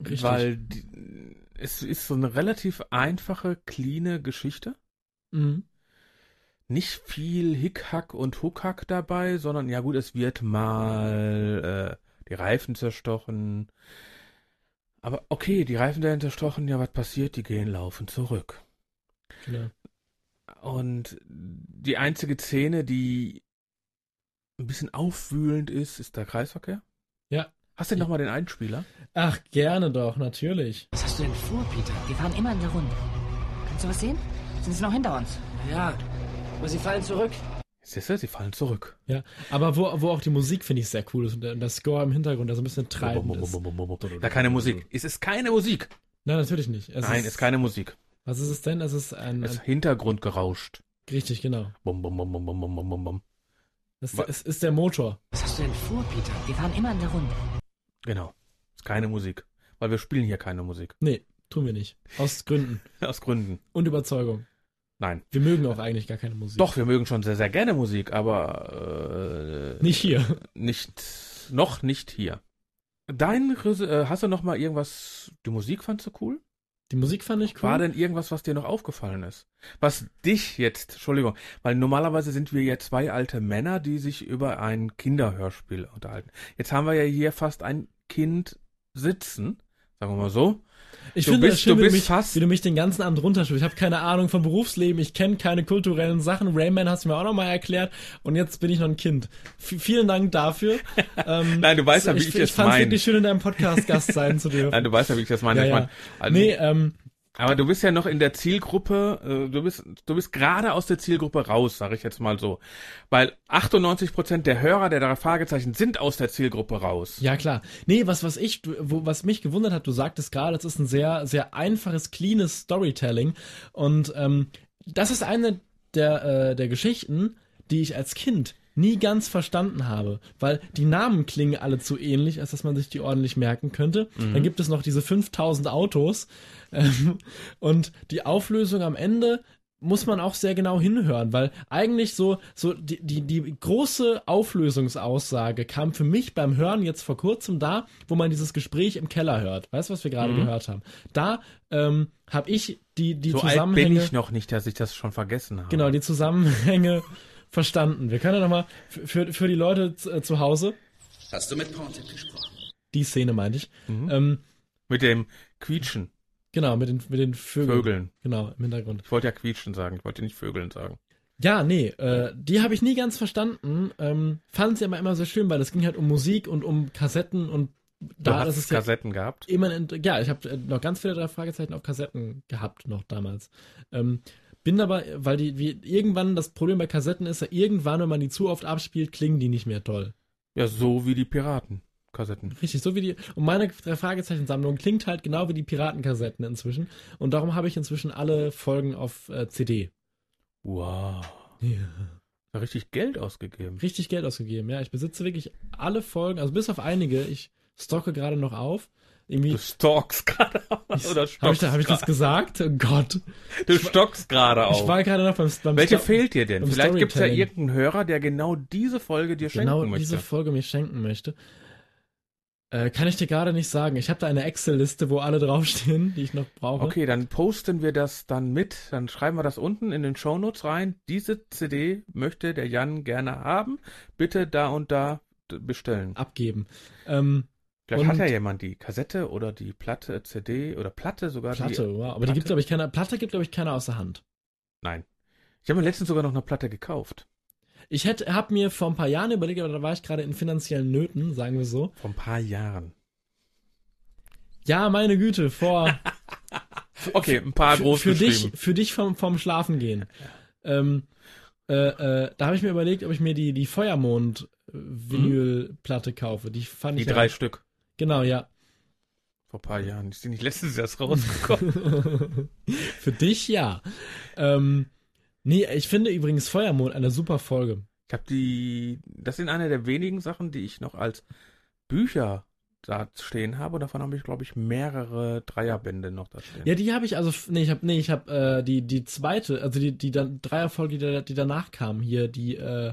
[SPEAKER 5] Richtig.
[SPEAKER 4] Weil die, es ist so eine relativ einfache, cleane Geschichte.
[SPEAKER 5] Mhm.
[SPEAKER 4] Nicht viel Hickhack und Huckhack dabei, sondern ja gut, es wird mal äh, die Reifen zerstochen. Aber okay, die Reifen werden zerstochen, ja, was passiert? Die gehen laufen zurück.
[SPEAKER 5] Genau.
[SPEAKER 4] Und die einzige Szene, die ein bisschen aufwühlend ist, ist der Kreisverkehr.
[SPEAKER 5] Ja.
[SPEAKER 4] Hast du denn nochmal den Einspieler?
[SPEAKER 5] Ach, gerne doch, natürlich.
[SPEAKER 9] Was hast du denn vor, Peter? Wir fahren immer in der Runde.
[SPEAKER 7] Kannst du was sehen? Sind sie noch hinter uns? Ja. Aber sie fallen zurück.
[SPEAKER 4] Siehst du, sie fallen zurück.
[SPEAKER 5] Ja, aber wo, wo auch die Musik finde ich sehr cool ist und der, und der Score im Hintergrund, der so ein bisschen treibend ist.
[SPEAKER 4] Da keine Musik. Es ist keine Musik.
[SPEAKER 5] Nein, natürlich nicht. Es
[SPEAKER 4] Nein, ist keine Musik.
[SPEAKER 5] Was ist es denn? Es ist ein.
[SPEAKER 4] Es
[SPEAKER 5] ein
[SPEAKER 4] ist Hintergrund gerauscht.
[SPEAKER 5] richtig, genau.
[SPEAKER 4] Bum, bum, bum, bum, bum, bum, bum, bum, bum.
[SPEAKER 5] Es,
[SPEAKER 4] Wa-
[SPEAKER 5] es ist der Motor.
[SPEAKER 9] Was hast du denn vor, Peter? Wir fahren immer in der Runde.
[SPEAKER 4] Genau. Ist keine Musik. Weil wir spielen hier keine Musik.
[SPEAKER 5] Nee, tun wir nicht. Aus Gründen
[SPEAKER 4] Aus Gründen.
[SPEAKER 5] und Überzeugung.
[SPEAKER 4] Nein.
[SPEAKER 5] Wir mögen auch eigentlich gar keine Musik.
[SPEAKER 4] Doch, wir mögen schon sehr, sehr gerne Musik, aber äh,
[SPEAKER 5] Nicht hier.
[SPEAKER 4] nicht, noch nicht hier. Dein, Res- äh, hast du noch mal irgendwas, die Musik fandst du cool?
[SPEAKER 5] Die Musik fand ich cool.
[SPEAKER 4] War denn irgendwas, was dir noch aufgefallen ist? Was dich jetzt, Entschuldigung, weil normalerweise sind wir ja zwei alte Männer, die sich über ein Kinderhörspiel unterhalten. Jetzt haben wir ja hier fast ein Kind sitzen, sagen wir mal so.
[SPEAKER 5] ich
[SPEAKER 4] du
[SPEAKER 5] finde
[SPEAKER 4] bist-
[SPEAKER 5] das schön,
[SPEAKER 4] du
[SPEAKER 5] wie,
[SPEAKER 4] bist
[SPEAKER 5] mich,
[SPEAKER 4] fast-
[SPEAKER 5] wie du mich den ganzen Abend runterschubst. Ich habe keine Ahnung vom Berufsleben, ich kenne keine kulturellen Sachen. Rayman hast du mir auch nochmal erklärt und jetzt bin ich noch ein Kind. V vielen Dank dafür. Ähm,
[SPEAKER 4] Nein, du weißt ja, wie ich
[SPEAKER 5] ich
[SPEAKER 4] es
[SPEAKER 5] Ich fand's
[SPEAKER 4] mein.
[SPEAKER 5] wirklich schön, in deinem Podcast Gast sein zu dürfen.
[SPEAKER 4] Nein, du weißt ja, wie ich das meine.
[SPEAKER 5] Ja,
[SPEAKER 4] ich
[SPEAKER 5] ja.
[SPEAKER 4] meine also-
[SPEAKER 5] nee, ähm,
[SPEAKER 4] Aber du bist ja noch in der Zielgruppe, äh, du bist, du bist gerade aus der Zielgruppe raus, sage ich jetzt mal so. Weil 98% der Hörer der drei Fragezeichen sind aus der Zielgruppe raus.
[SPEAKER 5] Ja, klar. Nee, was, was ich, du- wo, was mich gewundert hat, du sagtest gerade, es ist ein sehr, sehr einfaches, cleanes Storytelling. Und ähm, das ist eine der, äh, der Geschichten, die ich als Kind nie ganz verstanden habe, weil die Namen klingen alle zu ähnlich, als dass man sich die ordentlich merken könnte. Dann gibt es noch diese 5000 Autos ähm, und die Auflösung am Ende muss man auch sehr genau hinhören, weil eigentlich so, so die, die, die große Auflösungsaussage kam für mich beim Hören jetzt vor kurzem da, wo man dieses Gespräch im Keller hört. Weißt du, was wir gerade
[SPEAKER 4] Mhm.
[SPEAKER 5] gehört haben? Da ähm, habe ich die, die
[SPEAKER 4] so alt
[SPEAKER 5] Zusammenhänge.
[SPEAKER 4] bin ich noch nicht, dass ich das schon vergessen habe.
[SPEAKER 5] Genau, die Zusammenhänge verstanden. Wir können ja nochmal für, für die Leute zu, äh, zu Hause,
[SPEAKER 13] Hast du mit Pontiff gesprochen?
[SPEAKER 5] die Szene meinte ich,
[SPEAKER 4] Mhm.
[SPEAKER 5] ähm,
[SPEAKER 4] Mit dem Quietschen,
[SPEAKER 5] genau, mit den, mit den Vögeln.
[SPEAKER 4] Vögeln.
[SPEAKER 5] Genau, im Hintergrund.
[SPEAKER 4] Ich wollte ja Quietschen sagen, ich wollte nicht Vögeln sagen.
[SPEAKER 5] Ja, nee, äh, die habe ich nie ganz verstanden. Ähm, fand sie aber immer sehr schön, weil es ging halt um Musik und um Kassetten und
[SPEAKER 4] Du
[SPEAKER 5] da das
[SPEAKER 4] hast
[SPEAKER 5] ist ja
[SPEAKER 4] Kassetten gehabt.
[SPEAKER 5] immer ein, ja, ich habe äh, noch ganz viele drei Fragezeichen auf Kassetten gehabt noch damals. Ähm, bin aber, weil die wie, irgendwann das Problem bei Kassetten ist ja irgendwann, wenn man die zu oft abspielt, klingen die nicht mehr toll.
[SPEAKER 4] Ja, so wie die Piraten. Kassetten.
[SPEAKER 5] Richtig, so wie die. Und meine drei Fragezeichen-Sammlung klingt halt genau wie die Piratenkassetten inzwischen. Und darum habe ich inzwischen alle Folgen auf äh, CD.
[SPEAKER 4] Wow.
[SPEAKER 5] Ja.
[SPEAKER 4] Da Richtig Geld ausgegeben.
[SPEAKER 5] Richtig Geld ausgegeben, ja. Ich besitze wirklich alle Folgen, also bis auf einige. Ich stocke gerade noch auf. Irgendwie,
[SPEAKER 4] Du stalkst gerade aus. Oder
[SPEAKER 5] Habe ich,
[SPEAKER 4] stockst
[SPEAKER 5] da- hab ich das
[SPEAKER 4] gerade.
[SPEAKER 5] gesagt? Oh Gott.
[SPEAKER 4] Du stockst gerade auf.
[SPEAKER 5] Ich war gerade noch beim, beim
[SPEAKER 4] Welche
[SPEAKER 5] Sto-
[SPEAKER 4] fehlt dir denn?
[SPEAKER 5] beim
[SPEAKER 4] Vielleicht gibt es ja
[SPEAKER 5] Storytelling.
[SPEAKER 4] irgendeinen Hörer, der genau diese Folge dir schenken
[SPEAKER 5] genau
[SPEAKER 4] möchte.
[SPEAKER 5] diese Folge mir schenken möchte. Äh, kann ich dir gerade nicht sagen. Ich habe da eine Excel-Liste, wo alle draufstehen, die ich noch brauche.
[SPEAKER 4] Okay, dann posten wir das dann mit. Dann schreiben wir das unten in den Shownotes rein. Diese CD möchte der Jan gerne haben. Bitte da und da d- bestellen.
[SPEAKER 5] Abgeben. Ähm,
[SPEAKER 4] Vielleicht
[SPEAKER 5] und-
[SPEAKER 4] hat ja jemand die Kassette oder die Platte, CD oder Platte sogar.
[SPEAKER 5] Platte,
[SPEAKER 4] die,
[SPEAKER 5] wow. Aber die gibt, glaube ich, keiner. Platte gibt, glaube ich, keiner außer Hand.
[SPEAKER 4] Nein. Ich habe mir letztens sogar noch eine Platte gekauft.
[SPEAKER 5] Ich hätte, habe mir vor ein paar Jahren überlegt, aber da war ich gerade in finanziellen Nöten, sagen wir so.
[SPEAKER 4] Vor ein paar Jahren.
[SPEAKER 5] Ja, meine Güte, vor.
[SPEAKER 4] Okay, ein paar
[SPEAKER 5] für,
[SPEAKER 4] groß
[SPEAKER 5] für dich,
[SPEAKER 4] geschrieben.
[SPEAKER 5] für dich vom, vom Schlafen gehen. Ähm, äh, äh, da habe ich mir überlegt, ob ich mir die, die Feuermond-Vinylplatte kaufe. Die fand
[SPEAKER 4] Die
[SPEAKER 5] ich. ja-
[SPEAKER 4] drei Stück.
[SPEAKER 5] Genau, ja.
[SPEAKER 4] Vor ein paar Jahren. Ist die nicht letztens erst rausgekommen?
[SPEAKER 5] Für dich ja. Ähm, nee, ich finde übrigens Feuermond eine super Folge.
[SPEAKER 4] Ich habe die. Das sind eine der wenigen Sachen, die ich noch als Bücher da stehen habe. Und davon habe ich, glaube ich, mehrere Dreierbände noch da stehen.
[SPEAKER 5] Ja, die habe ich also f- nee, ich habe nee, ich habe äh, die die zweite, also die die dann Dreierfolge, die, da, die danach kam hier, die äh,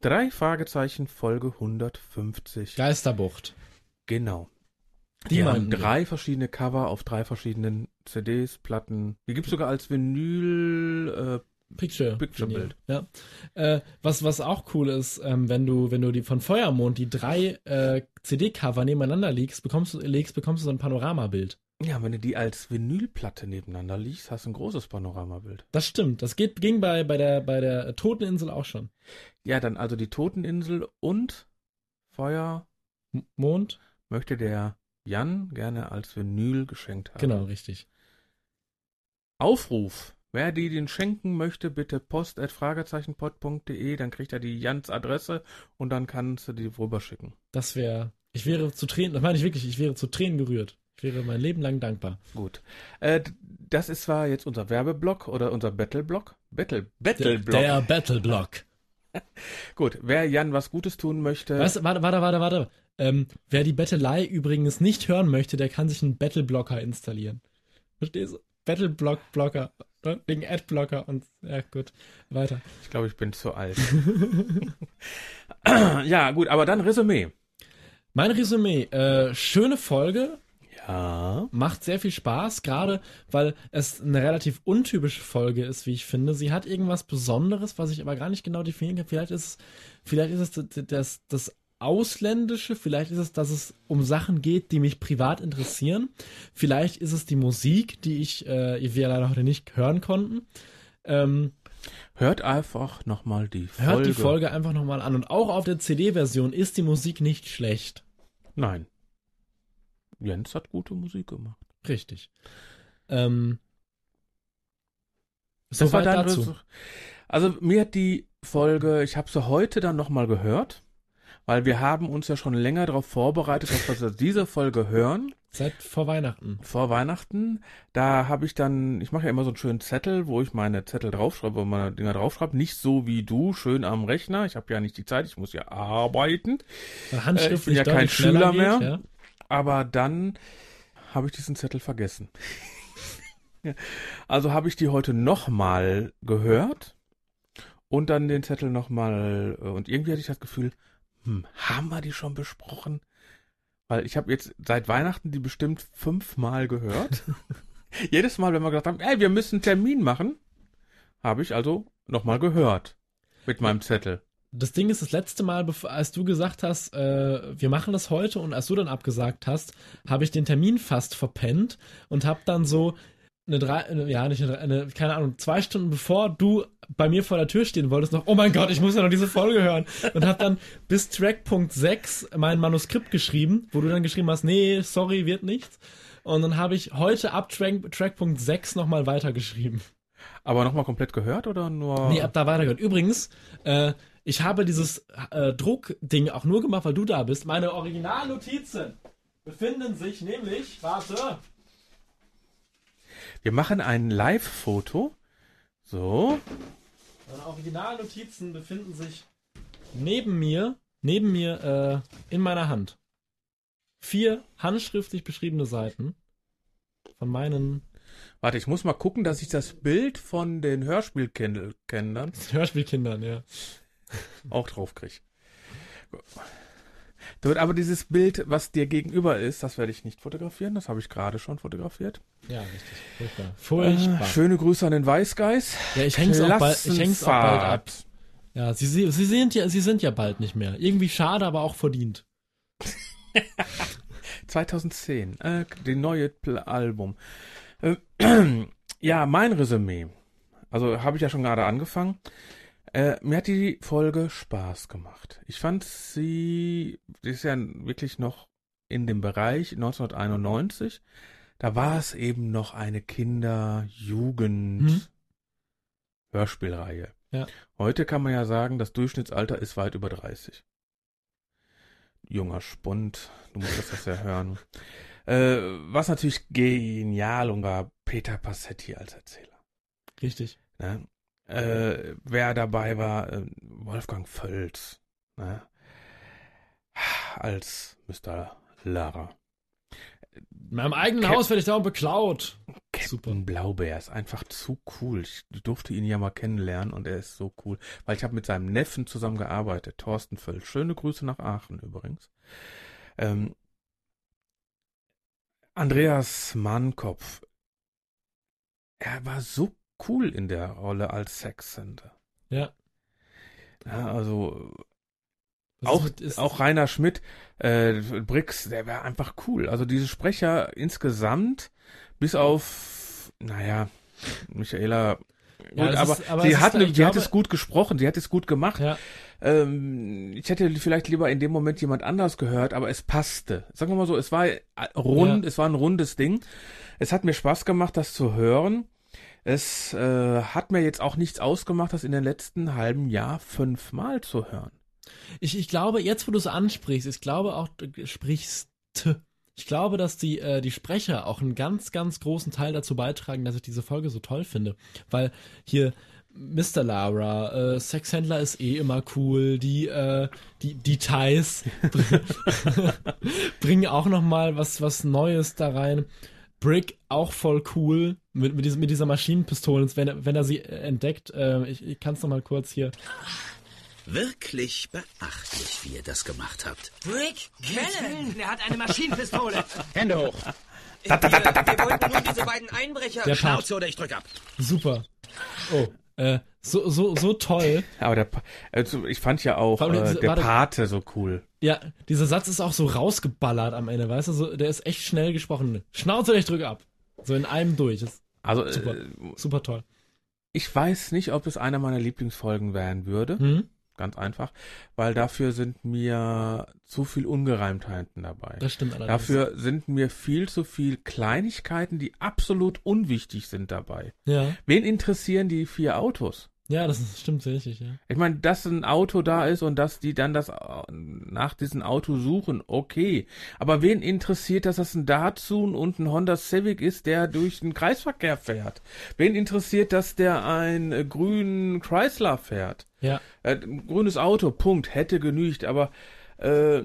[SPEAKER 4] Drei Fragezeichen Folge 150.
[SPEAKER 5] Geisterbucht.
[SPEAKER 4] Genau.
[SPEAKER 5] Die
[SPEAKER 4] Die haben
[SPEAKER 5] meinten wir.
[SPEAKER 4] drei verschiedene Cover auf drei verschiedenen CDs, Platten. Die gibt es sogar als Vinyl. Äh,
[SPEAKER 5] Picture.
[SPEAKER 4] Picture-Bild.
[SPEAKER 5] Ja. Äh, was was auch cool ist, ähm, wenn du wenn du die von Feuermond die drei äh, CD-Cover nebeneinander legst, bekommst du legst bekommst du so ein Panoramabild.
[SPEAKER 4] äh, Ja, wenn du die als Vinylplatte nebeneinander liest, hast du ein großes Panoramabild.
[SPEAKER 5] Das stimmt. Das geht ging bei bei der bei der Toteninsel auch schon.
[SPEAKER 4] Ja, dann also die Toteninsel und Feuer
[SPEAKER 5] Mond
[SPEAKER 4] möchte der Jan gerne als Vinyl geschenkt haben.
[SPEAKER 5] Genau, richtig.
[SPEAKER 4] Aufruf. Wer die den schenken möchte, bitte post at fragezeichenpod.de, dann kriegt er die Jans Adresse und dann kannst du die rüberschicken.
[SPEAKER 5] Das wäre ich wäre zu Tränen, das meine ich wirklich, ich wäre zu Tränen gerührt. Ich wäre mein Leben lang dankbar.
[SPEAKER 4] Gut. Äh, d- das ist zwar jetzt unser Werbeblock oder unser Battleblock. Battle, Battleblock.
[SPEAKER 5] Der Battleblock.
[SPEAKER 4] Gut, wer Jan was Gutes tun möchte,
[SPEAKER 5] Weißt, warte, warte, warte, warte. Ähm, wer die Bettelei übrigens nicht hören möchte, der kann sich einen Battleblocker installieren. Verstehst du? Battleblock-Blocker. ne? Wegen Adblocker und. Ja, gut. Weiter.
[SPEAKER 4] ich glaube, ich bin zu alt. ja, gut, aber dann Resümee.
[SPEAKER 5] Mein Resümee. Äh, schöne Folge.
[SPEAKER 4] Ja.
[SPEAKER 5] Macht sehr viel Spaß, gerade weil es eine relativ untypische Folge ist, wie ich finde. Sie hat irgendwas Besonderes, was ich aber gar nicht genau definieren kann. Vielleicht ist es, vielleicht ist es das, das, das Ausländische, vielleicht ist es, dass es um Sachen geht, die mich privat interessieren. Vielleicht ist es die Musik, die ich, äh, wir leider heute nicht hören konnten. Ähm,
[SPEAKER 4] Hört einfach nochmal die Folge.
[SPEAKER 5] hört die Folge einfach nochmal an. Und auch auf der CD-Version ist die Musik nicht schlecht.
[SPEAKER 4] Nein. Jens hat gute Musik gemacht.
[SPEAKER 5] Richtig. Ähm,
[SPEAKER 4] Das war
[SPEAKER 5] Soweit
[SPEAKER 4] dann
[SPEAKER 5] dazu.
[SPEAKER 4] so- Also mir hat die Folge, ich habe sie heute dann nochmal gehört, weil wir haben uns ja schon länger darauf vorbereitet, dass wir diese Folge hören.
[SPEAKER 5] Seit vor Weihnachten.
[SPEAKER 4] Vor Weihnachten, da habe ich dann, ich mache ja immer so einen schönen Zettel, wo ich meine Zettel draufschreibe, wo meine Dinger draufschreibe. Nicht so wie du, schön am Rechner. Ich habe ja nicht die Zeit, ich muss ja arbeiten.
[SPEAKER 5] Weil
[SPEAKER 4] Äh,
[SPEAKER 5] handschriftlich
[SPEAKER 4] ich bin ja kein
[SPEAKER 5] deutlich schneller
[SPEAKER 4] Schüler mehr.
[SPEAKER 5] geht, ja.
[SPEAKER 4] Aber dann habe ich diesen Zettel vergessen. Ja. also habe ich die heute nochmal gehört und dann den Zettel nochmal. äh, Und irgendwie hatte ich das Gefühl, hm, haben wir die schon besprochen? Weil ich habe jetzt seit Weihnachten die bestimmt fünfmal gehört. Jedes Mal, wenn wir gesagt haben, ey, wir müssen einen Termin machen, habe ich also nochmal gehört mit meinem Zettel.
[SPEAKER 5] Das Ding ist, das letzte Mal, bev- als du gesagt hast, äh, wir machen das heute und als du dann abgesagt hast, habe ich den Termin fast verpennt und habe dann so eine drei, eine- ja, nicht eine, drei- eine, keine Ahnung, zwei Stunden bevor du bei mir vor der Tür stehen wolltest, noch, oh mein Gott, ich muss ja noch diese Folge hören und habe dann bis Trackpunkt 6 mein Manuskript geschrieben, wo du dann geschrieben hast, nee, sorry, wird nichts. Und dann habe ich heute ab Track, Trackpunkt 6 nochmal weitergeschrieben.
[SPEAKER 4] Aber nochmal komplett gehört oder nur.
[SPEAKER 5] Nee, ab da weitergehört. Übrigens, äh, ich habe dieses äh, Druckding auch nur gemacht, weil du da bist. Meine Originalnotizen befinden sich nämlich, warte,
[SPEAKER 4] Wir machen ein Live-Foto. So.
[SPEAKER 5] meine Originalnotizen befinden sich neben mir, neben mir äh, in meiner Hand. Vier handschriftlich beschriebene Seiten von meinen
[SPEAKER 4] Warte, ich muss mal gucken, dass ich das Bild von den Hörspielkindern
[SPEAKER 5] Hörspielkindern, ja.
[SPEAKER 4] auch drauf kriege. Aber dieses Bild, was dir gegenüber ist, das werde ich nicht fotografieren. Das habe ich gerade schon fotografiert.
[SPEAKER 5] Ja, richtig. Furchtbar. Furchtbar.
[SPEAKER 4] Äh, schöne Grüße an den Weißgeist.
[SPEAKER 5] Ja, ich häng's, auch bald, ich häng's auch bald ab.
[SPEAKER 4] Klassenfahrt.
[SPEAKER 5] Ja, sie, sie, sie, sind ja, sie sind ja bald nicht mehr. Irgendwie schade, aber auch verdient.
[SPEAKER 4] 2010, äh, die neue Pl Album. Äh, ja, mein Resümee. Also habe ich ja schon gerade angefangen. Äh, mir hat die Folge Spaß gemacht. Ich fand sie, die ist ja wirklich noch in dem Bereich 1991. Da war es eben noch eine
[SPEAKER 5] Mhm.
[SPEAKER 4] Kinder-Jugend-Hörspielreihe.
[SPEAKER 5] Ja.
[SPEAKER 4] Heute kann man ja sagen, das Durchschnittsalter ist weit über 30. Junger Spund, du musst das ja hören. Äh, was natürlich genial und war Peter Passetti als Erzähler.
[SPEAKER 5] Richtig.
[SPEAKER 4] Ne? Äh, wer dabei war, äh, Wolfgang Völz ne? als Mr. Lara.
[SPEAKER 5] In meinem eigenen
[SPEAKER 4] Cap-
[SPEAKER 5] Haus werde ich darum beklaut.
[SPEAKER 4] Super. Blaubeer ist einfach zu cool. Ich durfte ihn ja mal kennenlernen und er ist so cool. Weil ich habe mit seinem Neffen zusammengearbeitet, Thorsten Völl. Schöne Grüße nach Aachen übrigens. Ähm, Andreas Mannkopf. Er war so cool in der Rolle als Sexsender.
[SPEAKER 5] Ja.
[SPEAKER 4] Ja, also
[SPEAKER 5] Das
[SPEAKER 4] auch,
[SPEAKER 5] ist- ist-
[SPEAKER 4] auch Rainer Schmidt, äh, Brix, der wäre einfach cool. Also diese Sprecher insgesamt, bis auf, naja, Michaela,
[SPEAKER 5] Ja,
[SPEAKER 4] gut,
[SPEAKER 5] es
[SPEAKER 4] aber,
[SPEAKER 5] ist- aber es
[SPEAKER 4] sie
[SPEAKER 5] ist
[SPEAKER 4] hat,
[SPEAKER 5] da-
[SPEAKER 4] ne,
[SPEAKER 5] ich
[SPEAKER 4] sie hat
[SPEAKER 5] glaube-
[SPEAKER 4] es gut gesprochen, sie hat es gut gemacht.
[SPEAKER 5] Ja.
[SPEAKER 4] Ähm, ich hätte vielleicht lieber in dem Moment jemand anders gehört, aber es passte. Sagen wir mal so, es war äh, rund,
[SPEAKER 5] Ja.
[SPEAKER 4] es war ein rundes Ding. Es hat mir Spaß gemacht, das zu hören. Es äh, hat mir jetzt auch nichts ausgemacht, das in den letzten halben Jahr fünfmal zu hören.
[SPEAKER 5] Ich, ich glaube, jetzt, wo du es ansprichst, ich glaube auch, du sprichst. Ich glaube, dass die, äh, die Sprecher auch einen ganz, ganz großen Teil dazu beitragen, dass ich diese Folge so toll finde. Weil hier Mr. Lara, äh, Sexhändler ist eh immer cool, die, äh, die, die Thais br- bringen auch nochmal was, was Neues da rein. Brick auch voll cool mit, mit, diesem, mit dieser Maschinenpistole, wenn, er- wenn er sie äh, entdeckt. Äh, ich ich kann es nochmal kurz hier.
[SPEAKER 13] Wirklich beachtlich, wie ihr das gemacht habt.
[SPEAKER 7] Brick Cannon! Er hat eine Maschinenpistole!
[SPEAKER 13] Hände hoch. Wir, wir wollten nur diese beiden Einbrecher.
[SPEAKER 5] Der Papst.
[SPEAKER 13] Schnauze oder ich drück ab.
[SPEAKER 5] Super. Oh, äh, so, so, so toll.
[SPEAKER 4] Aber der, Pa- also ich fand ja auch
[SPEAKER 5] Vor allem
[SPEAKER 4] äh,
[SPEAKER 5] diese-
[SPEAKER 4] der
[SPEAKER 5] warte.
[SPEAKER 4] Pate so cool.
[SPEAKER 5] Ja, dieser Satz ist auch so rausgeballert am Ende, weißt du? So, der ist echt schnell gesprochen. Schnauze, ich drücke ab. So in einem durch. Das ist
[SPEAKER 4] Also äh,
[SPEAKER 5] super, super toll.
[SPEAKER 4] ich weiß nicht, ob es einer meiner Lieblingsfolgen werden würde.
[SPEAKER 5] Mhm.
[SPEAKER 4] Ganz einfach, weil dafür sind mir zu viel Ungereimtheiten dabei.
[SPEAKER 5] Das stimmt allerdings.
[SPEAKER 4] Dafür sind mir viel zu viel Kleinigkeiten, die absolut unwichtig sind dabei.
[SPEAKER 5] Ja.
[SPEAKER 4] Wen interessieren die vier Autos?
[SPEAKER 5] Ja, das ist, stimmt richtig, ja.
[SPEAKER 4] Ich meine, dass ein Auto da ist und dass die dann das äh, nach diesem Auto suchen, okay. Aber wen interessiert, dass das ein Datsun und ein Honda Civic ist, der durch den Kreisverkehr fährt? Wen interessiert, dass der einen äh, grünen Chrysler fährt?
[SPEAKER 5] Ja.
[SPEAKER 4] Äh, ein grünes Auto, Punkt, hätte genügt, aber äh,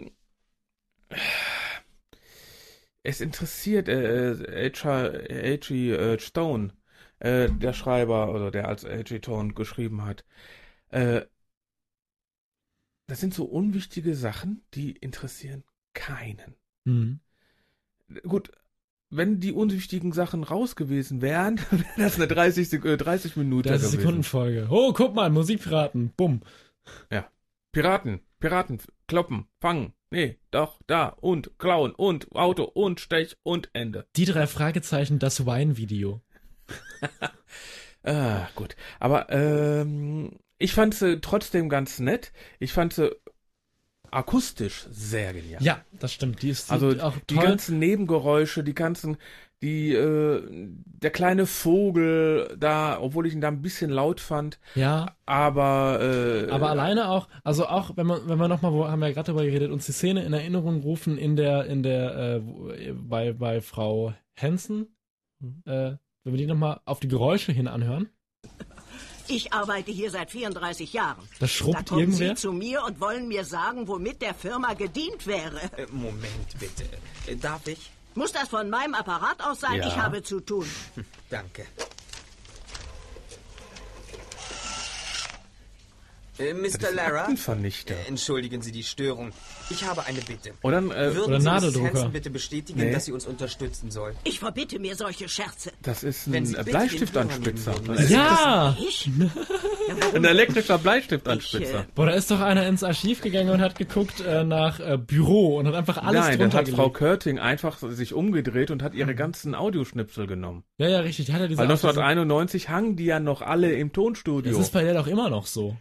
[SPEAKER 4] es interessiert äh, äh, H.R. H.G. Äh, Stone, äh, der Schreiber, oder der als H.G. Stone geschrieben hat. Äh, das sind so unwichtige Sachen, die interessieren keinen.
[SPEAKER 5] Mhm.
[SPEAKER 4] Gut, wenn die unwichtigen Sachen raus gewesen wären, wäre das eine 30, Sek- äh, 30 Minuten
[SPEAKER 5] Das ist
[SPEAKER 4] gewesen.
[SPEAKER 5] Sekundenfolge. Oh, guck mal, Musikpiraten. Bumm.
[SPEAKER 4] Ja. Piraten, Piraten, kloppen, fangen. Nee, doch, da und klauen und Auto und Stech und Ende.
[SPEAKER 5] Die drei Fragezeichen, das Wine-Video.
[SPEAKER 4] Ah, gut. Aber ähm, ich fand sie trotzdem ganz nett. Ich fand sie akustisch sehr genial.
[SPEAKER 5] Ja, das stimmt. Die ist
[SPEAKER 4] Also
[SPEAKER 5] die- auch
[SPEAKER 4] die
[SPEAKER 5] toll.
[SPEAKER 4] ganzen Nebengeräusche, die ganzen, die, äh, der kleine Vogel da, obwohl ich ihn da ein bisschen laut fand.
[SPEAKER 5] Ja.
[SPEAKER 4] Aber, äh,
[SPEAKER 5] Aber alleine auch, also auch wenn man, wenn man nochmal, wo haben wir ja gerade darüber geredet, uns die Szene in Erinnerung rufen in der, in der, äh, wo- äh, bei, bei Frau Hansen, äh, wenn wir die nochmal auf die Geräusche hin anhören.
[SPEAKER 11] Ich arbeite hier seit 34 Jahren.
[SPEAKER 5] Das schrubbt
[SPEAKER 11] da kommen
[SPEAKER 5] irgendwer?
[SPEAKER 11] Sie zu mir und wollen mir sagen, womit der Firma gedient wäre.
[SPEAKER 15] Moment bitte. Äh, Darf ich?
[SPEAKER 11] Muss das von meinem Apparat aus sein?
[SPEAKER 15] Ja.
[SPEAKER 11] Ich habe zu tun.
[SPEAKER 15] Danke. Äh, Mr. Lara,
[SPEAKER 4] Aktenvernichter.
[SPEAKER 15] entschuldigen Sie die Störung. Ich habe eine Bitte.
[SPEAKER 4] Oder ein, äh,
[SPEAKER 15] Würden
[SPEAKER 4] oder
[SPEAKER 15] Sie Mrs.
[SPEAKER 4] Nadeldrucker.
[SPEAKER 15] Hansen bitte bestätigen,
[SPEAKER 4] Nee.
[SPEAKER 15] dass sie uns unterstützen soll?
[SPEAKER 11] Ich verbitte mir solche Scherze.
[SPEAKER 4] Das ist
[SPEAKER 15] Wenn
[SPEAKER 4] ein
[SPEAKER 15] Sie
[SPEAKER 4] äh,
[SPEAKER 15] bitte
[SPEAKER 4] Bleistiftanspitzer.
[SPEAKER 15] den
[SPEAKER 4] Das ist-
[SPEAKER 11] Ich?
[SPEAKER 4] Ein elektrischer Bleistiftanspitzer.
[SPEAKER 15] äh,
[SPEAKER 5] Boah, da ist doch einer ins Archiv gegangen und hat geguckt äh, nach äh, Büro und hat einfach alles
[SPEAKER 4] Nein, dann
[SPEAKER 5] drunter
[SPEAKER 4] hat Frau
[SPEAKER 5] gelegt. Mhm.
[SPEAKER 4] Körting einfach sich umgedreht und hat ihre ganzen Audioschnipsel genommen.
[SPEAKER 5] Ja, ja, richtig. Die Hat ja diese
[SPEAKER 4] Weil 1991 hangen die ja noch alle im Tonstudio.
[SPEAKER 5] Das ist bei der doch immer noch so.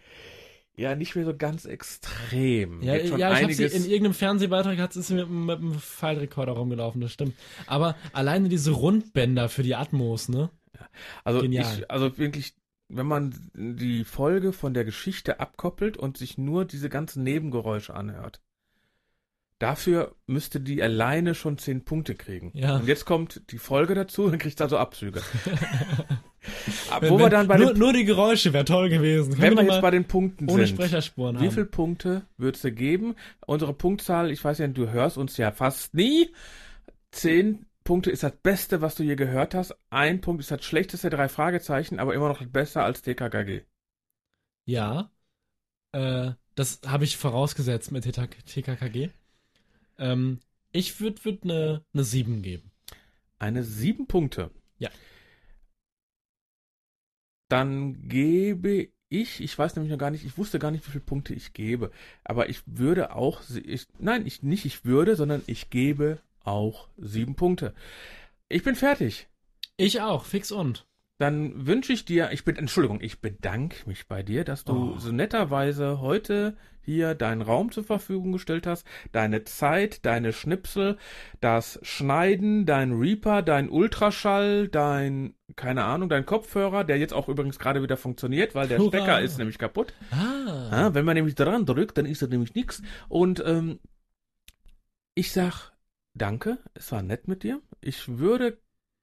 [SPEAKER 4] ja, nicht mehr so ganz extrem.
[SPEAKER 5] Ja,
[SPEAKER 4] Jetzt schon
[SPEAKER 5] ja ich habe sie
[SPEAKER 4] einiges-
[SPEAKER 5] in irgendeinem Fernsehbeitrag hat sie mit, mit einem File-Recorder rumgelaufen, das stimmt. Aber alleine diese Rundbänder für die Atmos, ne?
[SPEAKER 4] Also
[SPEAKER 5] Genial.
[SPEAKER 4] ich, also wirklich, wenn man die Folge von der Geschichte abkoppelt und sich nur diese ganzen Nebengeräusche anhört, dafür müsste die alleine schon zehn Punkte kriegen.
[SPEAKER 5] Ja.
[SPEAKER 4] Und jetzt kommt die Folge dazu und kriegt also Abzüge. Ab-
[SPEAKER 5] Wenn-
[SPEAKER 4] Wo wir
[SPEAKER 5] wenn-
[SPEAKER 4] dann bei
[SPEAKER 5] nur,
[SPEAKER 4] den,
[SPEAKER 5] nur die Geräusche wäre toll gewesen. Können
[SPEAKER 4] wenn wir
[SPEAKER 5] die mal
[SPEAKER 4] jetzt bei den Punkten
[SPEAKER 5] ohne
[SPEAKER 4] sind,
[SPEAKER 5] Sprecherspuren
[SPEAKER 4] wie
[SPEAKER 5] haben.
[SPEAKER 4] viele Punkte würdest du geben? Unsere Punktzahl, ich weiß ja, du hörst uns ja fast nie. Zehn Punkte ist das Beste, was du je gehört hast. Ein Punkt ist das schlechteste drei Fragezeichen, aber immer noch besser als TKKG.
[SPEAKER 5] Ja. Äh, das habe ich vorausgesetzt mit TK TKKG. Ähm, ich würde würd eine ne 7 geben.
[SPEAKER 4] Eine sieben Punkte.
[SPEAKER 5] Ja.
[SPEAKER 4] Dann gebe ich, ich weiß nämlich noch gar nicht, ich wusste gar nicht, wie viele Punkte ich gebe, aber ich würde auch, sie- ich, nein, ich nicht, ich würde, sondern ich gebe auch sieben Punkte. Ich bin fertig.
[SPEAKER 5] Ich auch, fix und.
[SPEAKER 4] Dann wünsche ich dir, ich bin, Entschuldigung, ich bedanke mich bei dir, dass du
[SPEAKER 5] Oh.
[SPEAKER 4] so netterweise heute hier deinen Raum zur Verfügung gestellt hast, deine Zeit, deine Schnipsel, das Schneiden, dein Reaper, dein Ultraschall, dein, keine Ahnung, dein Kopfhörer, der jetzt auch übrigens gerade wieder funktioniert, weil der
[SPEAKER 5] Hurra.
[SPEAKER 4] Stecker ist nämlich kaputt.
[SPEAKER 5] Ah.
[SPEAKER 4] Ja, wenn man nämlich dran drückt, dann ist das nämlich nichts. Und ähm, ich sag danke, es war nett mit dir. Ich würde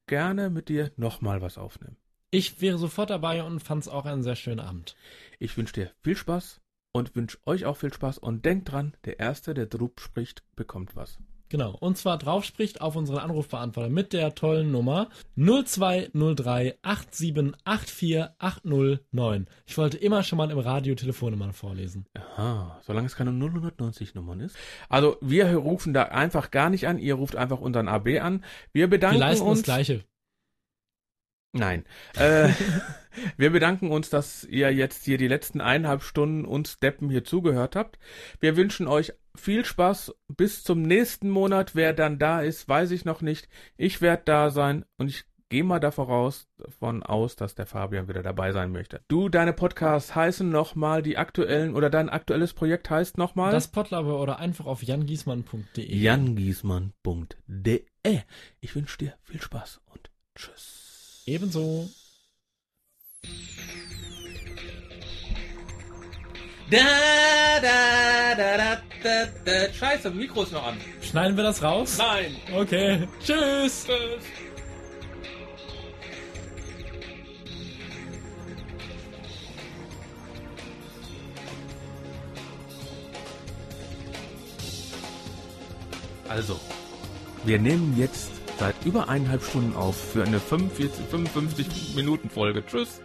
[SPEAKER 4] gerne mit dir nochmal was aufnehmen.
[SPEAKER 5] Ich wäre sofort dabei und fand es auch einen sehr schönen Abend.
[SPEAKER 4] Ich wünsche dir viel Spaß und wünsche euch auch viel Spaß. Und denkt dran, der Erste, der Drup spricht, bekommt was.
[SPEAKER 5] Genau. Und zwar drauf spricht auf unseren Anrufbeantworter mit der tollen Nummer 0203 8784809. Ich wollte immer schon mal im Radio Telefonnummern vorlesen.
[SPEAKER 4] Aha, solange es keine 090 Nummern ist. Also wir rufen da einfach gar nicht an, ihr ruft einfach unseren AB an. Wir bedanken
[SPEAKER 5] Wir leisten
[SPEAKER 4] uns.
[SPEAKER 5] das Gleiche.
[SPEAKER 4] Nein. Äh, wir bedanken uns, dass ihr jetzt hier die letzten eineinhalb Stunden uns Deppen hier zugehört habt. Wir wünschen euch viel Spaß bis zum nächsten Monat. Wer dann da ist, weiß ich noch nicht. Ich werde da sein und ich gehe mal davon aus, davon aus, dass der Fabian wieder dabei sein möchte. Du, deine Podcasts heißen nochmal die aktuellen oder dein aktuelles Projekt heißt nochmal?
[SPEAKER 5] Das Potlaber oder einfach auf jangiesmann.de.
[SPEAKER 4] jangiesmann.de. E. Ich wünsche dir viel Spaß und
[SPEAKER 5] Ebenso.
[SPEAKER 4] Da, da, da, da, da, da. Scheiße, Mikro ist noch an.
[SPEAKER 5] Schneiden wir das raus?
[SPEAKER 4] Nein.
[SPEAKER 5] Okay. Tschüss.
[SPEAKER 4] Tschüss. Also, wir nehmen jetzt seit über eineinhalb Stunden auf für eine 45, 55 Minuten Folge. Tschüss.